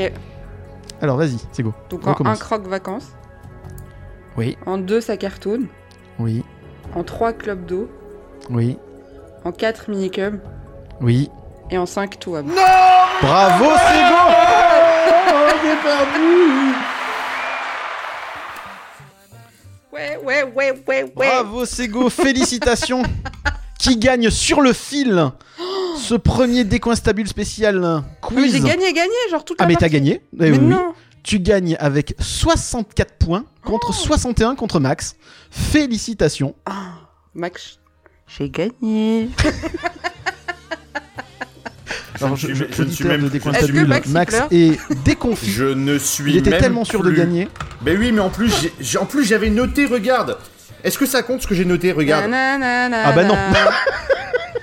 [SPEAKER 2] Alors, vas-y, Sego.
[SPEAKER 3] donc
[SPEAKER 2] On
[SPEAKER 3] en un
[SPEAKER 2] commence.
[SPEAKER 3] croque vacances,
[SPEAKER 2] Oui,
[SPEAKER 3] en deux sa cartoon,
[SPEAKER 2] oui,
[SPEAKER 3] en trois clubs d'eau,
[SPEAKER 2] oui,
[SPEAKER 3] en quatre minicubs
[SPEAKER 2] oui.
[SPEAKER 3] et en cinq tout à
[SPEAKER 2] Bravo, Sego
[SPEAKER 3] Ouais, ouais, ouais, ouais, ouais.
[SPEAKER 2] Bravo, Sego. Félicitations. Qui gagne sur le fil ce premier décoinstable spécial
[SPEAKER 3] Mais j'ai
[SPEAKER 2] quiz.
[SPEAKER 3] gagné, gagné, genre toute la
[SPEAKER 2] Ah, mais t'as
[SPEAKER 3] partie.
[SPEAKER 2] gagné. Eh
[SPEAKER 3] Mais
[SPEAKER 2] oui, oui.
[SPEAKER 3] non,
[SPEAKER 2] Tu gagnes avec 64 points contre
[SPEAKER 3] Oh.
[SPEAKER 2] 61 contre Max. Félicitations.
[SPEAKER 3] Max, j'ai gagné.
[SPEAKER 2] Alors,
[SPEAKER 4] Je
[SPEAKER 2] je,
[SPEAKER 4] ne
[SPEAKER 2] je-
[SPEAKER 4] suis- je ne suis
[SPEAKER 2] auditeur
[SPEAKER 4] même
[SPEAKER 2] de
[SPEAKER 4] plus-
[SPEAKER 2] Décoin
[SPEAKER 3] Est-ce que
[SPEAKER 2] Stabule,
[SPEAKER 3] Max, il
[SPEAKER 2] Max
[SPEAKER 3] pleure
[SPEAKER 2] est déconfit.
[SPEAKER 4] Je ne suis
[SPEAKER 2] Il était
[SPEAKER 4] même
[SPEAKER 2] tellement sûr de
[SPEAKER 4] plus-
[SPEAKER 2] gagner.
[SPEAKER 4] Mais oui, mais en plus, j'ai- j'ai- en plus j'avais noté, regarde. Est-ce que ça compte ce que j'ai noté Regarde,
[SPEAKER 3] Nanana.
[SPEAKER 2] Ah bah non.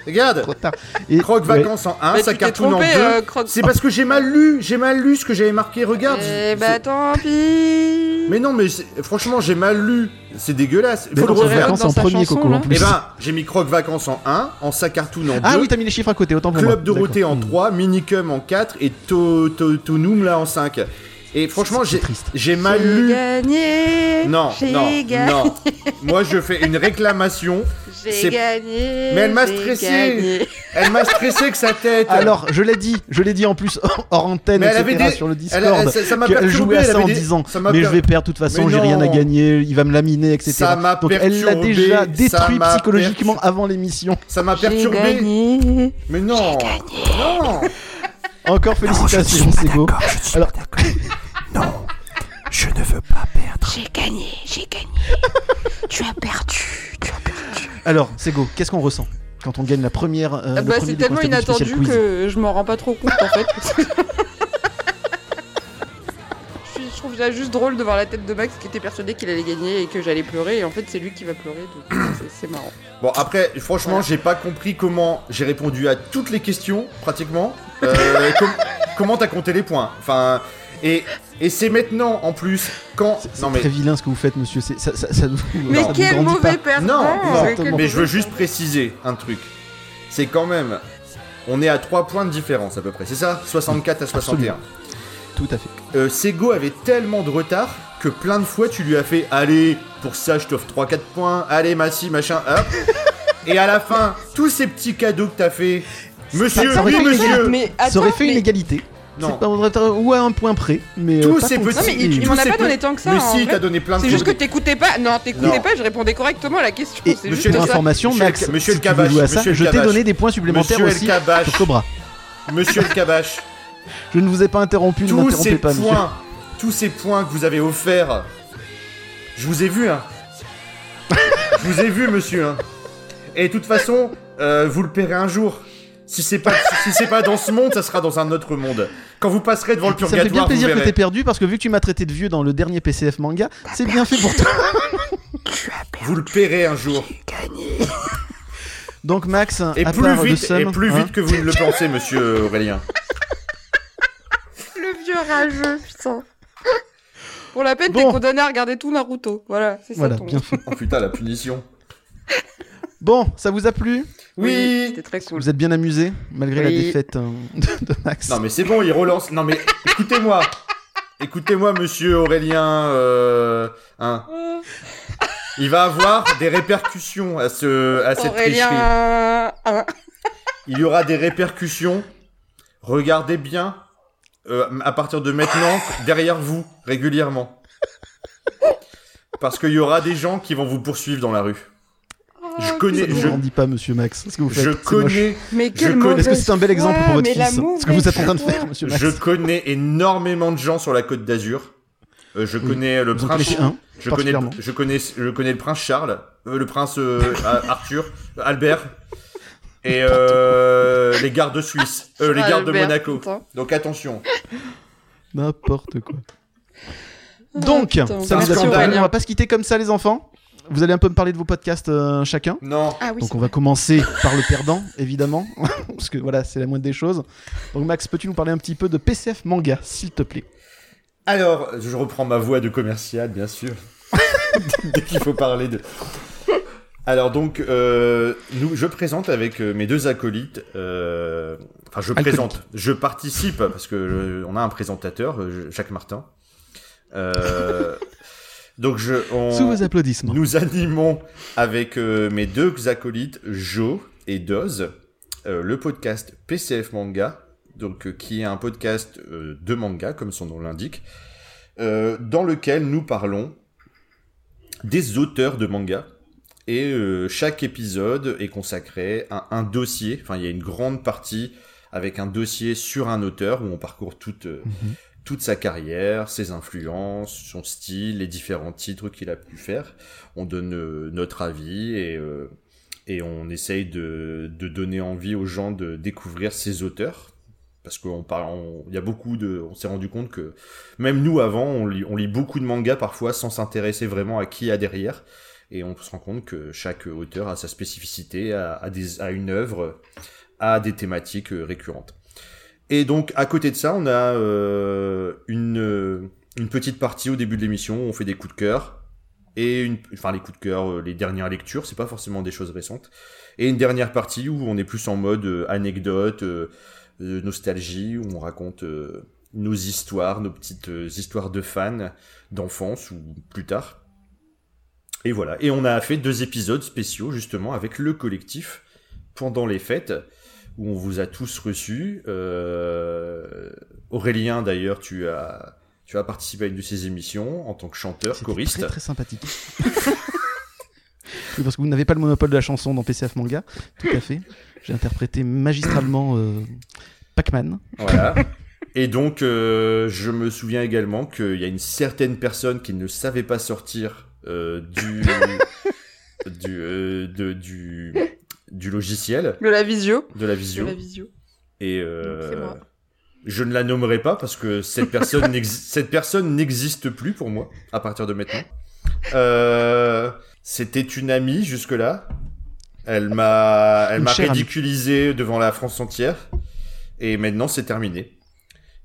[SPEAKER 4] regarde.
[SPEAKER 2] Trop tard. Et,
[SPEAKER 4] Croque
[SPEAKER 2] ouais.
[SPEAKER 4] vacances en 1,
[SPEAKER 3] Mais Bah,
[SPEAKER 4] ça
[SPEAKER 3] tu t'es
[SPEAKER 4] cartoon en 2.
[SPEAKER 3] trompé, euh, croque.
[SPEAKER 4] C'est parce que j'ai mal lu, j'ai mal lu ce que j'avais marqué, regarde.
[SPEAKER 3] Eh
[SPEAKER 4] C'est-
[SPEAKER 3] bah tant pis.
[SPEAKER 4] Mais non, mais c'est- franchement, j'ai mal lu. C'est dégueulasse. Il
[SPEAKER 2] Mais
[SPEAKER 4] faut le
[SPEAKER 2] non,
[SPEAKER 3] Croque
[SPEAKER 2] Croque
[SPEAKER 4] refaire.
[SPEAKER 2] vacances
[SPEAKER 3] dans
[SPEAKER 2] en
[SPEAKER 3] sa
[SPEAKER 2] premier,
[SPEAKER 3] chanson,
[SPEAKER 2] Coco, en
[SPEAKER 3] là.
[SPEAKER 2] plus.
[SPEAKER 4] Eh ben, j'ai mis Croque Vacances en 1, en sac cartoon en 2,
[SPEAKER 2] ah oui, t'as mis les chiffres à côté, autant pour moi.
[SPEAKER 4] Club Dorothée en
[SPEAKER 2] D'accord.
[SPEAKER 4] 3, Minicum en 4 et To- To- Tonoum là en 5. Et franchement,
[SPEAKER 2] C'est
[SPEAKER 4] j'ai
[SPEAKER 2] triste.
[SPEAKER 4] j'ai mal
[SPEAKER 3] J'ai
[SPEAKER 4] lu.
[SPEAKER 3] gagné.
[SPEAKER 4] Non,
[SPEAKER 3] J'ai
[SPEAKER 4] non,
[SPEAKER 3] gagné.
[SPEAKER 4] non. Moi, je fais une réclamation.
[SPEAKER 3] J'ai
[SPEAKER 4] C'est-
[SPEAKER 3] gagné.
[SPEAKER 4] Mais elle m'a
[SPEAKER 3] j'ai
[SPEAKER 4] stressé.
[SPEAKER 3] gagné.
[SPEAKER 4] Elle m'a stressé avec sa tête.
[SPEAKER 2] Alors, je l'ai dit, je l'ai dit en plus hors antenne,
[SPEAKER 4] Mais elle
[SPEAKER 2] etc.
[SPEAKER 4] avait des-
[SPEAKER 2] sur le Discord.
[SPEAKER 4] elle a- elle- ça- ça m'a
[SPEAKER 2] qu'elle jouait
[SPEAKER 4] perturbé,
[SPEAKER 2] à
[SPEAKER 4] elle
[SPEAKER 2] ça en
[SPEAKER 4] avait des-
[SPEAKER 2] disant
[SPEAKER 4] ça m'a
[SPEAKER 2] Mais je
[SPEAKER 4] per-
[SPEAKER 2] vais perdre, de toute façon,
[SPEAKER 4] Mais
[SPEAKER 2] j'ai rien à
[SPEAKER 4] non.
[SPEAKER 2] gagner, il va me laminer, etc.
[SPEAKER 4] Ça m'a
[SPEAKER 2] Donc elle l'a
[SPEAKER 4] perturbé,
[SPEAKER 2] déjà
[SPEAKER 4] ça
[SPEAKER 2] détruit
[SPEAKER 4] m'a
[SPEAKER 2] psychologiquement avant l'émission.
[SPEAKER 4] ça m'a
[SPEAKER 3] J'ai
[SPEAKER 4] perturbé.
[SPEAKER 3] gagné.
[SPEAKER 4] Mais non. Non.
[SPEAKER 2] Encore félicitations, c'est beau. Alors,
[SPEAKER 10] J'ai gagné, j'ai gagné. tu as perdu, tu as perdu.
[SPEAKER 2] alors Sego, qu'est-ce qu'on ressent quand on gagne la première euh,
[SPEAKER 3] Ah
[SPEAKER 2] le
[SPEAKER 3] bah
[SPEAKER 2] premier
[SPEAKER 3] c'est
[SPEAKER 2] Décoin
[SPEAKER 3] tellement
[SPEAKER 2] Stabile spécial
[SPEAKER 3] inattendu
[SPEAKER 2] quiz
[SPEAKER 3] que je m'en rends pas trop compte en fait. Je suis- Je trouve ça juste drôle de voir la tête de Max qui était persuadé qu'il allait gagner et que j'allais pleurer et en fait c'est lui qui va pleurer donc euh, c'est- c'est marrant.
[SPEAKER 4] Bon après, franchement,
[SPEAKER 3] Voilà.
[SPEAKER 4] j'ai pas compris comment j'ai répondu à toutes les questions pratiquement. Euh, com- comment t'as compté les points Enfin, et et c'est maintenant en plus quand.
[SPEAKER 2] C'est
[SPEAKER 4] Non
[SPEAKER 2] c'est
[SPEAKER 4] mais.
[SPEAKER 2] très vilain ce que vous faites, monsieur. c'est- Ça, ça- ça nous-
[SPEAKER 3] Mais
[SPEAKER 2] ça nous
[SPEAKER 3] quel
[SPEAKER 2] grandit
[SPEAKER 3] mauvais
[SPEAKER 2] pas.
[SPEAKER 3] perdant
[SPEAKER 4] Non,
[SPEAKER 2] non,
[SPEAKER 3] quel
[SPEAKER 2] mais
[SPEAKER 4] Mais
[SPEAKER 3] mauvais
[SPEAKER 4] je veux juste
[SPEAKER 3] perdant.
[SPEAKER 4] préciser un truc. C'est quand même. On est à 3 points de différence à peu près, c'est ça 64 à 61.
[SPEAKER 2] Tout à fait.
[SPEAKER 4] Euh, Sego avait tellement de retard que plein de fois tu lui as fait Allez, pour ça je t'offre 3-4 points, allez, Massi, machin, hop. Et à la fin, tous ces petits cadeaux que t'as fait. Monsieur,
[SPEAKER 2] ça aurait
[SPEAKER 4] oui,
[SPEAKER 2] été
[SPEAKER 4] monsieur
[SPEAKER 3] Mais attends,
[SPEAKER 2] ça aurait fait
[SPEAKER 3] mais...
[SPEAKER 2] une égalité.
[SPEAKER 4] Non.
[SPEAKER 2] C'est pas- on aurait- Ou à un point près. Mais
[SPEAKER 4] Tous
[SPEAKER 2] euh, pas
[SPEAKER 4] ces
[SPEAKER 2] contre-
[SPEAKER 3] Non mais il,
[SPEAKER 4] Et
[SPEAKER 3] il m'en a
[SPEAKER 4] tous
[SPEAKER 3] pas
[SPEAKER 4] ces
[SPEAKER 3] donné tant que ça.
[SPEAKER 4] Mais
[SPEAKER 3] en
[SPEAKER 4] si,
[SPEAKER 3] vrai.
[SPEAKER 4] t'as donné plein de
[SPEAKER 3] C'est juste que
[SPEAKER 4] trucs.
[SPEAKER 3] t'écoutais pas. Non, t'écoutais
[SPEAKER 4] Non.
[SPEAKER 3] pas, je répondais correctement à la question.
[SPEAKER 2] Et
[SPEAKER 3] C'est
[SPEAKER 2] monsieur
[SPEAKER 3] juste ça.
[SPEAKER 2] l'information,
[SPEAKER 4] Monsieur
[SPEAKER 2] Max,
[SPEAKER 4] le- monsieur
[SPEAKER 2] si tu
[SPEAKER 4] le
[SPEAKER 2] veux jouer à
[SPEAKER 4] Cavache,
[SPEAKER 2] ça,
[SPEAKER 4] monsieur le
[SPEAKER 2] je t'ai
[SPEAKER 4] Cavache.
[SPEAKER 2] donné des points supplémentaires
[SPEAKER 4] Monsieur le
[SPEAKER 2] aussi
[SPEAKER 4] Cavache.
[SPEAKER 2] pour Cobra.
[SPEAKER 4] Monsieur le Cabache,
[SPEAKER 2] Je ne vous ai pas interrompu, ne
[SPEAKER 4] tous ces
[SPEAKER 2] m'interrompez pas, monsieur.
[SPEAKER 4] points, tous ces points que vous avez offerts, je vous ai vu, hein. je vous ai vu, monsieur, hein. Et de toute façon, euh, vous le paierez un jour. Si c'est pas, si c'est pas dans ce monde, ça sera dans un autre monde. Quand vous passerez devant le
[SPEAKER 2] Ça me
[SPEAKER 4] purgatoire,
[SPEAKER 2] fait bien plaisir
[SPEAKER 4] vous
[SPEAKER 2] que
[SPEAKER 4] verrez.
[SPEAKER 2] t'aies perdu parce que vu que tu m'as traité de vieux dans le dernier PCF manga, c'est bien fait pour toi.
[SPEAKER 4] vous le paierez un jour.
[SPEAKER 2] Donc Max,
[SPEAKER 4] Et
[SPEAKER 2] à
[SPEAKER 4] plus
[SPEAKER 2] part le
[SPEAKER 4] vite,
[SPEAKER 2] seum,
[SPEAKER 4] et plus
[SPEAKER 2] hein,
[SPEAKER 4] vite que vous ne le pensez, monsieur Aurélien.
[SPEAKER 3] Le vieux rageux, putain. Pour la peine,
[SPEAKER 2] Bon.
[SPEAKER 3] t'es condamné à regarder tout Naruto. Voilà, c'est ça
[SPEAKER 2] Voilà,
[SPEAKER 3] ton-
[SPEAKER 2] bien fait.
[SPEAKER 4] Oh putain, la punition.
[SPEAKER 2] Bon, ça vous a plu
[SPEAKER 4] Oui
[SPEAKER 3] C'était très cool.
[SPEAKER 2] Vous êtes bien amusé malgré la
[SPEAKER 3] Oui.
[SPEAKER 2] défaite euh, de, de Max.
[SPEAKER 4] Non mais c'est bon, il relance. Non mais écoutez-moi. Écoutez-moi, monsieur Aurélien. Euh... hein. Il va avoir des répercussions à, ce... à cette tricherie.
[SPEAKER 3] Aurélien
[SPEAKER 2] euh,
[SPEAKER 3] ah,
[SPEAKER 4] Il y aura des répercussions. Regardez bien. euh, à partir de maintenant, derrière vous, régulièrement. Parce qu'il y aura des gens qui vont vous poursuivre dans la rue. Je
[SPEAKER 2] Ça
[SPEAKER 4] connais,
[SPEAKER 2] ne Oh, vous
[SPEAKER 4] je,
[SPEAKER 2] rendit pas, monsieur Max. Ce que vous faites,
[SPEAKER 4] je
[SPEAKER 2] c'est moche.
[SPEAKER 4] connais
[SPEAKER 3] Mais quel
[SPEAKER 4] connais-
[SPEAKER 3] mauvais
[SPEAKER 2] Est-ce que c'est un bel exemple pour votre fils Ce que vous êtes en train de faire, monsieur Max.
[SPEAKER 4] Je connais énormément de gens sur la côte d'Azur. Euh, je connais le
[SPEAKER 2] Vous en
[SPEAKER 4] prince.
[SPEAKER 2] connaissez un,
[SPEAKER 4] je connais,
[SPEAKER 2] particulièrement.
[SPEAKER 4] je connais, je connais le prince Charles, euh, le prince euh, A- Arthur, Albert et euh, les gardes suisses, euh, les gardes de
[SPEAKER 3] Albert,
[SPEAKER 4] Monaco.
[SPEAKER 3] putain.
[SPEAKER 4] Donc attention.
[SPEAKER 2] N'importe quoi. Donc,
[SPEAKER 3] Ah, putain,
[SPEAKER 2] ça nous
[SPEAKER 4] merci
[SPEAKER 2] a plu.
[SPEAKER 4] Aurélien.
[SPEAKER 2] On va pas se quitter comme ça, les enfants. Vous allez un peu me parler de vos podcasts euh, chacun.
[SPEAKER 4] Non.
[SPEAKER 10] Ah oui,
[SPEAKER 2] Donc on va commencer par le perdant, évidemment, parce que voilà, c'est la moindre des choses. Donc Max, peux-tu nous parler un petit peu de PCF Manga, s'il te plaît
[SPEAKER 4] Alors, je reprends ma voix de commercial, bien sûr. Dès qu'il faut parler de. Alors donc, euh, nous, je présente avec euh, mes deux acolytes. euh, Enfin, je
[SPEAKER 2] Alcoolique.
[SPEAKER 4] présente, je participe parce que euh, on a un présentateur, euh, Jacques Martin. Euh, donc je. on-
[SPEAKER 2] Sous vos applaudissements.
[SPEAKER 4] Euh, nous animons avec euh, mes deux acolytes, Jo et Doz, euh, le podcast PCF Manga, donc euh, qui est un podcast euh, de manga, comme son nom l'indique, euh, dans lequel nous parlons des auteurs de manga. Et euh, chaque épisode est consacré à un dossier. Enfin, il y a une grande partie avec un dossier sur un auteur où on parcourt toute, euh, toute sa carrière, ses influences, son style, les différents titres qu'il a pu faire. On donne euh, notre avis et, euh, et on essaye de, de donner envie aux gens de découvrir ses auteurs. Parce qu'on parle, on- il y a beaucoup de, on s'est rendu compte que même nous avant, on lit, on lit beaucoup de mangas parfois sans s'intéresser vraiment à qui il y a derrière, et on se rend compte que chaque auteur a sa spécificité, a, a des, a une œuvre, a des thématiques euh, récurrentes. Et donc, à côté de ça, on a euh, une, euh, une petite partie au début de l'émission où on fait des coups de cœur. Et une, enfin, les coups de cœur, euh, les dernières lectures, c'est pas forcément des choses récentes. Et une dernière partie où on est plus en mode euh, anecdote, euh, euh, nostalgie, où on raconte euh, nos histoires, nos petites euh, histoires de fans, d'enfance ou plus tard. Et voilà. Et on a fait deux épisodes spéciaux, justement, avec le collectif pendant les fêtes où on vous a tous reçus. Euh, Aurélien, d'ailleurs, tu as, tu as participé à une de ces émissions en tant que chanteur,
[SPEAKER 2] C'était
[SPEAKER 4] choriste.
[SPEAKER 2] Très très sympathique. Oui, parce que vous n'avez pas le monopole de la chanson dans PCF Manga, tout à fait. J'ai interprété magistralement euh, Pac-Man.
[SPEAKER 4] Voilà. Et donc, euh, je me souviens également qu'il y a une certaine personne qui ne savait pas sortir euh, du, du, euh, de- du, du logiciel,
[SPEAKER 3] De la visio.
[SPEAKER 4] de la
[SPEAKER 3] De
[SPEAKER 4] visio.
[SPEAKER 3] la visio.
[SPEAKER 4] Et euh,
[SPEAKER 3] C'est moi.
[SPEAKER 4] je ne la nommerai pas parce que cette personne n'exi- cette personne n'existe plus pour moi à partir de maintenant. Euh, C'était une amie jusque là. Elle m'a elle
[SPEAKER 2] Une
[SPEAKER 4] m'a
[SPEAKER 2] chère amie.
[SPEAKER 4] ridiculisé devant la France entière et maintenant c'est terminé.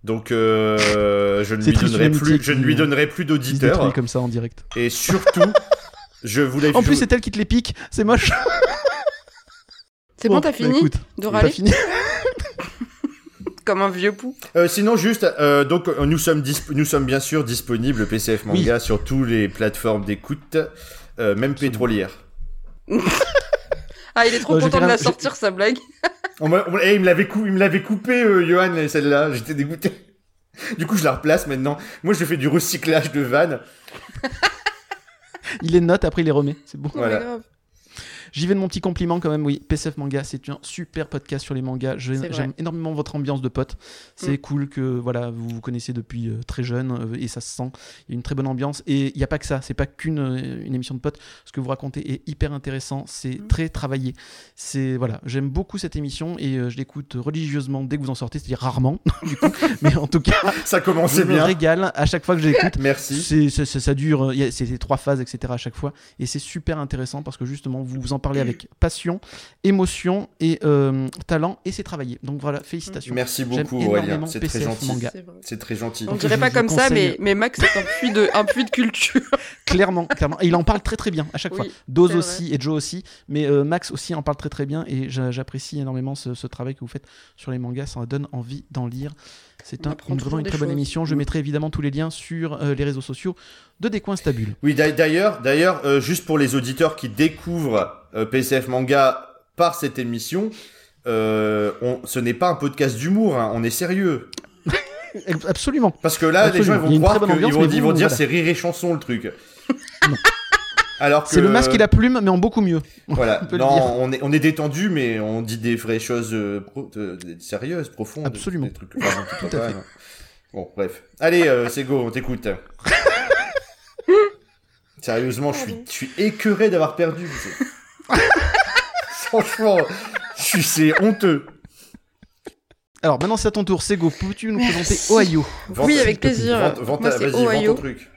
[SPEAKER 4] Donc euh, je ne
[SPEAKER 2] C'est
[SPEAKER 4] lui
[SPEAKER 2] triste,
[SPEAKER 4] donnerai
[SPEAKER 2] une amitié
[SPEAKER 4] plus je ne
[SPEAKER 2] qui-
[SPEAKER 4] lui donnerai plus
[SPEAKER 2] Ils se détruisent
[SPEAKER 4] d'auditeurs
[SPEAKER 2] comme ça en direct.
[SPEAKER 4] et surtout je voulais
[SPEAKER 2] En plus, c'est elle qui te les pique, c'est moche.
[SPEAKER 3] C'est bon, t'as fini
[SPEAKER 2] bah, écoute,
[SPEAKER 3] de
[SPEAKER 2] t'as
[SPEAKER 3] râler
[SPEAKER 2] fini.
[SPEAKER 3] comme un vieux pou.
[SPEAKER 4] Euh, sinon, juste, euh, donc euh, nous sommes disp- nous sommes bien sûr disponibles PCF Manga sur toutes les plateformes d'écoute, euh, même pétrolière.
[SPEAKER 3] Ah, il est trop
[SPEAKER 2] Non, j'ai
[SPEAKER 3] content
[SPEAKER 2] fait
[SPEAKER 3] de
[SPEAKER 2] la-
[SPEAKER 3] la sortir, sa blague.
[SPEAKER 4] On m'a- on- eh, il me l'avait cou- il me l'avait coupé, euh, Johan, celle-là. J'étais dégoûté. Du coup, je la replace maintenant. Moi, je fais du recyclage de vannes.
[SPEAKER 2] Il les note, après il les remet. C'est bon.
[SPEAKER 3] Non,
[SPEAKER 4] Voilà.
[SPEAKER 3] Oh, mais grave.
[SPEAKER 2] J'y vais de mon petit compliment quand même, oui. PCF Manga, c'est un super podcast sur les mangas. Je-
[SPEAKER 3] C'est vrai. Mm.
[SPEAKER 2] J'aime énormément votre ambiance de pote. C'est cool que voilà, vous vous connaissez depuis euh, très jeune euh, et ça se sent. Il y a une très bonne ambiance et il n'y a pas que ça. C'est pas qu'une euh, une émission de pote. Ce que vous racontez est hyper intéressant. C'est
[SPEAKER 3] Mm.
[SPEAKER 2] très travaillé. C'est voilà, j'aime beaucoup cette émission et euh, je l'écoute religieusement dès que vous en sortez, c'est-à-dire rarement du coup, mais en tout cas,
[SPEAKER 4] Ça
[SPEAKER 2] je
[SPEAKER 4] commençait
[SPEAKER 2] me
[SPEAKER 4] bien.
[SPEAKER 2] régale à chaque fois que j'écoute.
[SPEAKER 4] Merci.
[SPEAKER 2] C'est- c'est- ça, ça dure, euh, il y a- c'est c'est trois phases, etc. à chaque fois. Et c'est super intéressant parce que justement, vous vous vous en parlez avec passion, émotion et euh, talent, et c'est travaillé. Donc voilà, félicitations.
[SPEAKER 4] Merci
[SPEAKER 2] J'aime
[SPEAKER 4] beaucoup,
[SPEAKER 2] énormément
[SPEAKER 4] Aurélien. C'est très
[SPEAKER 2] PCF
[SPEAKER 4] gentil.
[SPEAKER 2] Manga.
[SPEAKER 3] C'est vrai.
[SPEAKER 4] C'est très gentil.
[SPEAKER 3] On
[SPEAKER 2] Donc,
[SPEAKER 3] dirait
[SPEAKER 2] je
[SPEAKER 3] pas
[SPEAKER 2] vous
[SPEAKER 3] comme ça,
[SPEAKER 2] conseille-
[SPEAKER 3] mais, mais Max est un puits de, un puits de culture.
[SPEAKER 2] Clairement, clairement. Et il en parle très très bien à chaque fois.
[SPEAKER 3] Oui,
[SPEAKER 2] Doz
[SPEAKER 3] c'est
[SPEAKER 2] aussi et Joe aussi. Mais euh, Max aussi en parle très très bien. Et j'a- j'apprécie énormément ce, ce travail que vous faites sur les mangas. Ça donne envie d'en lire. C'est
[SPEAKER 3] On
[SPEAKER 2] un-
[SPEAKER 3] apprend
[SPEAKER 2] une, vraiment
[SPEAKER 3] toujours
[SPEAKER 2] une
[SPEAKER 3] des
[SPEAKER 2] très bonne
[SPEAKER 3] choses.
[SPEAKER 2] émission.
[SPEAKER 4] Mm.
[SPEAKER 2] Je mettrai évidemment tous les liens sur euh, les réseaux sociaux de Des Coins Stabules.
[SPEAKER 4] Oui, d'a- d'ailleurs, d'ailleurs, euh, juste pour les auditeurs qui découvrent euh, PCF Manga par cette émission, euh, on, ce n'est pas un podcast d'humour, hein, on est sérieux.
[SPEAKER 2] Absolument.
[SPEAKER 4] Parce que là,
[SPEAKER 2] Absolument,
[SPEAKER 4] les gens
[SPEAKER 2] il y a
[SPEAKER 4] ils
[SPEAKER 2] une
[SPEAKER 4] vont
[SPEAKER 2] très
[SPEAKER 4] croire
[SPEAKER 2] bonne
[SPEAKER 4] que-
[SPEAKER 2] ambiance,
[SPEAKER 4] ils vont,
[SPEAKER 2] mais
[SPEAKER 4] ils
[SPEAKER 2] vous,
[SPEAKER 4] vont dire
[SPEAKER 2] voilà.
[SPEAKER 4] c'est rire et chanson le truc. Alors que
[SPEAKER 2] C'est le masque et la plume, mais en beaucoup mieux.
[SPEAKER 4] voilà,
[SPEAKER 2] on peut le
[SPEAKER 4] non,
[SPEAKER 2] dire.
[SPEAKER 4] on est on est détendu, mais on dit des vraies choses euh, pro- de- de- sérieuses, profondes.
[SPEAKER 2] Absolument.
[SPEAKER 4] Des trucs vraiment tout
[SPEAKER 2] Tout à
[SPEAKER 4] à
[SPEAKER 2] fait.
[SPEAKER 4] Bon, bref. Allez, euh, c'est go, on t'écoute. Sérieusement, je suis, je suis écœuré d'avoir perdu. tu sais. Franchement, je suis- c'est honteux.
[SPEAKER 2] Alors maintenant, c'est à ton tour. Sego, peux-tu nous présenter Ohio
[SPEAKER 3] oui,
[SPEAKER 4] Vente-
[SPEAKER 3] avec plaisir.
[SPEAKER 4] Vente, vente-
[SPEAKER 3] Moi,
[SPEAKER 4] vas-y,
[SPEAKER 3] c'est
[SPEAKER 4] vente ton
[SPEAKER 3] Ohio.
[SPEAKER 4] truc.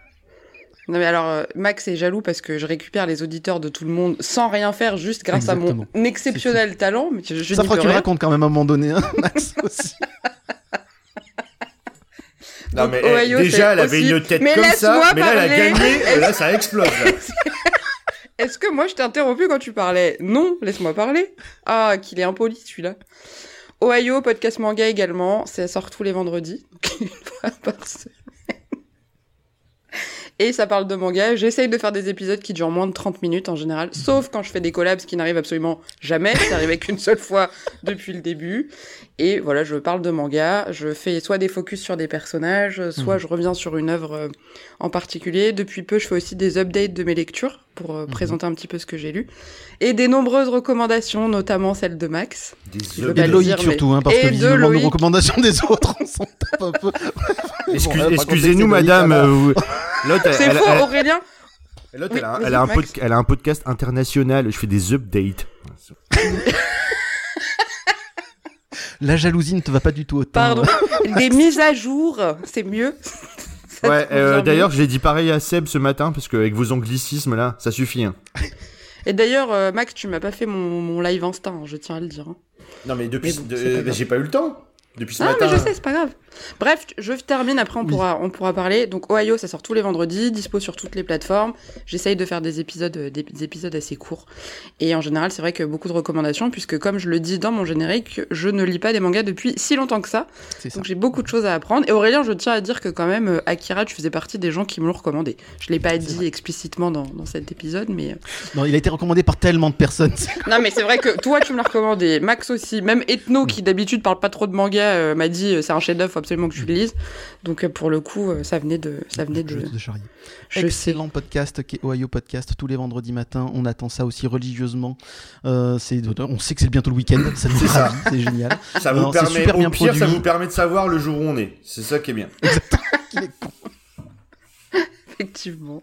[SPEAKER 3] Non mais alors euh, Max est jaloux parce que je récupère les auditeurs de tout le monde sans rien faire, juste grâce
[SPEAKER 2] Exactement.
[SPEAKER 3] à mon exceptionnel talent. Mais je, je
[SPEAKER 2] Ça fera
[SPEAKER 3] n'y
[SPEAKER 2] que
[SPEAKER 3] peux
[SPEAKER 2] tu le
[SPEAKER 3] rien.
[SPEAKER 2] racontes quand même à un moment donné, hein, Max aussi.
[SPEAKER 4] Non,
[SPEAKER 3] Donc,
[SPEAKER 4] mais eh,
[SPEAKER 3] Ohio,
[SPEAKER 4] déjà,
[SPEAKER 3] c'est
[SPEAKER 4] elle avait
[SPEAKER 3] aussi-
[SPEAKER 4] une tête
[SPEAKER 3] Mais
[SPEAKER 4] comme ça,
[SPEAKER 3] laisse-moi
[SPEAKER 4] mais là, elle a
[SPEAKER 3] parler.
[SPEAKER 4] gagné, et là, ça explose. là.
[SPEAKER 3] Est-ce que moi je t'ai interrompu quand tu parlais Non, laisse-moi parler. Ah, qu'il est impoli celui-là. Ohio, podcast manga également, ça sort tous les vendredis, donc une fois par semaine. Et ça parle de manga. J'essaye de faire des épisodes qui durent moins de 30 minutes en général, sauf quand je fais des collabs, ce qui n'arrive absolument jamais. C'est arrivé qu'une seule fois depuis le début. Et voilà, je parle de manga. Je fais soit des focus sur des personnages, soit je reviens sur une œuvre euh, en particulier. Depuis peu, je fais aussi des updates de mes lectures pour
[SPEAKER 8] Mhm.
[SPEAKER 3] euh, présenter un petit peu ce que j'ai lu. Et des nombreuses recommandations, notamment celle de Max.
[SPEAKER 4] Des
[SPEAKER 3] veux
[SPEAKER 4] ob-
[SPEAKER 3] pas
[SPEAKER 2] Et
[SPEAKER 3] le
[SPEAKER 2] Loïc
[SPEAKER 3] dire, mais-
[SPEAKER 2] surtout, hein, parce
[SPEAKER 3] Et
[SPEAKER 2] que
[SPEAKER 3] de
[SPEAKER 2] visiblement, nos
[SPEAKER 3] Loïc.
[SPEAKER 2] recommandations des autres, on s'en tape un peu.
[SPEAKER 4] Excuse-
[SPEAKER 2] Bon, on va pas compter,
[SPEAKER 8] Excusez-nous,
[SPEAKER 2] c'est Loïc,
[SPEAKER 8] madame.
[SPEAKER 2] alors.
[SPEAKER 8] euh, vous- L'autre, elle-
[SPEAKER 3] C'est
[SPEAKER 8] elle-
[SPEAKER 3] faux,
[SPEAKER 8] elle-
[SPEAKER 3] Aurélien
[SPEAKER 4] L'autre,
[SPEAKER 3] Oui,
[SPEAKER 4] elle a un-
[SPEAKER 3] vas-y,
[SPEAKER 8] elle a un
[SPEAKER 3] Max.
[SPEAKER 8] podca- elle a un podcast international. Je fais des updates.
[SPEAKER 2] La jalousie ne te va pas du tout hein. au teint.
[SPEAKER 3] Pardon. Des mises à jour, c'est mieux. Ça
[SPEAKER 8] Ouais,
[SPEAKER 3] te
[SPEAKER 8] euh,
[SPEAKER 3] convient
[SPEAKER 8] d'ailleurs,
[SPEAKER 3] mieux.
[SPEAKER 8] j'ai dit pareil à Seb ce matin, parce qu'avec vos anglicismes là, ça suffit. hein.
[SPEAKER 3] Et d'ailleurs, euh, Max, tu m'as pas fait mon, mon live Insta, hein, je tiens à le dire. hein.
[SPEAKER 4] Non, mais depuis,
[SPEAKER 3] Mais bon,
[SPEAKER 4] de-
[SPEAKER 3] c'est pas
[SPEAKER 4] euh,
[SPEAKER 3] grave.
[SPEAKER 4] j'ai pas eu le temps. Depuis ce
[SPEAKER 3] Ah,
[SPEAKER 4] matin.
[SPEAKER 3] mais je sais, c'est pas grave. Bref, je termine, après on,
[SPEAKER 2] Oui.
[SPEAKER 3] pourra, on pourra parler. Donc, Ohio, ça sort tous les vendredis, dispo sur toutes les plateformes. J'essaye de faire des épisodes, euh, des, des épisodes assez courts. Et en général, c'est vrai que beaucoup de recommandations, puisque comme je le dis dans mon générique, je ne lis pas des mangas depuis si longtemps que ça.
[SPEAKER 2] C'est ça.
[SPEAKER 3] Donc j'ai beaucoup de choses à apprendre. Et Aurélien, je tiens à dire que quand même, euh, Akira, tu faisais partie des gens qui me l'ont recommandé. Je l'ai pas dit explicitement dans, dans cet épisode, mais... euh,
[SPEAKER 2] Non, il a été recommandé par tellement de personnes.
[SPEAKER 3] non, mais c'est vrai que toi, tu me l'as recommandé. Max aussi. Même Ethno,
[SPEAKER 2] Mm.
[SPEAKER 3] qui d'habitude parle pas trop de manga, euh, m'a dit euh, c'est un chef-d'œuvre, faut absolument que
[SPEAKER 2] Mm.
[SPEAKER 3] tu le lises. Donc euh, pour le coup, euh, ça venait de... Ça venait de...
[SPEAKER 2] Juste de charrier.
[SPEAKER 3] Je sais.
[SPEAKER 2] Excellent podcast qui est Ohio Podcast tous les vendredis matins. On attend ça aussi religieusement. Euh, c'est- on sait que c'est bientôt le week-end. Ça nous
[SPEAKER 4] C'est ça.
[SPEAKER 2] ravit, c'est génial.
[SPEAKER 4] Ça vous
[SPEAKER 2] Non, c'est
[SPEAKER 4] permet,
[SPEAKER 2] super
[SPEAKER 4] au
[SPEAKER 2] bien
[SPEAKER 4] pire, ça
[SPEAKER 2] produit.
[SPEAKER 4] vous permet de savoir le jour où on est. C'est ça qui est bien.
[SPEAKER 3] Effectivement.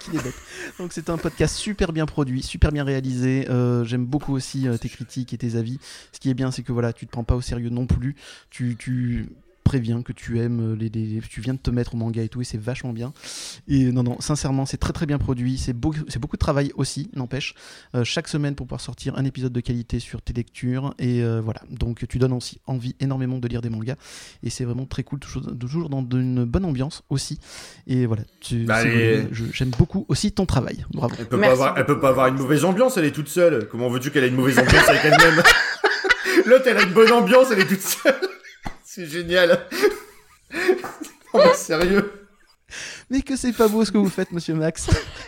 [SPEAKER 2] Qu'il est bête. Donc c'est un podcast super bien produit, super bien réalisé. Euh, J'aime beaucoup aussi euh, tes critiques et tes avis. Ce qui est bien, c'est que voilà, tu te prends pas au sérieux non plus. Tu, tu préviens que tu aimes euh, les, les- tu viens de te mettre au manga et tout, et c'est vachement bien. Et non, non, sincèrement, c'est très très bien produit. C'est beau- c'est beaucoup de travail aussi, n'empêche. Euh, chaque semaine pour pouvoir sortir un épisode de qualité sur tes lectures et euh, voilà. Donc tu donnes aussi envie énormément de lire des mangas et c'est vraiment très cool, toujours, toujours dans une bonne ambiance aussi. Et voilà, tu-
[SPEAKER 4] Bah,
[SPEAKER 2] c'est-
[SPEAKER 4] allez.
[SPEAKER 2] je- j'aime beaucoup aussi ton travail. Bravo.
[SPEAKER 4] Elle peut, pas
[SPEAKER 3] Merci
[SPEAKER 4] avoir, elle peut
[SPEAKER 3] beaucoup.
[SPEAKER 4] pas avoir une mauvaise ambiance, elle est toute seule. Comment veux-tu qu'elle ait une mauvaise ambiance avec elle-même L'autre, elle a une bonne ambiance, elle est toute seule. C'est génial. Non, mais sérieux.
[SPEAKER 2] Mais que c'est pas beau ce que vous faites, monsieur Max.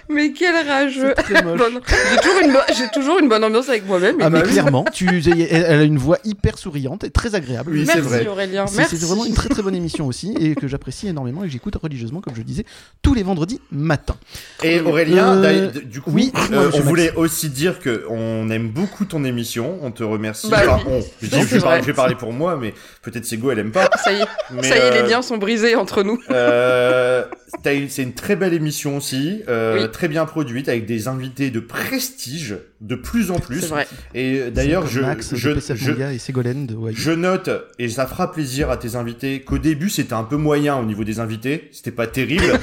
[SPEAKER 3] Mais quel rageux
[SPEAKER 2] C'est très moche.
[SPEAKER 3] Non, non. J'ai toujours, une bo- j'ai toujours une bonne ambiance avec moi-même.
[SPEAKER 2] Ah, mais
[SPEAKER 4] oui.
[SPEAKER 2] clairement, tu, elle elle a une voix hyper souriante et très agréable.
[SPEAKER 4] Oui,
[SPEAKER 3] Merci
[SPEAKER 4] c'est vrai.
[SPEAKER 3] Aurélien,
[SPEAKER 2] C'est-
[SPEAKER 3] merci.
[SPEAKER 2] C'est vraiment une très très bonne émission aussi et que j'apprécie énormément et que j'écoute religieusement, comme je disais, tous les vendredis matin.
[SPEAKER 4] Et Aurélien,
[SPEAKER 2] Euh,
[SPEAKER 4] d'ailleurs, du coup,
[SPEAKER 2] oui, dis-moi,
[SPEAKER 4] euh,
[SPEAKER 2] monsieur
[SPEAKER 4] on
[SPEAKER 2] Max.
[SPEAKER 4] voulait aussi dire que on aime beaucoup ton émission, on te remercie.
[SPEAKER 3] Bah
[SPEAKER 4] Enfin,
[SPEAKER 3] oui.
[SPEAKER 4] on, je, dis-
[SPEAKER 3] Non,
[SPEAKER 4] je
[SPEAKER 3] c'est
[SPEAKER 4] parle-
[SPEAKER 3] vrai.
[SPEAKER 4] je vais parler pour moi, mais peut-être Sego, elle aime pas.
[SPEAKER 3] Ça y est,
[SPEAKER 4] Mais,
[SPEAKER 3] ça y est
[SPEAKER 4] euh,
[SPEAKER 3] les liens sont brisés entre nous.
[SPEAKER 4] Euh, t'as une- c'est une très belle émission aussi, euh,
[SPEAKER 3] Oui.
[SPEAKER 4] très bien produite, avec des invités de prestige, de plus en
[SPEAKER 3] C'est
[SPEAKER 4] plus.
[SPEAKER 3] vrai.
[SPEAKER 4] Et euh, d'ailleurs,
[SPEAKER 2] C'est
[SPEAKER 4] je,
[SPEAKER 2] Max, de
[SPEAKER 4] je,
[SPEAKER 2] PCF
[SPEAKER 4] je,
[SPEAKER 2] Manga et Ségolène de Hawaii.
[SPEAKER 4] je note, et ça fera plaisir à tes invités, qu'au début c'était un peu moyen au niveau des invités, c'était pas terrible.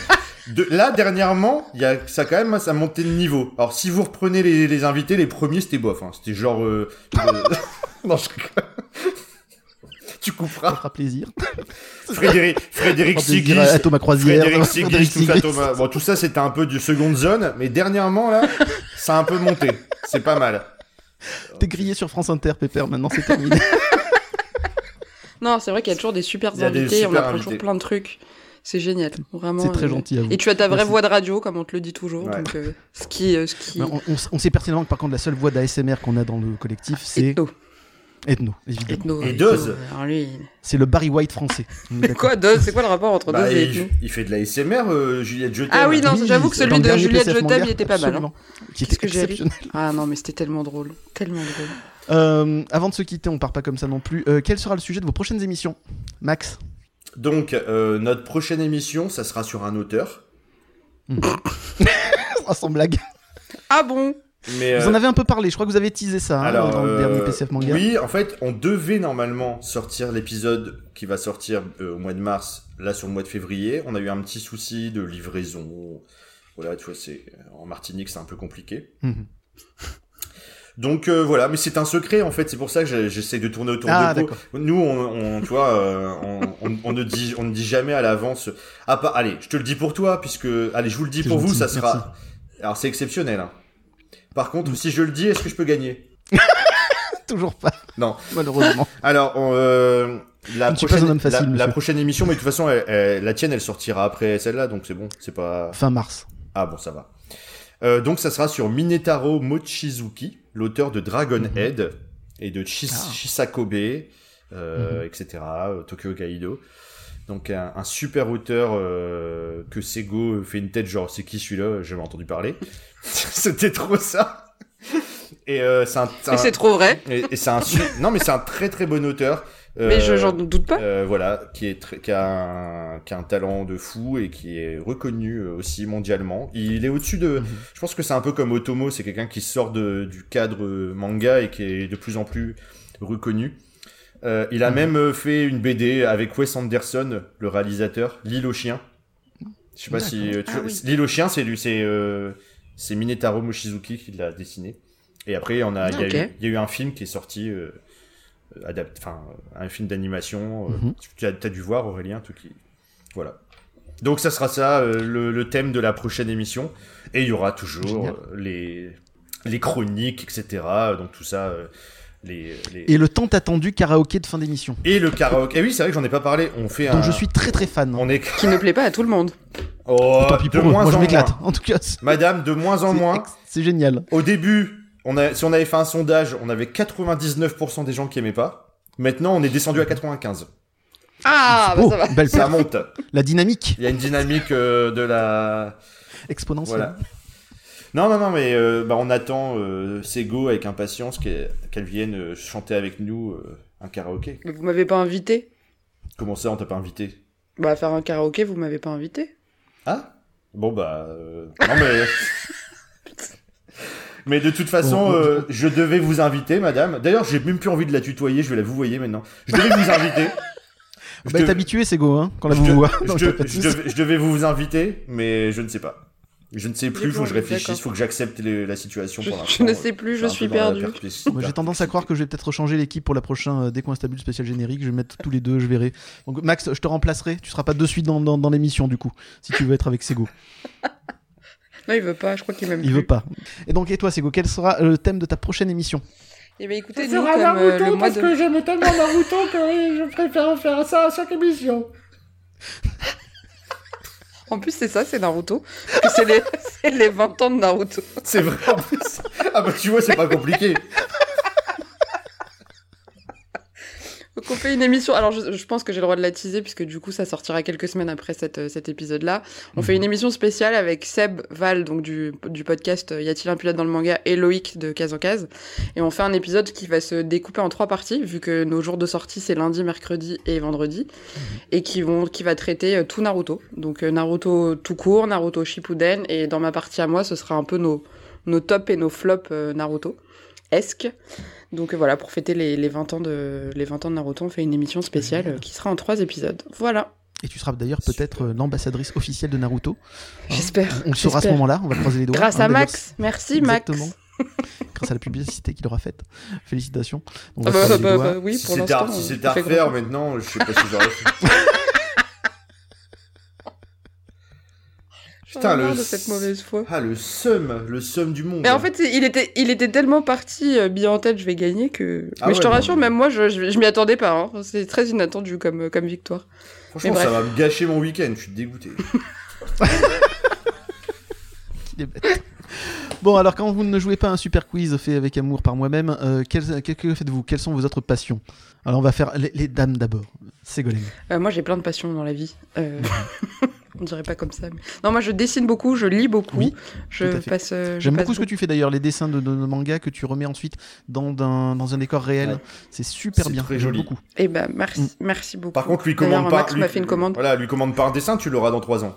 [SPEAKER 4] de, là, dernièrement, il y a, ça a quand même, ça a monté de niveau. Alors, si vous reprenez les, les invités, les premiers, c'était bof. Hein. C'était genre... euh, euh, non, je rigole. Tu
[SPEAKER 2] Ça
[SPEAKER 4] couperas.
[SPEAKER 2] fera plaisir.
[SPEAKER 4] Frédéric, Frédéric
[SPEAKER 2] Ça fera plaisir
[SPEAKER 4] Sigis.
[SPEAKER 2] à Thomas Croisière.
[SPEAKER 4] Frédéric Sigis, tout ça,
[SPEAKER 2] Sigis.
[SPEAKER 4] Thomas. Bon, tout ça, c'était un peu du seconde zone, mais dernièrement, là, ça a un peu monté. C'est pas mal.
[SPEAKER 2] T'es grillé sur France Inter, Pépère, maintenant c'est terminé.
[SPEAKER 3] Non, c'est vrai qu'il y a toujours des super
[SPEAKER 4] Il y a des
[SPEAKER 3] invités, on
[SPEAKER 4] super
[SPEAKER 3] apprend toujours
[SPEAKER 4] invités.
[SPEAKER 3] plein de trucs. C'est génial, vraiment.
[SPEAKER 2] C'est très
[SPEAKER 3] euh,
[SPEAKER 2] gentil à vous.
[SPEAKER 3] Et tu as ta vraie
[SPEAKER 2] Merci.
[SPEAKER 3] voix de radio, comme on te le dit toujours.
[SPEAKER 4] Ouais.
[SPEAKER 3] Donc, euh, ce qui. euh, ce qui...
[SPEAKER 2] Mais on, on s- on sait pertinemment que par contre la seule voix d'ASMR qu'on a dans le collectif, c'est
[SPEAKER 3] Ah, Ethno.
[SPEAKER 2] Ethno, évidemment.
[SPEAKER 3] Ethno.
[SPEAKER 4] Et Dose.
[SPEAKER 3] Alors lui.
[SPEAKER 2] C'est le Barry White français. On est
[SPEAKER 3] Mais
[SPEAKER 2] d'accord.
[SPEAKER 3] quoi, Dose C'est quoi le rapport entre
[SPEAKER 4] Bah,
[SPEAKER 3] Dose et
[SPEAKER 4] il,
[SPEAKER 3] Ethno
[SPEAKER 4] il fait de la SMR, euh, Juliette Jetem.
[SPEAKER 3] Ah oui, non, j'avoue que
[SPEAKER 2] c'est dans le
[SPEAKER 3] celui de
[SPEAKER 2] dernier
[SPEAKER 3] Juliette
[SPEAKER 2] PCF
[SPEAKER 3] Je t'aime, il
[SPEAKER 2] Manga,
[SPEAKER 3] était pas mal. hein.
[SPEAKER 2] absolument. Qui
[SPEAKER 3] Qu'est-ce
[SPEAKER 2] était
[SPEAKER 3] que j'ai ri
[SPEAKER 2] exceptionnel.
[SPEAKER 3] Ah non, mais c'était tellement drôle. Tellement drôle.
[SPEAKER 2] Euh, avant de se quitter, on part pas comme ça non plus. Euh, quel sera le sujet de vos prochaines émissions Max
[SPEAKER 4] Donc, euh, notre prochaine émission, ça sera sur un auteur.
[SPEAKER 3] Oh,
[SPEAKER 2] Ah, Sans blague.
[SPEAKER 3] Ah bon
[SPEAKER 4] Mais,
[SPEAKER 2] Vous
[SPEAKER 4] euh,
[SPEAKER 2] en avez un peu parlé, je crois que vous avez teasé ça hein,
[SPEAKER 4] alors,
[SPEAKER 2] dans le
[SPEAKER 4] euh,
[SPEAKER 2] dernier PCF Manga.
[SPEAKER 4] Oui, en fait, on devait normalement sortir l'épisode qui va sortir euh, au mois de mars, là sur le mois de février. On a eu un petit souci de livraison. Voilà, tu vois, c'est en Martinique, c'est un peu compliqué.
[SPEAKER 2] Mhm.
[SPEAKER 4] Donc euh, voilà, mais c'est un secret en fait. C'est pour ça que j'ai- j'essaie de tourner autour
[SPEAKER 2] Ah,
[SPEAKER 4] de pot.
[SPEAKER 2] d'accord.
[SPEAKER 4] Nous, on, on- tu vois, euh, on, on- on ne dit, on ne dit jamais à l'avance. Ah pas, allez, je te le dis pour toi, puisque allez, je vous le dis
[SPEAKER 2] C'est
[SPEAKER 4] pour vous,
[SPEAKER 2] gentil,
[SPEAKER 4] ça sera.
[SPEAKER 2] merci. Mm.
[SPEAKER 4] Alors c'est exceptionnel. hein. Par contre, si je le dis, est-ce que je peux gagner
[SPEAKER 2] Toujours pas.
[SPEAKER 4] Non.
[SPEAKER 2] Malheureusement.
[SPEAKER 4] Alors, on, euh, la,
[SPEAKER 2] Je ne suis pas un homme facile,
[SPEAKER 4] la- la
[SPEAKER 2] monsieur.
[SPEAKER 4] prochaine émission, mais de toute façon, elle- elle- la tienne, elle sortira après celle-là, donc c'est bon, c'est pas.
[SPEAKER 2] fin mars.
[SPEAKER 4] Ah bon, ça va. Euh, donc, ça sera sur Minetaro Mochizuki, l'auteur de Dragonhead et de Chis-
[SPEAKER 2] Mhm. Ah. Mhm.
[SPEAKER 4] Chisakobe, euh, etc., euh, Tokyo Gaido. Donc, un, un super auteur euh, que Sego fait une tête genre, c'est qui celui-là J'ai jamais entendu parler. C'était trop ça. Et euh, c'est un.
[SPEAKER 3] Mais c'est trop vrai.
[SPEAKER 4] et- et c'est un su- non mais c'est un très très bon auteur.
[SPEAKER 3] Mais je
[SPEAKER 4] Euh,
[SPEAKER 3] j'en doute pas.
[SPEAKER 4] euh, voilà, qui, est très- qui, a un, qui a un talent de fou et qui est reconnu euh, aussi mondialement. Il est au-dessus de.
[SPEAKER 2] Mhm.
[SPEAKER 4] Je pense que c'est un peu comme Otomo, c'est quelqu'un qui sort de- du cadre euh, manga et qui est de plus en plus reconnu. Euh, il a
[SPEAKER 3] Mhm.
[SPEAKER 4] même euh, fait une BD avec Wes Anderson, le réalisateur, L'île aux chiens. Je sais pas si. euh, tu
[SPEAKER 3] Ah
[SPEAKER 4] vois,
[SPEAKER 3] oui.
[SPEAKER 4] L'île aux chiens, c'est lui, c'est euh, c'est Minetaro Mochizuki qui l'a dessiné. Et après, on
[SPEAKER 2] Ah,
[SPEAKER 4] a, il y a
[SPEAKER 3] Ok.
[SPEAKER 4] eu- il y, a eu un film qui est sorti. euh, adapte, enfin, un film d'animation. euh,
[SPEAKER 2] Mhm.
[SPEAKER 4] Tu as, t'as dû voir Aurélien, tout qui, voilà. Donc ça sera ça euh, le, le thème de la prochaine émission, et il y aura toujours
[SPEAKER 2] Génial.
[SPEAKER 4] euh, les les chroniques, etc. euh, Donc tout ça, euh, les, les-
[SPEAKER 2] Et le tant attendu karaoké de fin d'émission.
[SPEAKER 4] et le karaoke. Et oui, c'est vrai que j'en ai pas parlé. On fait un.
[SPEAKER 2] dont je suis très très fan.
[SPEAKER 4] On est.
[SPEAKER 3] Qui ne plaît pas à tout le monde.
[SPEAKER 4] Oh,
[SPEAKER 2] Tant pis
[SPEAKER 4] de
[SPEAKER 2] pour eux,
[SPEAKER 4] moins
[SPEAKER 2] moi je
[SPEAKER 4] en
[SPEAKER 2] m'éclate.
[SPEAKER 4] moins.
[SPEAKER 2] En tout cas, c'est
[SPEAKER 4] Madame, de moins en
[SPEAKER 2] c'est
[SPEAKER 4] moins.
[SPEAKER 2] ex- c'est génial.
[SPEAKER 4] Au début, on a, si on avait fait un sondage, on avait 99% des gens qui aimaient pas. Maintenant, on est descendu à 95.
[SPEAKER 3] Ah, bah
[SPEAKER 2] Oh,
[SPEAKER 3] ça va.
[SPEAKER 2] belle
[SPEAKER 4] Ça
[SPEAKER 2] perf.
[SPEAKER 4] monte.
[SPEAKER 2] La dynamique
[SPEAKER 4] Il y a une dynamique euh, de la.
[SPEAKER 2] exponentielle.
[SPEAKER 4] Voilà. Non, non, non, mais euh, bah, on attend euh, Sego avec impatience qu'elle qu'elle vienne euh, chanter avec nous euh, un karaoké.
[SPEAKER 3] Mais vous m'avez pas invité
[SPEAKER 4] Comment ça, on t'a pas invité
[SPEAKER 3] Bah, faire un karaoké, vous m'avez pas invité
[SPEAKER 4] Ah Bon, bah. euh, Non, mais. mais de toute
[SPEAKER 2] Bon,
[SPEAKER 4] façon,
[SPEAKER 2] bon.
[SPEAKER 4] euh, je devais vous inviter, madame. D'ailleurs, j'ai même plus envie de la tutoyer, je vais la vous voyez maintenant. Je devais vous inviter. Je
[SPEAKER 2] Bah,
[SPEAKER 4] dev-
[SPEAKER 2] t'es habitué, c'est go, hein, quand la
[SPEAKER 4] je,
[SPEAKER 2] vous voit.
[SPEAKER 4] je
[SPEAKER 2] Donc,
[SPEAKER 4] dev-
[SPEAKER 2] y a pas de
[SPEAKER 4] je
[SPEAKER 2] souci.
[SPEAKER 4] devais- je devais vous inviter, mais je ne sais pas. Je ne sais plus,
[SPEAKER 3] plus
[SPEAKER 4] faut que je
[SPEAKER 3] envie,
[SPEAKER 4] réfléchisse,
[SPEAKER 3] d'accord.
[SPEAKER 4] faut que j'accepte les- la situation
[SPEAKER 3] Je,
[SPEAKER 4] pour
[SPEAKER 3] je
[SPEAKER 4] l'instant.
[SPEAKER 3] ne sais plus, je
[SPEAKER 4] un peu
[SPEAKER 3] suis
[SPEAKER 4] dans la
[SPEAKER 3] perdu.
[SPEAKER 4] perplex-
[SPEAKER 2] Moi, j'ai tendance à croire que je vais peut-être changer l'équipe pour la prochaine euh, dès qu'on établit le spécial générique. Je vais mettre tous les deux, je verrai. Donc Max, je te remplacerai. Tu seras pas de suite dans, dans- dans l'émission du coup, si tu veux être avec Sego.
[SPEAKER 3] Non, il veut pas, je crois qu'il m'aime
[SPEAKER 2] Il
[SPEAKER 3] plus.
[SPEAKER 2] veut pas. Et donc et toi Sego, quel sera euh, le thème de ta prochaine émission
[SPEAKER 3] Eh ben écoutez,
[SPEAKER 7] Ça
[SPEAKER 3] nous,
[SPEAKER 7] sera
[SPEAKER 3] comme euh,
[SPEAKER 7] Naruto
[SPEAKER 3] le mois
[SPEAKER 7] parce
[SPEAKER 3] de...
[SPEAKER 7] que j'aime tellement Naruto que je préfère faire ça à chaque émission.
[SPEAKER 3] En plus, c'est ça, c'est Naruto. Parce que c'est les... c'est les 20 ans de Naruto.
[SPEAKER 4] C'est vrai en plus. Ah bah tu vois, c'est pas compliqué.
[SPEAKER 3] Donc on fait une émission, alors je, je pense que j'ai le droit de la teaser puisque du coup ça sortira quelques semaines après cette, euh, cet épisode-là. On fait une émission spéciale avec Seb Val, donc du, du podcast euh, Y a-t-il un pilote dans le manga et Loïc de Case en Case. Et on fait un épisode qui va se découper en trois parties vu que nos jours de sortie c'est lundi, mercredi et vendredi et qui, vont, qui va traiter euh, tout Naruto. Donc euh, Naruto tout court, Naruto Shippuden et dans ma partie à moi ce sera un peu nos, nos tops et nos flops euh, Naruto. Esque. Donc euh, voilà, pour fêter les, les 20 ans de, les 20 ans de Naruto, on fait une émission spéciale euh, qui sera en trois épisodes. Voilà.
[SPEAKER 2] Et tu seras d'ailleurs peut-être euh, l'ambassadrice officielle de Naruto. Hein
[SPEAKER 3] J'espère.
[SPEAKER 2] On le saura à ce
[SPEAKER 3] j'espère.
[SPEAKER 2] moment-là, on va croiser les doigts.
[SPEAKER 3] Grâce
[SPEAKER 2] hein,
[SPEAKER 3] à
[SPEAKER 2] d'ailleurs,
[SPEAKER 3] Max.
[SPEAKER 2] c'est-
[SPEAKER 3] Merci, Max.
[SPEAKER 2] Exactement. Grâce à la publicité qu'il aura faite. Félicitations. On va
[SPEAKER 3] Ah bah,
[SPEAKER 2] croiser
[SPEAKER 3] bah,
[SPEAKER 2] les
[SPEAKER 3] bah,
[SPEAKER 2] doigts.
[SPEAKER 3] bah, oui,
[SPEAKER 4] si
[SPEAKER 3] pour
[SPEAKER 4] c'était à,
[SPEAKER 3] l'instant.
[SPEAKER 4] si
[SPEAKER 3] on
[SPEAKER 4] c'était à
[SPEAKER 3] fait
[SPEAKER 4] refaire
[SPEAKER 3] grand-
[SPEAKER 4] maintenant, je sais pas si j'aurais fait. Putain,
[SPEAKER 3] J'en ai
[SPEAKER 4] le.
[SPEAKER 3] marre Oh, de cette mauvaise foi.
[SPEAKER 4] Ah, le seum, le seum du monde.
[SPEAKER 3] Mais en fait, il était, il était tellement parti euh, bien en tête, je vais gagner que.
[SPEAKER 4] Ah
[SPEAKER 3] mais je
[SPEAKER 4] ouais,
[SPEAKER 3] te
[SPEAKER 4] non,
[SPEAKER 3] rassure,
[SPEAKER 4] mais-
[SPEAKER 3] même moi, je, je, je m'y attendais pas. hein. C'est très inattendu comme, euh, comme victoire.
[SPEAKER 4] Franchement,
[SPEAKER 3] mais
[SPEAKER 4] ça
[SPEAKER 3] bref.
[SPEAKER 4] va me gâcher mon week-end, je suis dégoûté.
[SPEAKER 2] Il est bête.
[SPEAKER 3] bah.
[SPEAKER 2] Bon, alors quand vous ne jouez pas à un super quiz fait avec amour par moi-même, euh, quelles- que- que faites-vous Quelles sont vos autres passions Alors on va faire les, les dames d'abord. Ségolène.
[SPEAKER 3] Euh, moi, j'ai plein de passions dans la vie. Euh, on dirait pas comme ça. mais- Non, moi, je dessine beaucoup, je lis beaucoup.
[SPEAKER 2] Oui,
[SPEAKER 3] je
[SPEAKER 2] tout à fait.
[SPEAKER 3] passe. euh, je
[SPEAKER 2] J'aime
[SPEAKER 3] passe
[SPEAKER 2] beaucoup ce que tu fais d'ailleurs, les dessins de, de, de manga que tu remets ensuite dans, d'un- dans un décor réel.
[SPEAKER 4] Ouais.
[SPEAKER 2] C'est super
[SPEAKER 4] C'est
[SPEAKER 2] bien.
[SPEAKER 4] très
[SPEAKER 2] J'aime
[SPEAKER 4] joli.
[SPEAKER 2] Beaucoup.
[SPEAKER 3] Eh ben, merci,
[SPEAKER 2] Mm.
[SPEAKER 3] merci beaucoup.
[SPEAKER 4] Par contre, lui
[SPEAKER 3] D'ailleurs,
[SPEAKER 4] commande pas.
[SPEAKER 3] Max
[SPEAKER 4] lui-
[SPEAKER 3] m'a fait une commande.
[SPEAKER 4] Voilà, lui commande pas un dessin, tu l'auras dans 3 ans.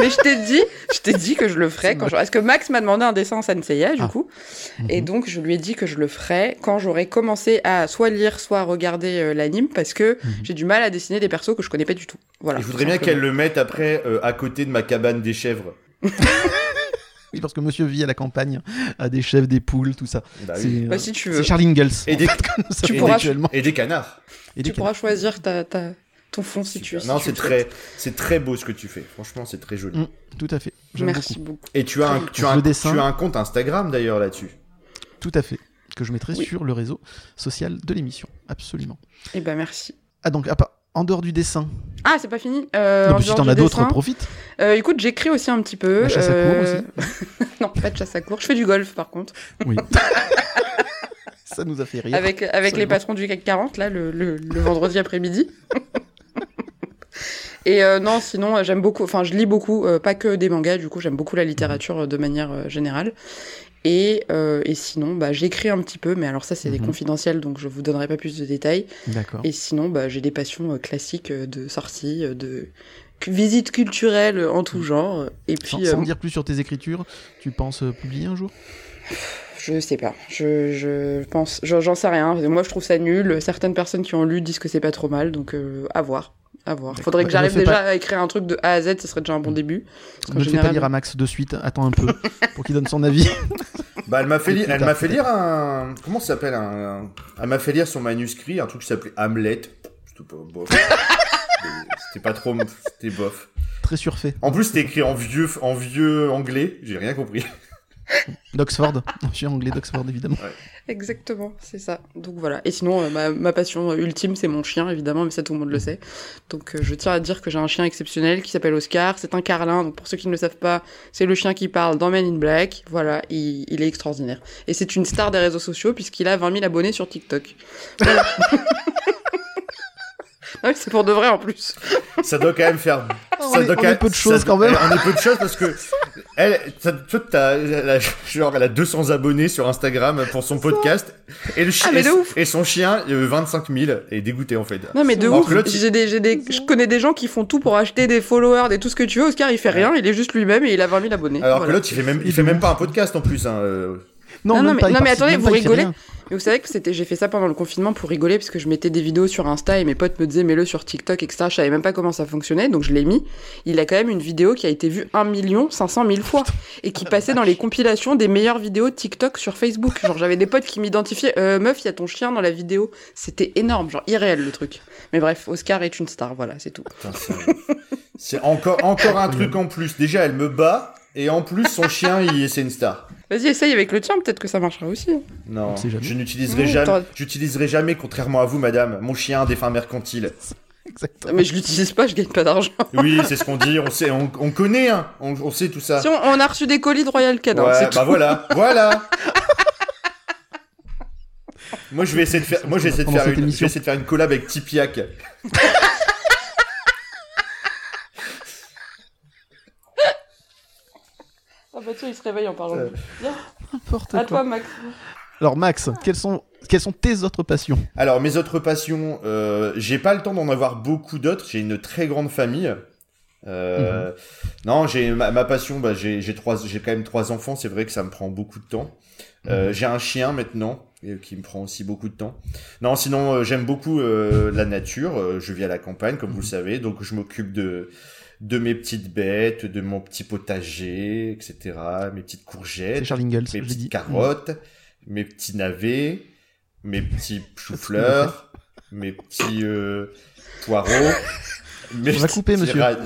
[SPEAKER 3] Mais je t'ai dit, je t'ai dit que je le ferais
[SPEAKER 2] C'est
[SPEAKER 3] quand je... Parce que Max m'a demandé un dessin en Sanseiya, du
[SPEAKER 2] Ah.
[SPEAKER 3] coup. Et donc, je lui ai dit que je le ferais quand j'aurais commencé à soit lire, soit regarder euh, l'anime, parce que
[SPEAKER 2] Mhm.
[SPEAKER 3] j'ai du mal à dessiner des persos que je connais pas du tout. Voilà.
[SPEAKER 4] Et je voudrais bien qu'elle le mette après euh, à côté de ma cabane des chèvres.
[SPEAKER 2] Oui, parce que monsieur vit à la campagne, euh, a des chefs, des poules, tout ça.
[SPEAKER 4] Bah oui.
[SPEAKER 2] c'est euh,
[SPEAKER 3] Bah, si tu veux.
[SPEAKER 2] c'est Charlie Ingalls.
[SPEAKER 4] Et
[SPEAKER 2] en fait,
[SPEAKER 4] des-
[SPEAKER 2] que nous
[SPEAKER 3] Tu
[SPEAKER 2] sommes
[SPEAKER 3] pourras-
[SPEAKER 2] actuellement.
[SPEAKER 4] Et des canards.
[SPEAKER 2] Et
[SPEAKER 3] Tu
[SPEAKER 2] des
[SPEAKER 3] pourras choisir ta, ta- ton fond si tu veux. si
[SPEAKER 4] non,
[SPEAKER 3] tu
[SPEAKER 4] c'est
[SPEAKER 3] le souhaites.
[SPEAKER 4] très, c'est très beau ce que tu fais. Franchement, c'est très joli.
[SPEAKER 2] Mm. canards. Tout à fait. J'aime
[SPEAKER 3] Merci
[SPEAKER 2] beaucoup.
[SPEAKER 3] beaucoup.
[SPEAKER 4] Et tu as, un, tu, as
[SPEAKER 2] Je
[SPEAKER 4] un,
[SPEAKER 2] le dessine.
[SPEAKER 4] tu as un compte Instagram d'ailleurs là-dessus.
[SPEAKER 2] Tout à fait. Que je mettrai
[SPEAKER 3] Oui.
[SPEAKER 2] sur le réseau social de l'émission. Absolument.
[SPEAKER 3] Eh ben, merci.
[SPEAKER 2] Ah donc, à part- en dehors du dessin.
[SPEAKER 3] Ah, c'est pas fini. Euh,
[SPEAKER 2] Non,
[SPEAKER 3] en
[SPEAKER 2] mais si
[SPEAKER 3] dehors
[SPEAKER 2] t'en
[SPEAKER 3] du
[SPEAKER 2] as d'autres,
[SPEAKER 3] dessin,
[SPEAKER 2] profite.
[SPEAKER 3] euh, écoute, j'écris aussi un petit peu.
[SPEAKER 2] La chasse à courre
[SPEAKER 3] euh, non, pas de chasse à cours. Je fais du golf, par contre.
[SPEAKER 2] Oui. ça nous a fait rire.
[SPEAKER 3] avec, avec les
[SPEAKER 2] Absolument.
[SPEAKER 3] patrons du CAC 40, là, le, le- le vendredi après-midi. Et euh, non, sinon, euh, j'aime beaucoup, enfin, je lis beaucoup, euh, pas que des mangas, du coup, j'aime beaucoup la littérature euh, de manière euh, générale. Et, euh, et sinon, bah, j'écris un petit peu, mais alors ça, c'est des
[SPEAKER 2] Mhm.
[SPEAKER 3] confidentiels, donc je vous donnerai pas plus de détails.
[SPEAKER 2] D'accord.
[SPEAKER 3] Et sinon, bah, j'ai des passions euh, classiques euh, de sortie, euh, de cu- visites culturelles en
[SPEAKER 2] Mhm.
[SPEAKER 3] tout genre. euh, Et
[SPEAKER 2] Sans,
[SPEAKER 3] puis,
[SPEAKER 2] sans
[SPEAKER 3] euh,
[SPEAKER 2] dire plus sur tes écritures, tu penses euh, publier un jour
[SPEAKER 3] Je sais pas. Je, je pense. je- J'en sais rien. Moi, je trouve ça nul. Certaines personnes qui ont lu disent que c'est pas trop mal. Donc, euh, à voir. À voir. Faudrait
[SPEAKER 2] Bah,
[SPEAKER 3] que
[SPEAKER 2] je le
[SPEAKER 3] j'arrive
[SPEAKER 2] fais
[SPEAKER 3] déjà
[SPEAKER 2] pas. Mm.
[SPEAKER 3] à écrire un truc de A à Z. Ce serait déjà un bon début. Parce qu'en
[SPEAKER 2] Ne le fais pas
[SPEAKER 3] général-
[SPEAKER 2] lire à Max de suite, attends un peu pour qu'il donne son avis.
[SPEAKER 4] Bah, elle m'a fait,
[SPEAKER 2] Et
[SPEAKER 4] li-
[SPEAKER 2] plus
[SPEAKER 4] elle
[SPEAKER 2] tard,
[SPEAKER 4] m'a fait lire un. Comment ça s'appelle un... un- Elle m'a fait lire son manuscrit, un truc qui s'appelait Hamlet. C'était pas bof. C'était pas trop. C'était bof.
[SPEAKER 2] Très surfait.
[SPEAKER 4] En plus, c'était écrit en vieux, en vieux anglais. J'ai rien compris.
[SPEAKER 2] D'Oxford. Je suis anglais d'Oxford, évidemment.
[SPEAKER 3] Exactement. C'est ça. Donc voilà. Et sinon, euh, ma, ma passion euh, ultime, c'est mon chien, évidemment. Mais ça, tout le monde le sait. Donc, euh, je tiens à dire que j'ai un chien exceptionnel qui s'appelle Oscar. C'est un carlin. Donc, pour ceux qui ne le savent pas, c'est le chien qui parle dans Men in Black. Voilà. Il, il est extraordinaire. Et c'est une star des réseaux sociaux puisqu'il a 20 000 abonnés sur TikTok. Voilà. Ah oui, c'est pour de vrai en plus.
[SPEAKER 4] Ça doit quand même faire.
[SPEAKER 2] On
[SPEAKER 4] ça
[SPEAKER 2] est-
[SPEAKER 4] doit
[SPEAKER 2] on est peu de
[SPEAKER 4] ça
[SPEAKER 2] choses
[SPEAKER 4] doit-
[SPEAKER 2] quand même.
[SPEAKER 4] On est peu de choses parce que. Elle, ça- toi, t'as- elle a- genre, elle a 200 abonnés sur Instagram pour son podcast. Et, le chien
[SPEAKER 3] Ah, mais de
[SPEAKER 4] et-
[SPEAKER 3] ouf.
[SPEAKER 4] et son chien, euh, 25 000, est dégoûté en fait.
[SPEAKER 3] Non mais de
[SPEAKER 4] Alors
[SPEAKER 3] ouf.
[SPEAKER 4] que l'autre, il-
[SPEAKER 3] J'ai des, j'ai des, je connais des gens qui font tout pour acheter des followers, des tout ce que tu veux. Oscar, il fait rien. Il est juste lui-même et il a 20 000 abonnés.
[SPEAKER 4] Alors
[SPEAKER 3] Voilà.
[SPEAKER 4] que l'autre, il fait même, il
[SPEAKER 2] Il
[SPEAKER 4] fait
[SPEAKER 2] est
[SPEAKER 4] même
[SPEAKER 2] ouf.
[SPEAKER 4] pas un podcast en plus. Hein. euh.
[SPEAKER 3] Non,
[SPEAKER 2] même
[SPEAKER 3] non, mais-
[SPEAKER 2] pas, il
[SPEAKER 3] non, mais
[SPEAKER 2] participe
[SPEAKER 3] attendez,
[SPEAKER 2] même
[SPEAKER 3] vous
[SPEAKER 2] pas, il fait
[SPEAKER 3] rigolez
[SPEAKER 2] rien.
[SPEAKER 3] Mais vous savez que c'était, j'ai fait ça pendant le confinement pour rigoler parce que je mettais des vidéos sur Insta et mes potes me disaient mets-le sur TikTok, etc. Je savais même pas comment ça fonctionnait, donc je l'ai mis. Il a quand même une vidéo qui a été vue 1 500 000 fois et
[SPEAKER 2] Ah
[SPEAKER 3] qui passait dans les compilations des meilleures vidéos TikTok sur Facebook. Genre j'avais des potes qui m'identifiaient, euh, meuf, il y a ton chien dans la vidéo. C'était énorme, genre irréel le truc. Mais bref, Oscar est une star, voilà, c'est tout.
[SPEAKER 4] Putain, c'est- C'est encore, encore un truc en plus. Déjà, elle me bat. Et en plus, son chien, il c'est une star.
[SPEAKER 3] Vas-y, essaye avec le tien, peut-être que ça marchera aussi.
[SPEAKER 4] Non,
[SPEAKER 2] sait jamais.
[SPEAKER 4] je n'utiliserai
[SPEAKER 3] Non,
[SPEAKER 4] jamais,
[SPEAKER 3] t'aurais-
[SPEAKER 4] j'utiliserai jamais, contrairement à vous, madame, mon chien, défunt mercantile. Bah,
[SPEAKER 2] Exactement.
[SPEAKER 3] Mais je l'utilise pas, je gagne pas d'argent.
[SPEAKER 4] Oui, c'est ce qu'on dit, on sait, on, on connaît, hein, on, on sait tout ça.
[SPEAKER 3] Si on, on a reçu des colis de Royal Canin,
[SPEAKER 4] Ouais,
[SPEAKER 3] c'est
[SPEAKER 4] bah
[SPEAKER 3] tout.
[SPEAKER 4] voilà, voilà. moi, je vais essayer de faire, moi, je vais essayer de
[SPEAKER 2] Pendant
[SPEAKER 4] faire
[SPEAKER 2] cette
[SPEAKER 4] une, je vais
[SPEAKER 2] émission.
[SPEAKER 4] essayer de faire une collab avec Tipiak.
[SPEAKER 3] Ah bah tiens, il se réveille en parlant.
[SPEAKER 4] Euh.
[SPEAKER 2] N'importe
[SPEAKER 3] À
[SPEAKER 2] quoi.
[SPEAKER 3] toi, Max.
[SPEAKER 2] Alors Max, quelles sont, quelles sont tes autres passions
[SPEAKER 4] Alors, mes autres passions, euh, j'ai pas le temps d'en avoir beaucoup d'autres. J'ai une très grande famille. Euh, Non, j'ai ma, ma passion. Bah, j'ai j'ai trois, j'ai quand même trois enfants. C'est vrai que ça me prend beaucoup de temps. Euh, j'ai un chien maintenant. et qui me prend aussi beaucoup de temps. Non, sinon euh, j'aime beaucoup euh, la nature. Euh, je vis à la campagne, comme vous le savez, donc je m'occupe de de mes petites bêtes, de mon petit potager, etc. Mes petites
[SPEAKER 2] C'est
[SPEAKER 4] courgettes,
[SPEAKER 2] Charles Ingalls, je
[SPEAKER 4] mes
[SPEAKER 2] l'ai dit.
[SPEAKER 4] petites carottes, mes petits navets, mes petits choux-fleurs, mes petits euh, poireaux. Mes
[SPEAKER 2] On va
[SPEAKER 4] petits
[SPEAKER 2] couper, monsieur.
[SPEAKER 4] ra-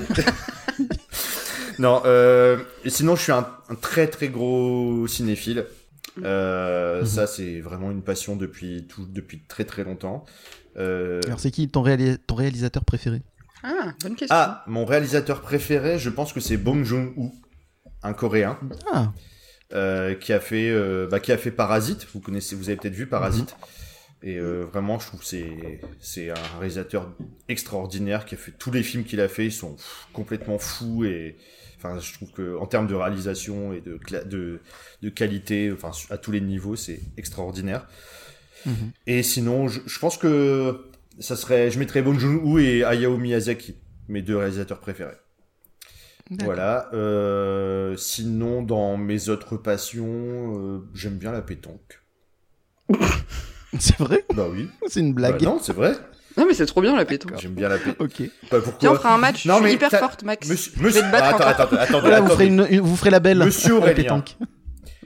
[SPEAKER 4] non, euh, et sinon je suis un, un très très gros cinéphile.
[SPEAKER 2] Mhm.
[SPEAKER 4] Euh, Ça c'est vraiment une passion depuis tout, depuis très très longtemps. Euh,
[SPEAKER 2] Alors, c'est qui ton, réalis- ton réalisateur préféré
[SPEAKER 3] Ah, bonne question.
[SPEAKER 4] ah, mon réalisateur préféré, je pense que c'est Bong Joon-ho, un Coréen.
[SPEAKER 2] Ah,
[SPEAKER 4] euh, qui a fait euh, bah, qui a fait Parasite. Vous connaissez, vous avez peut-être vu Parasite.
[SPEAKER 2] Mhm.
[SPEAKER 4] Et euh, vraiment, je trouve que c'est c'est un réalisateur extraordinaire qui a fait tous les films qu'il a fait. Ils sont pff, complètement fous et enfin, je trouve que en termes de réalisation et de cla- de, de qualité, enfin à tous les niveaux, c'est extraordinaire.
[SPEAKER 2] Mhm.
[SPEAKER 4] Et sinon, je, je pense que ça serait, je mettrais Bong Joon-ho et Hayao Miyazaki, mes deux réalisateurs préférés.
[SPEAKER 2] d'accord.
[SPEAKER 4] Voilà. euh, sinon, dans mes autres passions, euh, j'aime bien la pétanque.
[SPEAKER 2] C'est vrai
[SPEAKER 4] Bah oui.
[SPEAKER 2] C'est une
[SPEAKER 4] Bah
[SPEAKER 2] blague.
[SPEAKER 4] non, c'est vrai.
[SPEAKER 3] Non, mais c'est trop bien la pétanque.
[SPEAKER 4] J'aime bien la pétanque.
[SPEAKER 2] ok.
[SPEAKER 4] Bah, pourquoi
[SPEAKER 3] Tiens, on fera un match.
[SPEAKER 4] Non,
[SPEAKER 3] je
[SPEAKER 4] mais
[SPEAKER 3] suis hyper
[SPEAKER 4] t'as-
[SPEAKER 3] forte, Max.
[SPEAKER 4] Monsieur,
[SPEAKER 3] vais te battre
[SPEAKER 4] attends,
[SPEAKER 3] encore.
[SPEAKER 4] attendez, attendez,
[SPEAKER 2] Voilà, vous ferez,
[SPEAKER 4] attendez.
[SPEAKER 2] une, une- vous ferez la belle.
[SPEAKER 4] Monsieur
[SPEAKER 2] à la
[SPEAKER 4] Aurélien.
[SPEAKER 2] pétanque.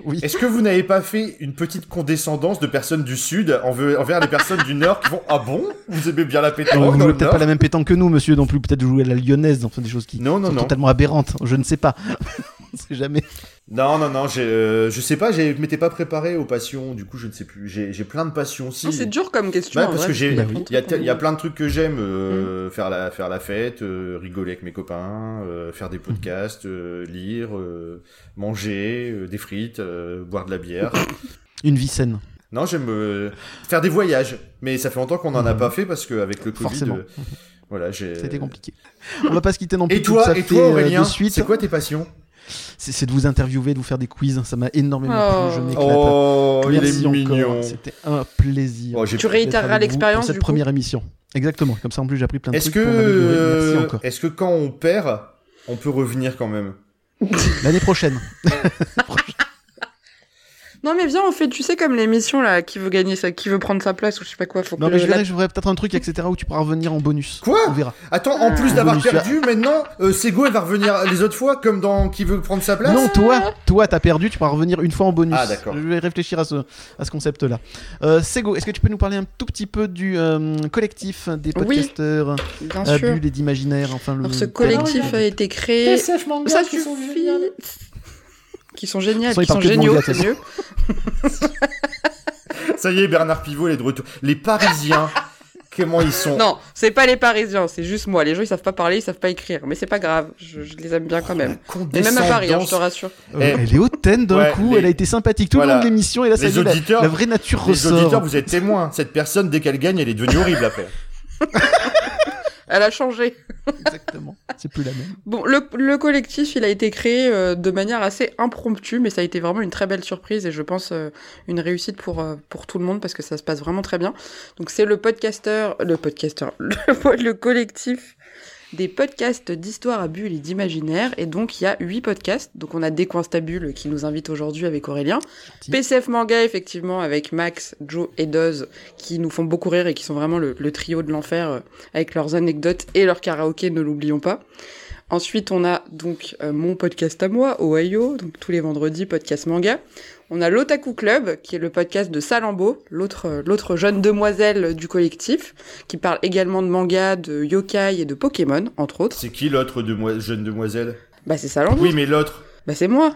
[SPEAKER 2] Oui.
[SPEAKER 4] Est-ce que vous n'avez pas fait une petite condescendance de personnes du Sud enve- envers les personnes du Nord qui vont Ah bon Vous aimez bien la
[SPEAKER 2] Alors,
[SPEAKER 4] pétanque
[SPEAKER 2] vous
[SPEAKER 4] dans
[SPEAKER 2] jouez
[SPEAKER 4] le
[SPEAKER 2] peut-être
[SPEAKER 4] Nord
[SPEAKER 2] pas la même pétanque que nous, monsieur, non plus. Peut-être vous jouez à la lyonnaise, enfin des choses qui
[SPEAKER 4] Non, non,
[SPEAKER 2] sont
[SPEAKER 4] non.
[SPEAKER 2] totalement aberrantes. Je ne sais pas. On sait jamais.
[SPEAKER 4] Non, non, non, j'ai, euh, je sais pas, j'ai- je m'étais pas préparé aux passions, du coup je ne sais plus. J'ai j'ai plein de passions aussi.
[SPEAKER 3] Non, c'est dur comme question.
[SPEAKER 4] Ouais,
[SPEAKER 3] en
[SPEAKER 4] parce
[SPEAKER 3] vrai.
[SPEAKER 4] que j'ai,
[SPEAKER 2] Bah
[SPEAKER 4] il
[SPEAKER 2] oui.
[SPEAKER 4] y, a te- il y a plein de trucs que j'aime,
[SPEAKER 2] Mm.
[SPEAKER 4] euh, faire la faire la fête, euh, rigoler avec mes copains, euh, faire
[SPEAKER 2] Mm.
[SPEAKER 4] des podcasts, euh, lire, euh, manger euh, des frites, euh, boire de la bière.
[SPEAKER 2] Une vie saine.
[SPEAKER 4] non, j'aime euh, faire des voyages, mais ça fait longtemps qu'on en a pas fait parce que avec le Covid,
[SPEAKER 2] Mm-hmm. Forcément.
[SPEAKER 4] euh, voilà, j'ai.
[SPEAKER 2] Ça a été compliqué. On va pas se quitter non plus.
[SPEAKER 4] Euh, Et
[SPEAKER 2] tout,
[SPEAKER 4] toi,
[SPEAKER 2] ça
[SPEAKER 4] et
[SPEAKER 2] fait,
[SPEAKER 4] toi
[SPEAKER 2] euh,
[SPEAKER 4] Aurélien,
[SPEAKER 2] de suite.
[SPEAKER 4] c'est quoi tes passions
[SPEAKER 2] C'est c'est de vous interviewer, de vous faire des quiz. hein. Ça m'a énormément
[SPEAKER 3] Oh.
[SPEAKER 2] plu. Je m'éclate.
[SPEAKER 4] Oh, il
[SPEAKER 2] Merci
[SPEAKER 4] est
[SPEAKER 2] encore. hein,
[SPEAKER 4] mignon.
[SPEAKER 2] C'était un plaisir.
[SPEAKER 4] Oh, j'ai-
[SPEAKER 3] Tu réitéreras
[SPEAKER 2] d'être avec vous pour
[SPEAKER 3] l'expérience
[SPEAKER 2] cette
[SPEAKER 3] du coup.
[SPEAKER 2] première émission. Exactement. Comme ça, en plus, j'ai appris plein de
[SPEAKER 4] Est-ce
[SPEAKER 2] trucs.
[SPEAKER 4] que
[SPEAKER 2] pour m'améliorer. Merci
[SPEAKER 4] euh,
[SPEAKER 2] encore.
[SPEAKER 4] est-ce que quand on perd, on peut revenir quand même
[SPEAKER 2] L'année prochaine.
[SPEAKER 3] Non, mais viens, on fait, tu sais, comme l'émission là, qui veut gagner ça, qui veut prendre sa place ou je sais pas quoi. Faut que
[SPEAKER 2] Non, mais
[SPEAKER 3] le-
[SPEAKER 2] je
[SPEAKER 3] euh, la-
[SPEAKER 2] verrai, je verrai peut-être un truc, etc., où tu pourras revenir en bonus.
[SPEAKER 4] Quoi
[SPEAKER 2] On verra.
[SPEAKER 4] Attends, en plus
[SPEAKER 2] Ah.
[SPEAKER 4] d'avoir
[SPEAKER 2] Bonus,
[SPEAKER 4] perdu, maintenant, euh, Sego, elle va revenir les autres fois, comme dans Qui veut prendre sa place
[SPEAKER 2] Non, toi,
[SPEAKER 3] Ah.
[SPEAKER 2] toi, t'as perdu, tu pourras revenir une fois en bonus.
[SPEAKER 4] Ah, d'accord.
[SPEAKER 2] Je vais réfléchir à ce, à ce concept-là. Euh, Sego, est-ce que tu peux nous parler un tout petit peu du euh, collectif des
[SPEAKER 3] Oui.
[SPEAKER 2] podcasteurs
[SPEAKER 3] Bien
[SPEAKER 2] à
[SPEAKER 3] sûr.
[SPEAKER 2] bulles et d'imaginaire enfin, le...
[SPEAKER 3] Alors, ce collectif a été créé. Ça suffit. Qui sont géniaux,
[SPEAKER 2] Ils sont
[SPEAKER 3] qui sont
[SPEAKER 2] éparpillés de
[SPEAKER 3] géniaux,
[SPEAKER 2] mon gars,
[SPEAKER 3] c'est mieux.
[SPEAKER 4] Ça y est, Bernard Pivot, il est de retour. Les Parisiens, comment ils sont
[SPEAKER 3] Non, c'est pas les Parisiens, c'est juste moi. Les gens, ils savent pas parler, ils savent pas écrire, mais c'est pas grave. Je, je les aime bien quand même. Et même à Paris, hein, je te rassure.
[SPEAKER 2] Euh,
[SPEAKER 4] Eh.
[SPEAKER 2] Elle est hautaine d'un
[SPEAKER 4] Ouais,
[SPEAKER 2] coup,
[SPEAKER 4] les-
[SPEAKER 2] elle a été sympathique tout
[SPEAKER 4] Voilà.
[SPEAKER 2] le long de l'émission et là, ça
[SPEAKER 4] Les
[SPEAKER 2] y est, la-
[SPEAKER 4] auditeurs-
[SPEAKER 2] la vraie nature
[SPEAKER 4] Les
[SPEAKER 2] ressort.
[SPEAKER 4] auditeurs, vous êtes témoins. Cette personne, dès qu'elle gagne, elle est devenue horrible après.
[SPEAKER 3] Elle a changé.
[SPEAKER 2] Exactement, c'est plus la même.
[SPEAKER 3] Bon, le, le collectif, il a été créé euh, de manière assez impromptue, mais ça a été vraiment une très belle surprise et je pense euh, une réussite pour, euh, pour tout le monde parce que ça se passe vraiment très bien. Donc c'est le podcasteur, le podcasteur, le, le collectif des podcasts d'histoire à bulles et d'imaginaire. Et donc il y a huit podcasts. Donc on a Décoinsta Bulle qui nous invite aujourd'hui avec Aurélien.
[SPEAKER 2] Gentil.
[SPEAKER 3] PCF Manga, effectivement, avec Max, Joe et Doz qui nous font beaucoup rire et qui sont vraiment le, le trio de l'enfer euh, avec leurs anecdotes et leur karaoké, ne l'oublions pas. Ensuite, on a donc euh, mon podcast à moi, Ohio, donc tous les vendredis, podcast manga. On a l'Otaku Club, qui est le podcast de Salambo, l'autre euh, l'autre jeune demoiselle du collectif, qui parle également de manga, de yokai et de Pokémon, entre autres.
[SPEAKER 4] C'est qui l'autre demoi- jeune demoiselle
[SPEAKER 3] Bah c'est Salambo,
[SPEAKER 4] Oui, mais l'autre.
[SPEAKER 3] bah c'est moi,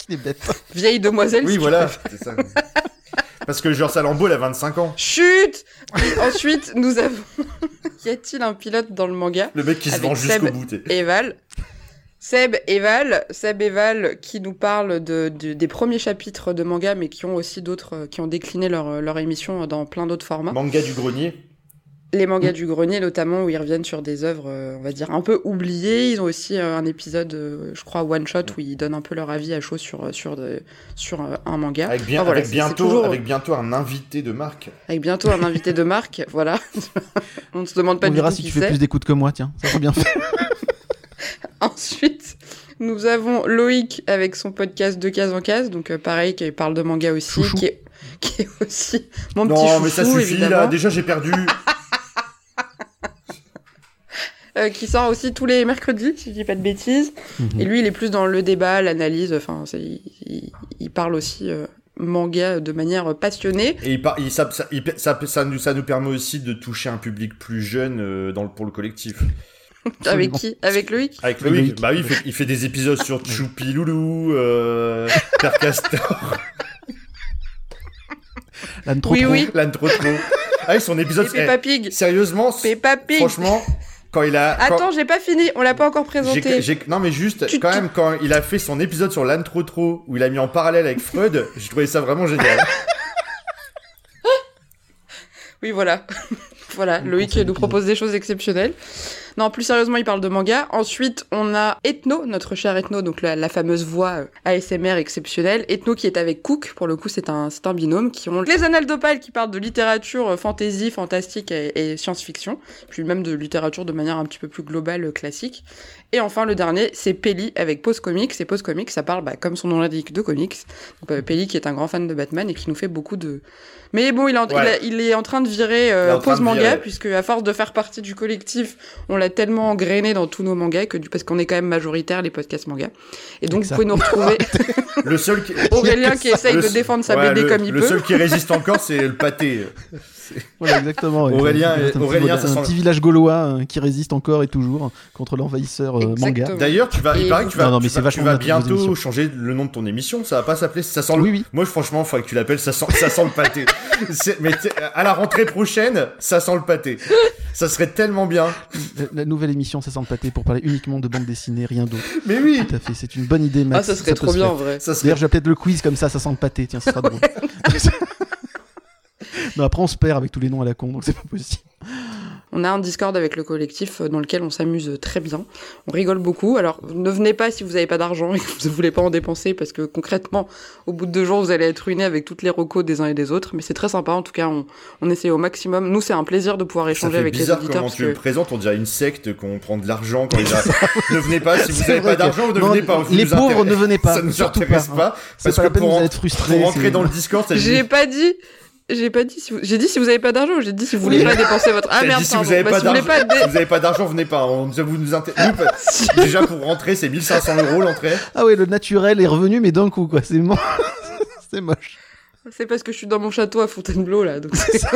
[SPEAKER 2] Qui est bête.
[SPEAKER 3] vieille demoiselle.
[SPEAKER 4] Oui,
[SPEAKER 3] si-
[SPEAKER 4] voilà. c'est ça. Parce que genre Salambo, elle a 25 ans.
[SPEAKER 3] Chut Ensuite, nous avons... y a-t-il un pilote dans le manga
[SPEAKER 4] Le mec qui se
[SPEAKER 3] Avec
[SPEAKER 4] venge jusqu'au
[SPEAKER 3] Seb.
[SPEAKER 4] bout. t'es.
[SPEAKER 3] et Val. Seb et Val, Seb et Val qui nous parlent de, de- des premiers chapitres de manga, mais qui ont aussi d'autres, euh, qui ont décliné leur, euh, leur émission dans plein d'autres formats.
[SPEAKER 4] Manga du grenier.
[SPEAKER 3] Les mangas du grenier, notamment, où ils reviennent sur des œuvres, euh, on va dire, un peu oubliées. Ils ont aussi euh, un épisode, euh, je crois, one shot, où ils donnent un peu leur avis à chaud sur, euh, sur, de- sur euh, un manga.
[SPEAKER 4] Avec, bien,
[SPEAKER 3] Enfin, voilà,
[SPEAKER 4] avec,
[SPEAKER 3] c'est- c'est
[SPEAKER 4] bientôt,
[SPEAKER 3] toujours-
[SPEAKER 4] avec bientôt un invité de marque.
[SPEAKER 3] avec bientôt un invité de marque, voilà. on ne se demande pas
[SPEAKER 2] On
[SPEAKER 3] du
[SPEAKER 2] verra
[SPEAKER 3] tout
[SPEAKER 2] si
[SPEAKER 3] qui
[SPEAKER 2] tu fais
[SPEAKER 3] c'est.
[SPEAKER 2] plus d'écoute que moi, tiens. Ça serait bien fait.
[SPEAKER 3] Ensuite, nous avons Loïc avec son podcast De Case en Case, donc euh, pareil, qui parle de manga aussi,
[SPEAKER 2] Chouchou.
[SPEAKER 3] qui est, qui est aussi mon petit
[SPEAKER 4] non,
[SPEAKER 3] chouchou,
[SPEAKER 4] mais ça suffit là.
[SPEAKER 3] évidemment,
[SPEAKER 4] Déjà, j'ai perdu.
[SPEAKER 3] euh, qui sort aussi tous les mercredis, si je dis pas de bêtises.
[SPEAKER 4] Mhm.
[SPEAKER 3] Et lui, il est plus dans le débat, l'analyse. Enfin, c'est- il, il- il parle aussi euh, manga de manière passionnée.
[SPEAKER 4] Et il par- il- ça, ça- il- ça- ça nous, ça nous permet aussi de toucher un public plus jeune euh, dans le, pour le collectif.
[SPEAKER 3] Avec
[SPEAKER 2] Absolument.
[SPEAKER 3] qui Avec Loïc
[SPEAKER 4] Avec Loïc,
[SPEAKER 2] Loïc.
[SPEAKER 4] bah oui, il fait, il fait des épisodes sur Choupi Loulou, euh, Père Castor,
[SPEAKER 2] L'âne trop
[SPEAKER 3] Oui,
[SPEAKER 2] trop.
[SPEAKER 3] oui.
[SPEAKER 4] l'âne trop trop. Ah oui, son épisode.
[SPEAKER 3] Et
[SPEAKER 4] eh,
[SPEAKER 3] Peppa Pig.
[SPEAKER 4] sérieusement, c-
[SPEAKER 3] Peppa Pig.
[SPEAKER 4] franchement, quand il a. quand-
[SPEAKER 3] Attends, j'ai pas fini. On l'a pas encore
[SPEAKER 4] j'ai-
[SPEAKER 3] présenté.
[SPEAKER 4] j'ai- non mais juste
[SPEAKER 3] Tu-
[SPEAKER 4] quand
[SPEAKER 3] tu-
[SPEAKER 4] même quand il a fait son épisode sur l'âne trop trop où il a mis en parallèle avec Freud, j'ai trouvé ça vraiment génial.
[SPEAKER 3] Oui, voilà. voilà, Loïc nous propose des choses exceptionnelles. Non, plus sérieusement, il parle de manga. Ensuite, on a Ethno, notre cher Ethno, donc la, la fameuse voix euh, ASMR exceptionnelle. Ethno qui est avec Cook, pour le coup, c'est un, c'est un binôme, qui ont les annales d'Opal qui parlent de littérature euh, fantasy, fantastique et, et science-fiction, puis même de littérature de manière un petit peu plus globale, euh, classique. Et enfin, le dernier, c'est Peli avec Pose Comics. Et Pose Comics, ça parle, bah, comme son nom l'indique, de comics. Donc, euh, Peli qui est un grand fan de Batman et qui nous fait beaucoup de... Mais bon, il, est en-
[SPEAKER 4] Ouais.
[SPEAKER 3] il a- il est en train de virer euh,
[SPEAKER 4] Il est en train
[SPEAKER 3] Pose
[SPEAKER 4] de
[SPEAKER 3] Manga,
[SPEAKER 4] virer.
[SPEAKER 3] puisque à force de faire partie du collectif, on l'a tellement engrainé dans tous nos mangas que du parce qu'on est quand même majoritaire les podcasts mangas. Et donc
[SPEAKER 2] Exact.
[SPEAKER 3] vous pouvez nous retrouver
[SPEAKER 4] Le seul qui,
[SPEAKER 3] Aurélien qui essaye
[SPEAKER 4] Le
[SPEAKER 3] de
[SPEAKER 4] seul-
[SPEAKER 3] défendre sa
[SPEAKER 4] ouais,
[SPEAKER 3] BD
[SPEAKER 4] le-
[SPEAKER 3] comme il
[SPEAKER 4] le
[SPEAKER 3] peut.
[SPEAKER 4] seul qui résiste encore, c'est le pâté.
[SPEAKER 2] Voilà, exactement. ouais.
[SPEAKER 4] Aurélien,
[SPEAKER 2] C'est un petit-
[SPEAKER 4] Aurélien,
[SPEAKER 2] un
[SPEAKER 4] ça
[SPEAKER 2] petit,
[SPEAKER 4] sent-
[SPEAKER 2] village gaulois euh, qui résiste encore et toujours contre l'envahisseur euh, manga.
[SPEAKER 3] Exactement.
[SPEAKER 4] D'ailleurs, tu vas, il
[SPEAKER 3] Et-
[SPEAKER 4] paraît que tu vas,
[SPEAKER 2] Non, non, mais
[SPEAKER 4] tu
[SPEAKER 2] c'est
[SPEAKER 4] vas- tu
[SPEAKER 2] vachement
[SPEAKER 4] vas
[SPEAKER 2] bien toutes vos
[SPEAKER 4] bientôt
[SPEAKER 2] émissions.
[SPEAKER 4] changer le nom de ton émission. Ça va pas s'appeler, ça sent le.
[SPEAKER 2] Oui, oui.
[SPEAKER 4] Moi, franchement, faudrait que tu l'appelles. Ça sent, ça sent le pâté. C'est- mais t'es- à la rentrée prochaine, ça sent le pâté. Ça serait tellement bien.
[SPEAKER 2] La, la nouvelle émission, ça sent le pâté pour parler uniquement de bande dessinée, rien d'autre.
[SPEAKER 4] Mais oui,
[SPEAKER 2] Tout à fait, c'est une bonne idée, Max.
[SPEAKER 3] Ah ça serait
[SPEAKER 2] peut
[SPEAKER 3] trop
[SPEAKER 2] se
[SPEAKER 3] bien en
[SPEAKER 2] faire.
[SPEAKER 3] vrai.
[SPEAKER 4] ça serait.
[SPEAKER 2] D'ailleurs, je vais peut-être le quiz comme ça, ça sent le pâté. Tiens, ce sera drôle. non, après, on se perd avec tous les noms à la con, donc c'est pas possible.
[SPEAKER 3] On a un Discord avec le collectif euh, dans lequel on s'amuse très bien. On rigole beaucoup. Alors ne venez pas si vous n'avez pas d'argent et que vous ne voulez pas en dépenser parce que concrètement, au bout de deux jours, vous allez être ruiné avec toutes les recos des uns et des autres. Mais c'est très sympa. En tout cas, on, on essaie au maximum. Nous, c'est un plaisir de pouvoir
[SPEAKER 4] Ça
[SPEAKER 3] échanger
[SPEAKER 4] fait
[SPEAKER 3] avec les
[SPEAKER 4] bizarre
[SPEAKER 3] auditeurs.
[SPEAKER 4] comment
[SPEAKER 3] parce
[SPEAKER 4] tu le
[SPEAKER 3] que...
[SPEAKER 4] présentes. On dirait une secte qu'on prend de l'argent quand ils arrivent. ne venez pas si vous
[SPEAKER 2] C'est
[SPEAKER 4] n'avez
[SPEAKER 2] vrai
[SPEAKER 4] pas
[SPEAKER 2] que-
[SPEAKER 4] d'argent. Vous ne
[SPEAKER 2] non,
[SPEAKER 4] venez pas. vous
[SPEAKER 2] les
[SPEAKER 4] nous
[SPEAKER 2] pauvres ne
[SPEAKER 4] intéresse-
[SPEAKER 2] venez pas.
[SPEAKER 4] Ça nous
[SPEAKER 2] surtout
[SPEAKER 4] intéresse
[SPEAKER 2] hein.
[SPEAKER 4] pas.
[SPEAKER 2] C'est
[SPEAKER 4] Parce
[SPEAKER 2] pas
[SPEAKER 4] que
[SPEAKER 2] la peine,
[SPEAKER 4] pour
[SPEAKER 2] vous allez
[SPEAKER 4] en-
[SPEAKER 2] être frustrés.
[SPEAKER 4] pour rentrer
[SPEAKER 2] c'est-
[SPEAKER 4] dans le Discord, ça
[SPEAKER 3] J'ai pas dit. J'ai pas dit si vous... j'ai dit si vous avez pas d'argent, j'ai dit si vous voulez
[SPEAKER 4] Oui.
[SPEAKER 3] pas dépenser votre ah
[SPEAKER 4] T'as
[SPEAKER 3] merde
[SPEAKER 4] dit, si
[SPEAKER 3] pardon.
[SPEAKER 4] vous avez
[SPEAKER 3] Bah,
[SPEAKER 4] pas
[SPEAKER 3] si vous voulez
[SPEAKER 4] d'argent,
[SPEAKER 3] pas dé-
[SPEAKER 4] si vous avez pas d'argent, venez pas. On, vous nous inté- nous, pa- déjà pour rentrer, c'est 1500 euros l'entrée.
[SPEAKER 2] Ah ouais, le naturel est revenu, mais d'un coup, quoi. C'est mo- c'est moche.
[SPEAKER 3] C'est parce que je suis dans mon château à Fontainebleau là, donc c'est-
[SPEAKER 2] Et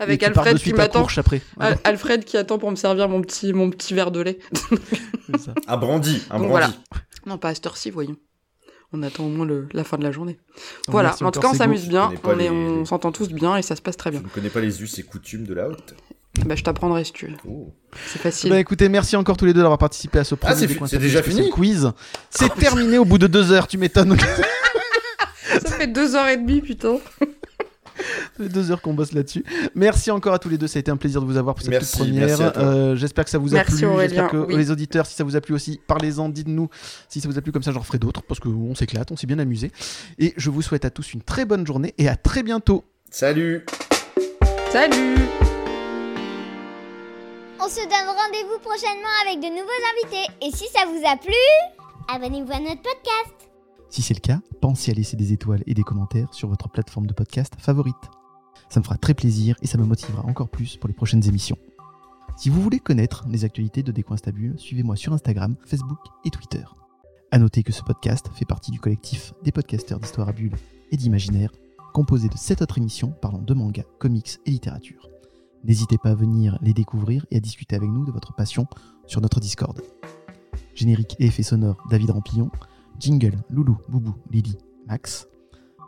[SPEAKER 3] avec
[SPEAKER 2] tu pars de
[SPEAKER 3] Alfred qui
[SPEAKER 2] suite à
[SPEAKER 3] m'attend. Ah,
[SPEAKER 2] Courche après.
[SPEAKER 3] Al- Alfred qui attend pour me servir mon petit mon petit verre de lait.
[SPEAKER 2] C'est ça.
[SPEAKER 4] Un brandy, un
[SPEAKER 3] Donc
[SPEAKER 4] brandy.
[SPEAKER 3] voilà. Non pas à cette heure-ci voyons. On attend au moins le- la fin de la journée.
[SPEAKER 2] On
[SPEAKER 3] voilà.
[SPEAKER 2] reste
[SPEAKER 3] En tout
[SPEAKER 2] encore
[SPEAKER 3] cas on
[SPEAKER 2] ces
[SPEAKER 3] s'amuse bien,
[SPEAKER 4] connais pas
[SPEAKER 3] on est
[SPEAKER 4] les-
[SPEAKER 3] on
[SPEAKER 4] les-
[SPEAKER 3] s'entend tous bien et ça se passe très
[SPEAKER 4] Je
[SPEAKER 3] bien.
[SPEAKER 4] ne connais pas les us et coutumes de la haute.
[SPEAKER 3] Bah je t'apprendrai si tu veux.
[SPEAKER 4] Oh.
[SPEAKER 3] C'est
[SPEAKER 2] Bah
[SPEAKER 3] facile.
[SPEAKER 2] écoutez, merci encore tous les deux d'avoir participé à ce premier
[SPEAKER 4] Ah, c'est fi-
[SPEAKER 2] Décoin
[SPEAKER 4] c'est
[SPEAKER 2] Tapis
[SPEAKER 4] déjà
[SPEAKER 2] spécial
[SPEAKER 4] fini
[SPEAKER 2] quiz. C'est terminé au bout de deux heures, tu m'étonnes.
[SPEAKER 3] ça fait deux heures et demie putain.
[SPEAKER 2] Ça fait deux heures qu'on bosse là-dessus. Merci encore à tous les deux, ça a été un plaisir de vous avoir pour cette
[SPEAKER 4] Merci,
[SPEAKER 2] toute première.
[SPEAKER 4] merci à toi.
[SPEAKER 2] Euh, J'espère que ça vous a
[SPEAKER 3] Merci,
[SPEAKER 2] plu.
[SPEAKER 3] Aurélien,
[SPEAKER 2] J'espère que
[SPEAKER 3] oui.
[SPEAKER 2] les auditeurs, si ça vous a plu aussi, parlez-en, dites-nous si ça vous a plu comme ça, j'en ferai d'autres parce qu'on s'éclate, on s'est bien amusé. Et je vous souhaite à tous une très bonne journée et à très bientôt.
[SPEAKER 4] Salut
[SPEAKER 3] Salut.
[SPEAKER 11] On se donne rendez-vous prochainement avec de nouveaux invités. Et si ça vous a plu, abonnez-vous à notre podcast.
[SPEAKER 2] Si c'est le cas, pensez à laisser des étoiles et des commentaires sur votre plateforme de podcast favorite. Ça me fera très plaisir et ça me motivera encore plus pour les prochaines émissions. Si vous voulez connaître les actualités de Décoinstabule, suivez-moi sur Instagram, Facebook et Twitter. A noter que ce podcast fait partie du collectif des podcasteurs d'histoire à bulles et d'imaginaire, composé de 7 autres émissions parlant de manga, comics et littérature. N'hésitez pas à venir les découvrir et à discuter avec nous de votre passion sur notre Discord. Générique et effets sonores David Rampillon, Jingle, Loulou, Boubou, Lily, Max.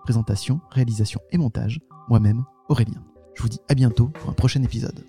[SPEAKER 2] Présentation, réalisation et montage, moi-même, Aurélien. Je vous dis à bientôt pour un prochain épisode.